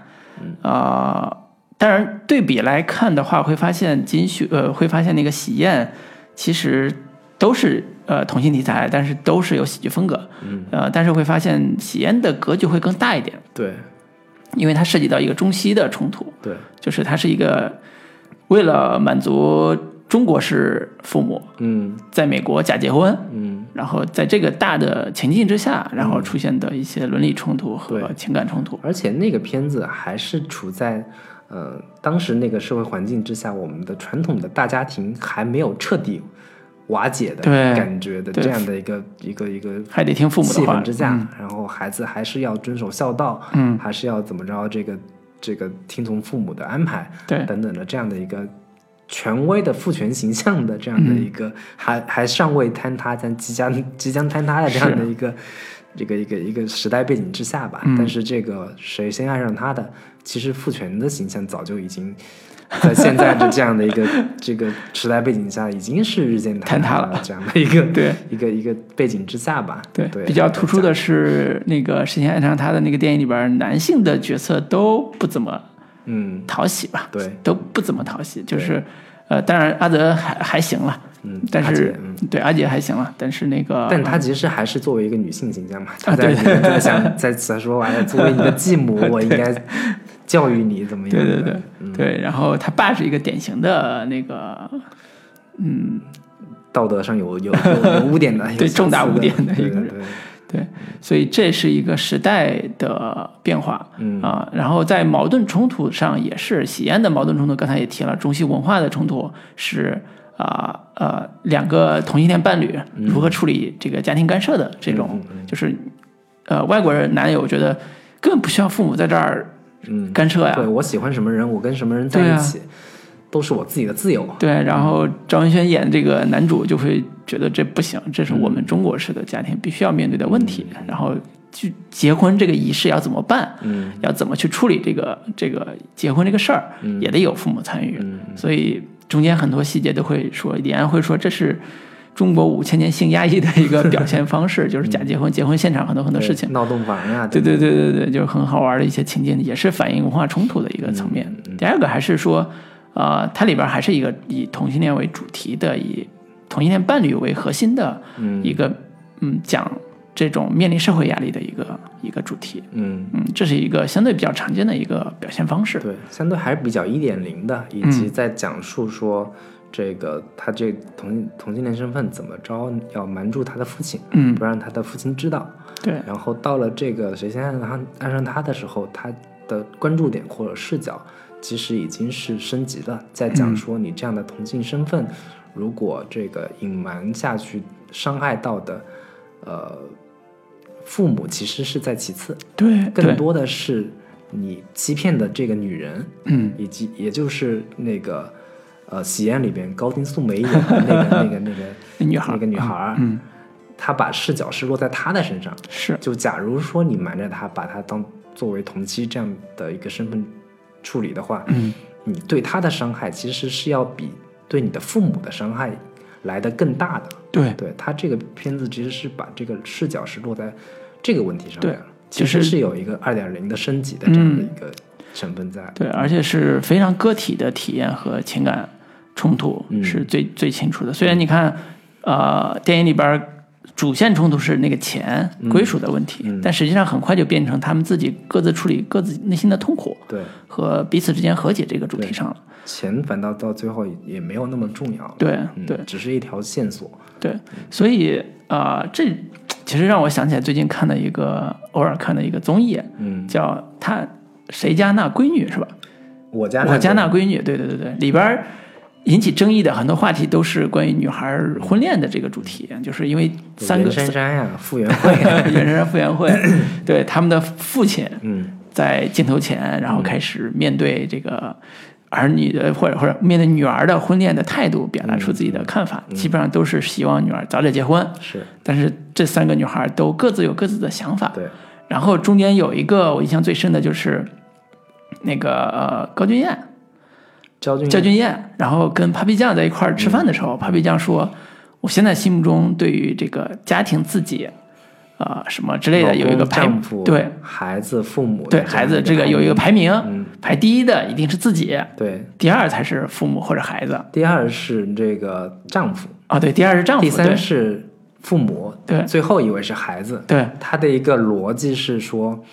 [SPEAKER 1] 啊、当然对比来看的话，会发现金熊呃会发现那个喜宴其实都是呃同性题材，但是都是有喜剧风格，
[SPEAKER 2] 嗯，
[SPEAKER 1] 呃，但是会发现喜宴的格局会更大一点，
[SPEAKER 2] 对，
[SPEAKER 1] 因为它涉及到一个中西的冲突，
[SPEAKER 2] 对，
[SPEAKER 1] 就是它是一个为了满足中国式父母
[SPEAKER 2] 嗯
[SPEAKER 1] 在美国假结婚，
[SPEAKER 2] 嗯，
[SPEAKER 1] 然后在这个大的情境之下，然后出现的一些伦理冲突和
[SPEAKER 2] 对
[SPEAKER 1] 情感冲突。
[SPEAKER 2] 而且那个片子还是处在，呃，当时那个社会环境之下，我们的传统的大家庭还没有彻底瓦解的
[SPEAKER 1] 对
[SPEAKER 2] 感觉的
[SPEAKER 1] 对
[SPEAKER 2] 这样的一个一个一个
[SPEAKER 1] 还得听父母的
[SPEAKER 2] 气
[SPEAKER 1] 话
[SPEAKER 2] 氛之下，然后孩子还是要遵守孝道，
[SPEAKER 1] 嗯
[SPEAKER 2] 还是要怎么着这个这个听从父母的安排，
[SPEAKER 1] 对
[SPEAKER 2] 等等的这样的一个。权威的父权形象的这样的
[SPEAKER 1] 嗯
[SPEAKER 2] 一个，还还尚未坍塌，但即将即将坍塌的这样的
[SPEAKER 1] 是嗯
[SPEAKER 2] 一个这个一个一个时代背景之下吧。但是这个谁先爱上他的，其实父权的形象早就已经在现在的这样的 一个这个时代背景下，已经是日渐
[SPEAKER 1] 坍塌
[SPEAKER 2] 了
[SPEAKER 1] 了
[SPEAKER 2] 这样的一个
[SPEAKER 1] 对
[SPEAKER 2] 一个一个背景之下吧。
[SPEAKER 1] 对，
[SPEAKER 2] 对，
[SPEAKER 1] 比较突出的是那个《事情爱上他》的那个电影里边，男性的角色都不怎么
[SPEAKER 2] 嗯，
[SPEAKER 1] 讨喜吧？
[SPEAKER 2] 对
[SPEAKER 1] 都不怎么讨喜。就是，呃，当然阿泽还还行了，
[SPEAKER 2] 嗯
[SPEAKER 1] 但
[SPEAKER 2] 阿
[SPEAKER 1] 是
[SPEAKER 2] 姐嗯
[SPEAKER 1] 对阿杰还行了，但是那个，
[SPEAKER 2] 但她其实还是作为一个女性形象嘛，她在
[SPEAKER 1] 啊对
[SPEAKER 2] 你在想在在说完了，作为你的 继母，我应该教育你怎么样
[SPEAKER 1] 对
[SPEAKER 2] 的？
[SPEAKER 1] 对对、对，然后他爸是一个典型的那个
[SPEAKER 2] 道德上有有有有污点的，有
[SPEAKER 1] 对
[SPEAKER 2] 瑕疵
[SPEAKER 1] 重大污点的
[SPEAKER 2] 对
[SPEAKER 1] 一个
[SPEAKER 2] 对
[SPEAKER 1] 人
[SPEAKER 2] 对
[SPEAKER 1] 对，所以这是一个时代的变化，
[SPEAKER 2] 嗯
[SPEAKER 1] 啊，然后在矛盾冲突上也是喜宴的矛盾冲突，刚才也提了，中西文化的冲突是啊呃两个同性恋伴侣
[SPEAKER 2] 嗯
[SPEAKER 1] 如何处理这个家庭干涉的这种，就是呃外国人男友觉得根本不需要父母在这儿
[SPEAKER 2] 嗯
[SPEAKER 1] 干涉呀，
[SPEAKER 2] 对我喜欢什么人，我跟什么人在一起，都是我自己的自由。
[SPEAKER 1] 啊对，然后张文轩演这个男主就会觉得这不行，这是我们中国式的家庭必须要面对的问题。然后就结婚这个仪式要怎么办？
[SPEAKER 2] 嗯，
[SPEAKER 1] 要怎么去处理这个这个结婚这个事儿，也得有父母参与。所以中间很多细节都会说，李安会说这是。中国五千年性压抑的一个表现方式，就是假结婚，结婚现场很多很多事情。
[SPEAKER 2] 闹洞房啊呀、
[SPEAKER 1] 对
[SPEAKER 2] 等等
[SPEAKER 1] 对对对对，就是很好玩的一些情境，也是反映文化冲突的一个层面。第二个还是说，呃，它里边还是一个以同性恋为主题的，以同性恋伴侣为核心的一个嗯讲这种面临社会压力的一个一个主题。
[SPEAKER 2] 嗯，
[SPEAKER 1] 嗯，这是一个相对比较常见的一个表现方式。
[SPEAKER 2] 对，相对还是比较一点零的，以
[SPEAKER 1] 嗯
[SPEAKER 2] 及在讲述说这个他这同同性恋身份怎么着要瞒住他的父亲，
[SPEAKER 1] 嗯
[SPEAKER 2] 不让他的父亲知道。
[SPEAKER 1] 对
[SPEAKER 2] 然后到了这个谁先爱上他爱上他的时候，他的关注点或者视角其实已经是升级了，在讲说你这样的同性身份，如果这个隐瞒下去，伤害到的呃父母其实是在其次，
[SPEAKER 1] 对，
[SPEAKER 2] 更
[SPEAKER 1] 对
[SPEAKER 2] 多的是你欺骗的这个女人，
[SPEAKER 1] 嗯，
[SPEAKER 2] 以及也就是那个呃《喜宴》里边高定素梅演的那个那个那个
[SPEAKER 1] 女孩
[SPEAKER 2] 那个女孩儿，
[SPEAKER 1] 嗯，
[SPEAKER 2] 她把视角是落在她的身上，
[SPEAKER 1] 是
[SPEAKER 2] 就假如说你瞒着她，把她当作为同妻这样的一个身份处理的话，嗯，你对她的伤害其实是要比对你的父母的伤害来的更大的，
[SPEAKER 1] 对
[SPEAKER 2] 对他这个片子其实是把这个视角是落在这个问题上
[SPEAKER 1] 对
[SPEAKER 2] 面了，其实
[SPEAKER 1] 就是嗯
[SPEAKER 2] 是有一个二点零的升级的这样的一个成分在。
[SPEAKER 1] 对，而且是非常个体的体验和情感冲突
[SPEAKER 2] 嗯
[SPEAKER 1] 是最、最清楚的。虽然你看，呃，电影里边儿主线冲突是那个钱
[SPEAKER 2] 嗯
[SPEAKER 1] 归属的问题，但实际上很快就变成他们自己各自处理各自内心的痛苦
[SPEAKER 2] 对
[SPEAKER 1] 和彼此之间和解这个主题
[SPEAKER 2] 对
[SPEAKER 1] 上了。
[SPEAKER 2] 钱反倒到最后也没有那么重要了，
[SPEAKER 1] 对
[SPEAKER 2] 嗯
[SPEAKER 1] 对
[SPEAKER 2] 只是一条线索。
[SPEAKER 1] 对，所以啊、呃这其实让我想起来最近看的一个偶尔看的一个综艺，
[SPEAKER 2] 嗯，
[SPEAKER 1] 叫他谁家那闺女是吧？
[SPEAKER 2] 我家
[SPEAKER 1] 我家那
[SPEAKER 2] 那个
[SPEAKER 1] 闺女，对对对对，里边儿引起争议的很多话题都是关于女孩儿婚恋的这个主题，就是因为三个
[SPEAKER 2] 袁姗姗呀，傅园慧呀，
[SPEAKER 1] 袁姗姗傅园慧， 对他们的父亲
[SPEAKER 2] 嗯，
[SPEAKER 1] 在镜头前，然后开始面对这个儿女的或者或者面对女儿的婚恋的态度，表达出自己的看法，基本上都是希望女儿早点结婚。
[SPEAKER 2] 嗯是
[SPEAKER 1] 但是这三个女孩都各自有各自的想法，
[SPEAKER 2] 对，
[SPEAKER 1] 然后中间有一个我印象最深的就是那个、呃、高君燕，
[SPEAKER 2] 焦俊
[SPEAKER 1] 赵俊彦，然后跟 Papi 酱在一块儿吃饭的时
[SPEAKER 2] 嗯
[SPEAKER 1] 候、p a p i 酱说：“我现在心目中对于这个家庭自己，啊、什么之类
[SPEAKER 2] 老
[SPEAKER 1] 的
[SPEAKER 2] 公
[SPEAKER 1] 有一个排
[SPEAKER 2] 丈夫
[SPEAKER 1] 对
[SPEAKER 2] 孩子父母
[SPEAKER 1] 对
[SPEAKER 2] 的样
[SPEAKER 1] 孩
[SPEAKER 2] 的
[SPEAKER 1] 子这个
[SPEAKER 2] 排
[SPEAKER 1] 有一个
[SPEAKER 2] 名
[SPEAKER 1] 排名，
[SPEAKER 2] 嗯
[SPEAKER 1] 排第一的一定是自己，
[SPEAKER 2] 对。
[SPEAKER 1] 第二才是父母或者孩子，
[SPEAKER 2] 第二是这个丈夫，
[SPEAKER 1] 啊，对，第二是丈夫，
[SPEAKER 2] 第三是父母，
[SPEAKER 1] 对
[SPEAKER 2] 最后一位是孩子，
[SPEAKER 1] 对对，
[SPEAKER 2] 他的一个逻辑是说，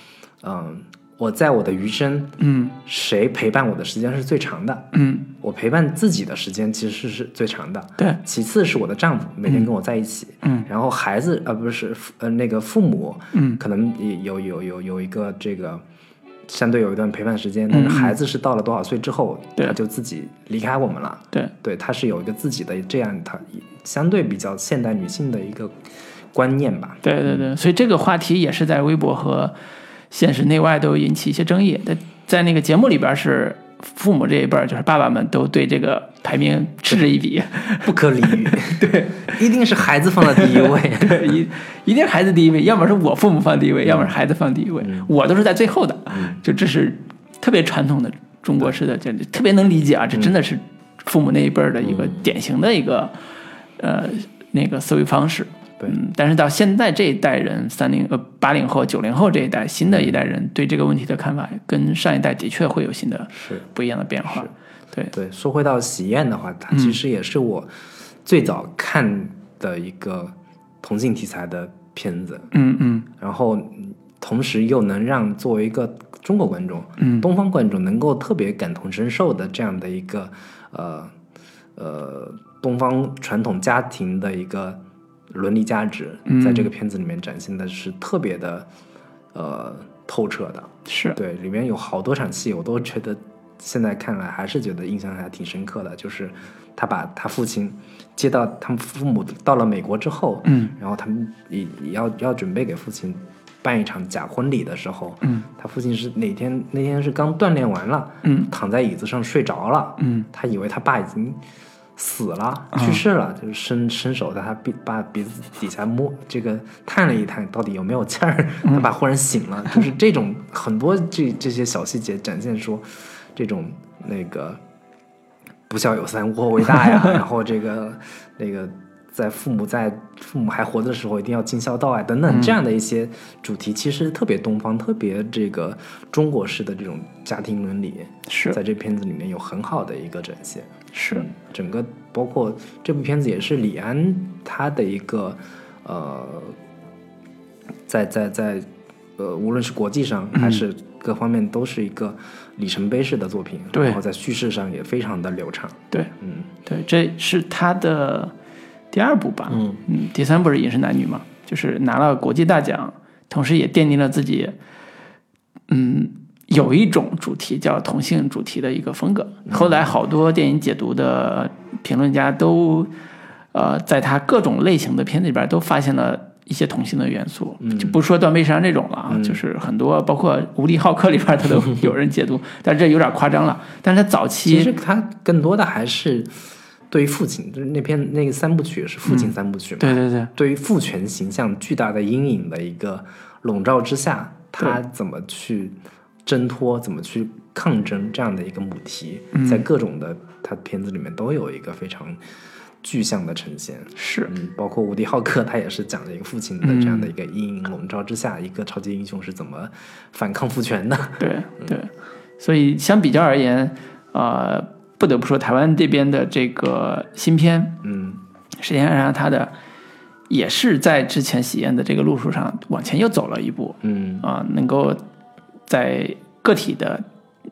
[SPEAKER 2] 嗯，我在我的余生，
[SPEAKER 1] 嗯
[SPEAKER 2] 谁陪伴我的时间是最长的？
[SPEAKER 1] 嗯，
[SPEAKER 2] 我陪伴自己的时间其实是最长的。
[SPEAKER 1] 对
[SPEAKER 2] 其次是我的丈夫，每天跟我在一起。
[SPEAKER 1] 嗯
[SPEAKER 2] 然后孩子，呃，不是，父呃，那个父母，
[SPEAKER 1] 嗯
[SPEAKER 2] 可能也有有有有一个这个相对有一段陪伴时间，但是孩子是到了多少岁之后，
[SPEAKER 1] 嗯对
[SPEAKER 2] 他就自己离开我们了。
[SPEAKER 1] 对
[SPEAKER 2] 对，她是有一个自己的这样，她相对比较现代女性的一个观念吧。
[SPEAKER 1] 对对对，所以这个话题也是在微博和现实内外都引起一些争议。在在那个节目里边是父母这一辈儿，就是爸爸们都对这个排名嗤之以鼻，
[SPEAKER 2] 不可理 喻， 对，一定是孩子放在第一位。
[SPEAKER 1] 对 一一定是孩子第一位，要么是我父母放第一位，要么是孩子放第一位，
[SPEAKER 2] 嗯
[SPEAKER 1] 我都是在最后的。 就这是特别传统的中国式的，这特别能理解啊，这
[SPEAKER 2] 嗯
[SPEAKER 1] 真的是父母那一辈儿的一个典型的一个、呃那个思维方式。
[SPEAKER 2] 对
[SPEAKER 1] 嗯，但是到现在这一代人，三零呃八零后、九零后这一代新的一代
[SPEAKER 2] 嗯
[SPEAKER 1] 人对这个问题的看法，跟上一代的确会有新的
[SPEAKER 2] 是
[SPEAKER 1] 不一样的变化。对，
[SPEAKER 2] 对，说回到喜宴的话，它其实也是我最早看的一个同性题材的片子，
[SPEAKER 1] 嗯嗯
[SPEAKER 2] 然后嗯同时又能让作为一个中国观众，嗯，东方观众能够特别感同身受的这样的一个呃呃东方传统家庭的一个伦理价值，在这个片子里面展现的是特别的呃透彻的。
[SPEAKER 1] 是
[SPEAKER 2] 对，里面有好多场戏，我都觉得现在看来还是觉得印象还挺深刻的。就是他把他父亲接到他们父母到了美国之后，嗯，然后他们也也要要准备给父亲办一场假婚礼的时候，嗯，他父亲是哪天那天是刚锻炼完了，嗯，躺在椅子上睡着了，嗯，他以为他爸已经。死了，去世了，就是伸伸手在他鼻把鼻子底下摸，这个探了一探，到底有没有气儿，他把忽然醒了，就是这种很多这这些小细节展现出这种那个不孝有三，无后为大呀，然后这个那个在父母在父母还活着的时候一定要尽孝道啊等等这样的一些主题，其实特别东方，特别这个中国式的这种家庭伦理，
[SPEAKER 1] 是
[SPEAKER 2] 在这片子里面有很好的一个展现。
[SPEAKER 1] 是
[SPEAKER 2] 嗯，整个包括这部片子也是李安他的一个呃在在在呃，无论是国际上还是各方面，都是一个里程碑式的作品。
[SPEAKER 1] 对
[SPEAKER 2] 然后在叙事上也非常的流畅。
[SPEAKER 1] 对
[SPEAKER 2] 嗯，
[SPEAKER 1] 对，这是他的第二部吧？
[SPEAKER 2] 嗯
[SPEAKER 1] 第三部是《饮食男女》嘛，就是拿了国际大奖，同时也奠定了自己，嗯，有一种主题叫同性主题的一个风格。
[SPEAKER 2] 嗯
[SPEAKER 1] 后来好多电影解读的评论家都，呃，在他各种类型的片子里边都发现了。一些同性的元素，
[SPEAKER 2] 嗯
[SPEAKER 1] 就不说《断背山》这种了啊，就是很多包括《无敌浩克》里边，他 都有人解读，但这有点夸张了。但是他早期
[SPEAKER 2] 其实它更多的还是对于父亲，就是那篇那个三部曲是父亲三部曲嘛。
[SPEAKER 1] 对对对，
[SPEAKER 2] 对于父权形象巨大的阴影的一个笼罩之下，他怎么去挣脱，怎么去抗争这样的一个母题，在各种的他的片子里面都有一个非常具象的呈现。
[SPEAKER 1] 是
[SPEAKER 2] 嗯，包括《无敌浩克》，他也是讲了一个父亲的这样的一个阴影笼罩之下，一个超级英雄是怎么反抗父权的。
[SPEAKER 1] 对对，所以相比较而言，呃，不得不说台湾这边的这个新片
[SPEAKER 2] 嗯，
[SPEAKER 1] 《时间上它的也是在之前喜宴的这个路数上往前又走了一步
[SPEAKER 2] 嗯
[SPEAKER 1] 啊、能够在个体的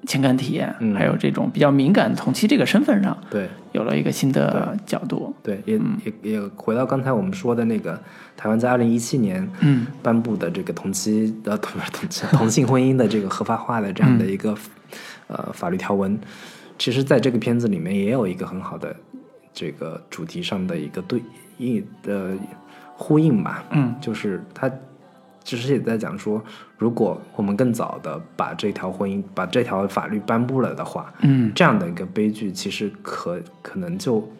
[SPEAKER 1] 情感体验，
[SPEAKER 2] 嗯
[SPEAKER 1] 还有这种比较敏感同期这个身份上，
[SPEAKER 2] 对。
[SPEAKER 1] 有了一个新的角度。
[SPEAKER 2] 对，也、也也回到刚才我们说的那个台湾在二零一七年
[SPEAKER 1] 嗯
[SPEAKER 2] 颁布的这个同期呃同不是同期同性婚姻的这个合法化的这样的一个、呃法律条文，其实在这个片子里面也有一个很好的这个主题上的一个呃对应的呼应吧，
[SPEAKER 1] 嗯，
[SPEAKER 2] 就是它其实也在讲说，如果我们更早的把这条婚姻把这条法律颁布了的话，
[SPEAKER 1] 嗯，
[SPEAKER 2] 这样的一个悲剧其实可可能就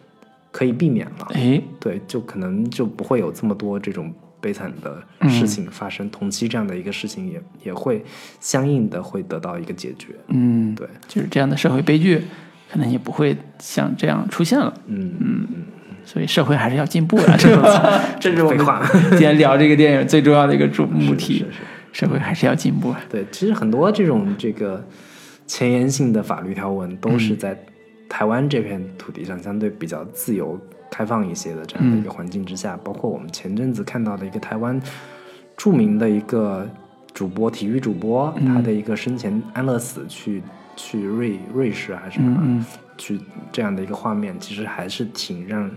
[SPEAKER 2] 可以避免了。
[SPEAKER 1] 哎，
[SPEAKER 2] 对，就可能就不会有这么多这种悲惨的事情发生，同期这样的一个事情也也会相应的会得到一个解决。
[SPEAKER 1] 嗯，
[SPEAKER 2] 对，
[SPEAKER 1] 就是这样的社会悲剧，可能也不会像这样出现了。
[SPEAKER 2] 嗯嗯，
[SPEAKER 1] 所以社会还是要进步的，对吧？ 这是我
[SPEAKER 2] 废
[SPEAKER 1] 们
[SPEAKER 2] 话
[SPEAKER 1] 今天聊这个电影最重要的一个主目题
[SPEAKER 2] 是是是，
[SPEAKER 1] 社会还是要进步。
[SPEAKER 2] 对，其实很多这种这个前沿性的法律条文都
[SPEAKER 1] 嗯
[SPEAKER 2] 是在台湾这片土地上相对比较自由、开放一些的这
[SPEAKER 1] 嗯
[SPEAKER 2] 样的一个环境之下，包括我们前阵子看到的一个台湾著名的一个主播，体育主播，
[SPEAKER 1] 嗯
[SPEAKER 2] 他的一个生前安乐死去去瑞瑞士还是什么。
[SPEAKER 1] 嗯
[SPEAKER 2] 去这样的一个画面，其实还是挺让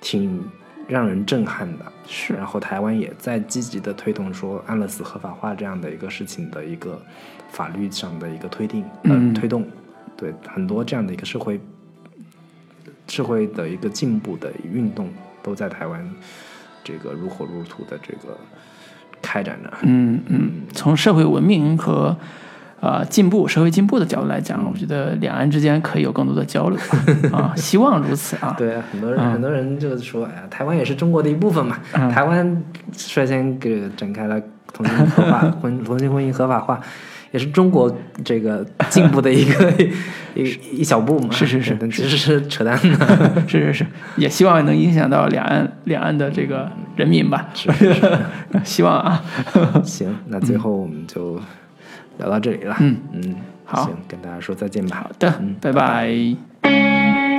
[SPEAKER 2] 挺让人震撼的。
[SPEAKER 1] 是
[SPEAKER 2] 然后台湾也在积极的推动说安乐死合法化这样的一个事情的一个法律上的一个推定，呃、
[SPEAKER 1] 嗯
[SPEAKER 2] 推动，对很多这样的一个社会社会的一个进步的运动，都在台湾这个如火如荼的这个开展着。
[SPEAKER 1] 嗯嗯，从社会文明和呃进步、社会进步的角度来讲，我觉得两岸之间可以有更多的交流啊，希望如此啊。
[SPEAKER 2] 对啊，很多人、很多人就是说，哎呀，台湾也是中国的一部分嘛。
[SPEAKER 1] 嗯
[SPEAKER 2] 台湾率先给展开了同性合 法婚同性婚姻合法化，也是中国这个进步的一 个一一小步嘛。
[SPEAKER 1] 是是是
[SPEAKER 2] 对，其实是扯淡的。
[SPEAKER 1] 是是是，也希望能影响到两岸两岸的这个人民吧。是 希望啊。
[SPEAKER 2] 行，那最后我们就聊到这里了。
[SPEAKER 1] 嗯
[SPEAKER 2] 嗯，
[SPEAKER 1] 好
[SPEAKER 2] 行，跟大家说再见吧。
[SPEAKER 1] 好的，拜拜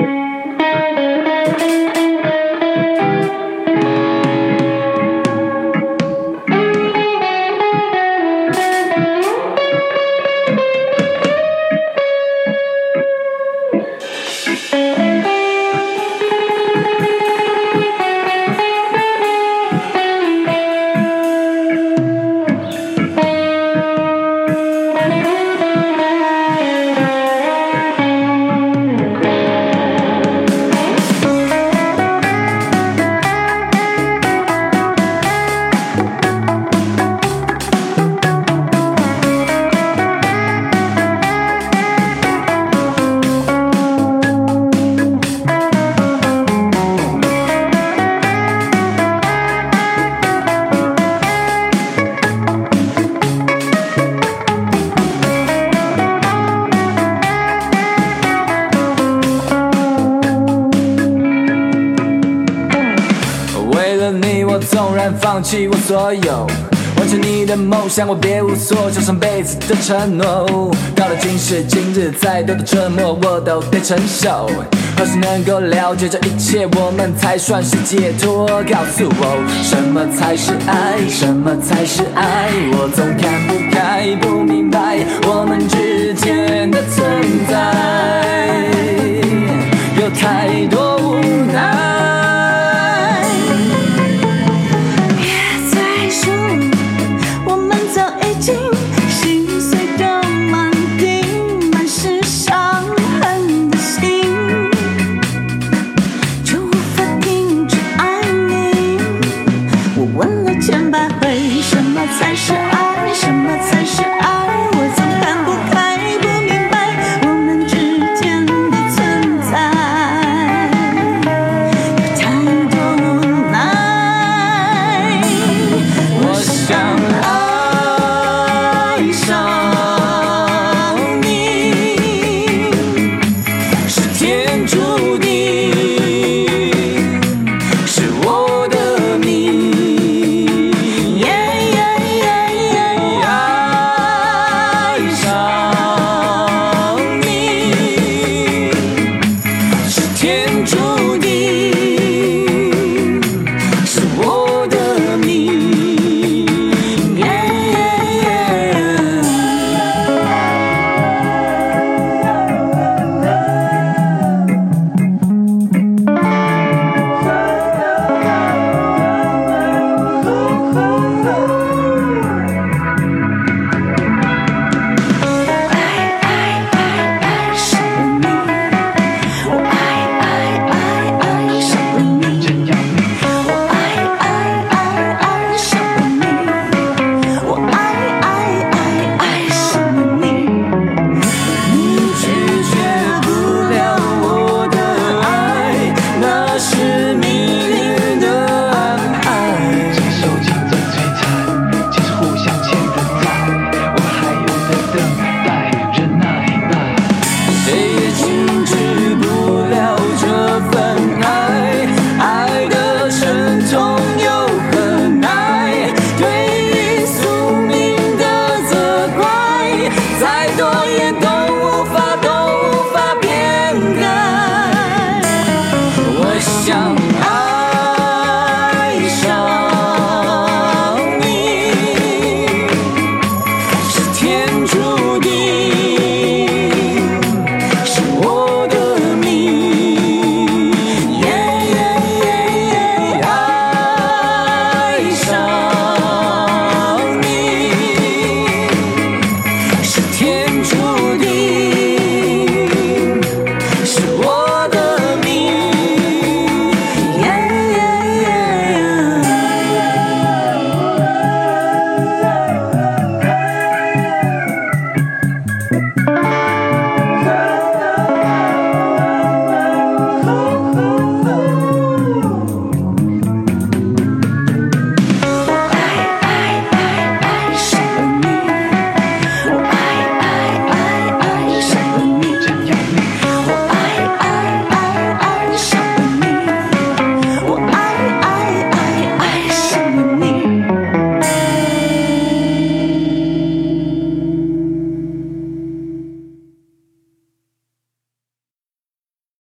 [SPEAKER 3] 为了你，我纵然放弃我所有，完成你的梦想，我别无所求，上辈子的承诺。到了今时今日，再多的折磨我都得承受。何时能够了解这一切，我们才算是解脱？告诉我，什么才是爱？什么才是爱？我总看不开，不明白我们之间的存在，有太多无奈。
[SPEAKER 4] 别再说，我们早已经心碎的满地，满是伤痕的心，就无法停止爱你。我问了千百回，什么才是爱？Oh,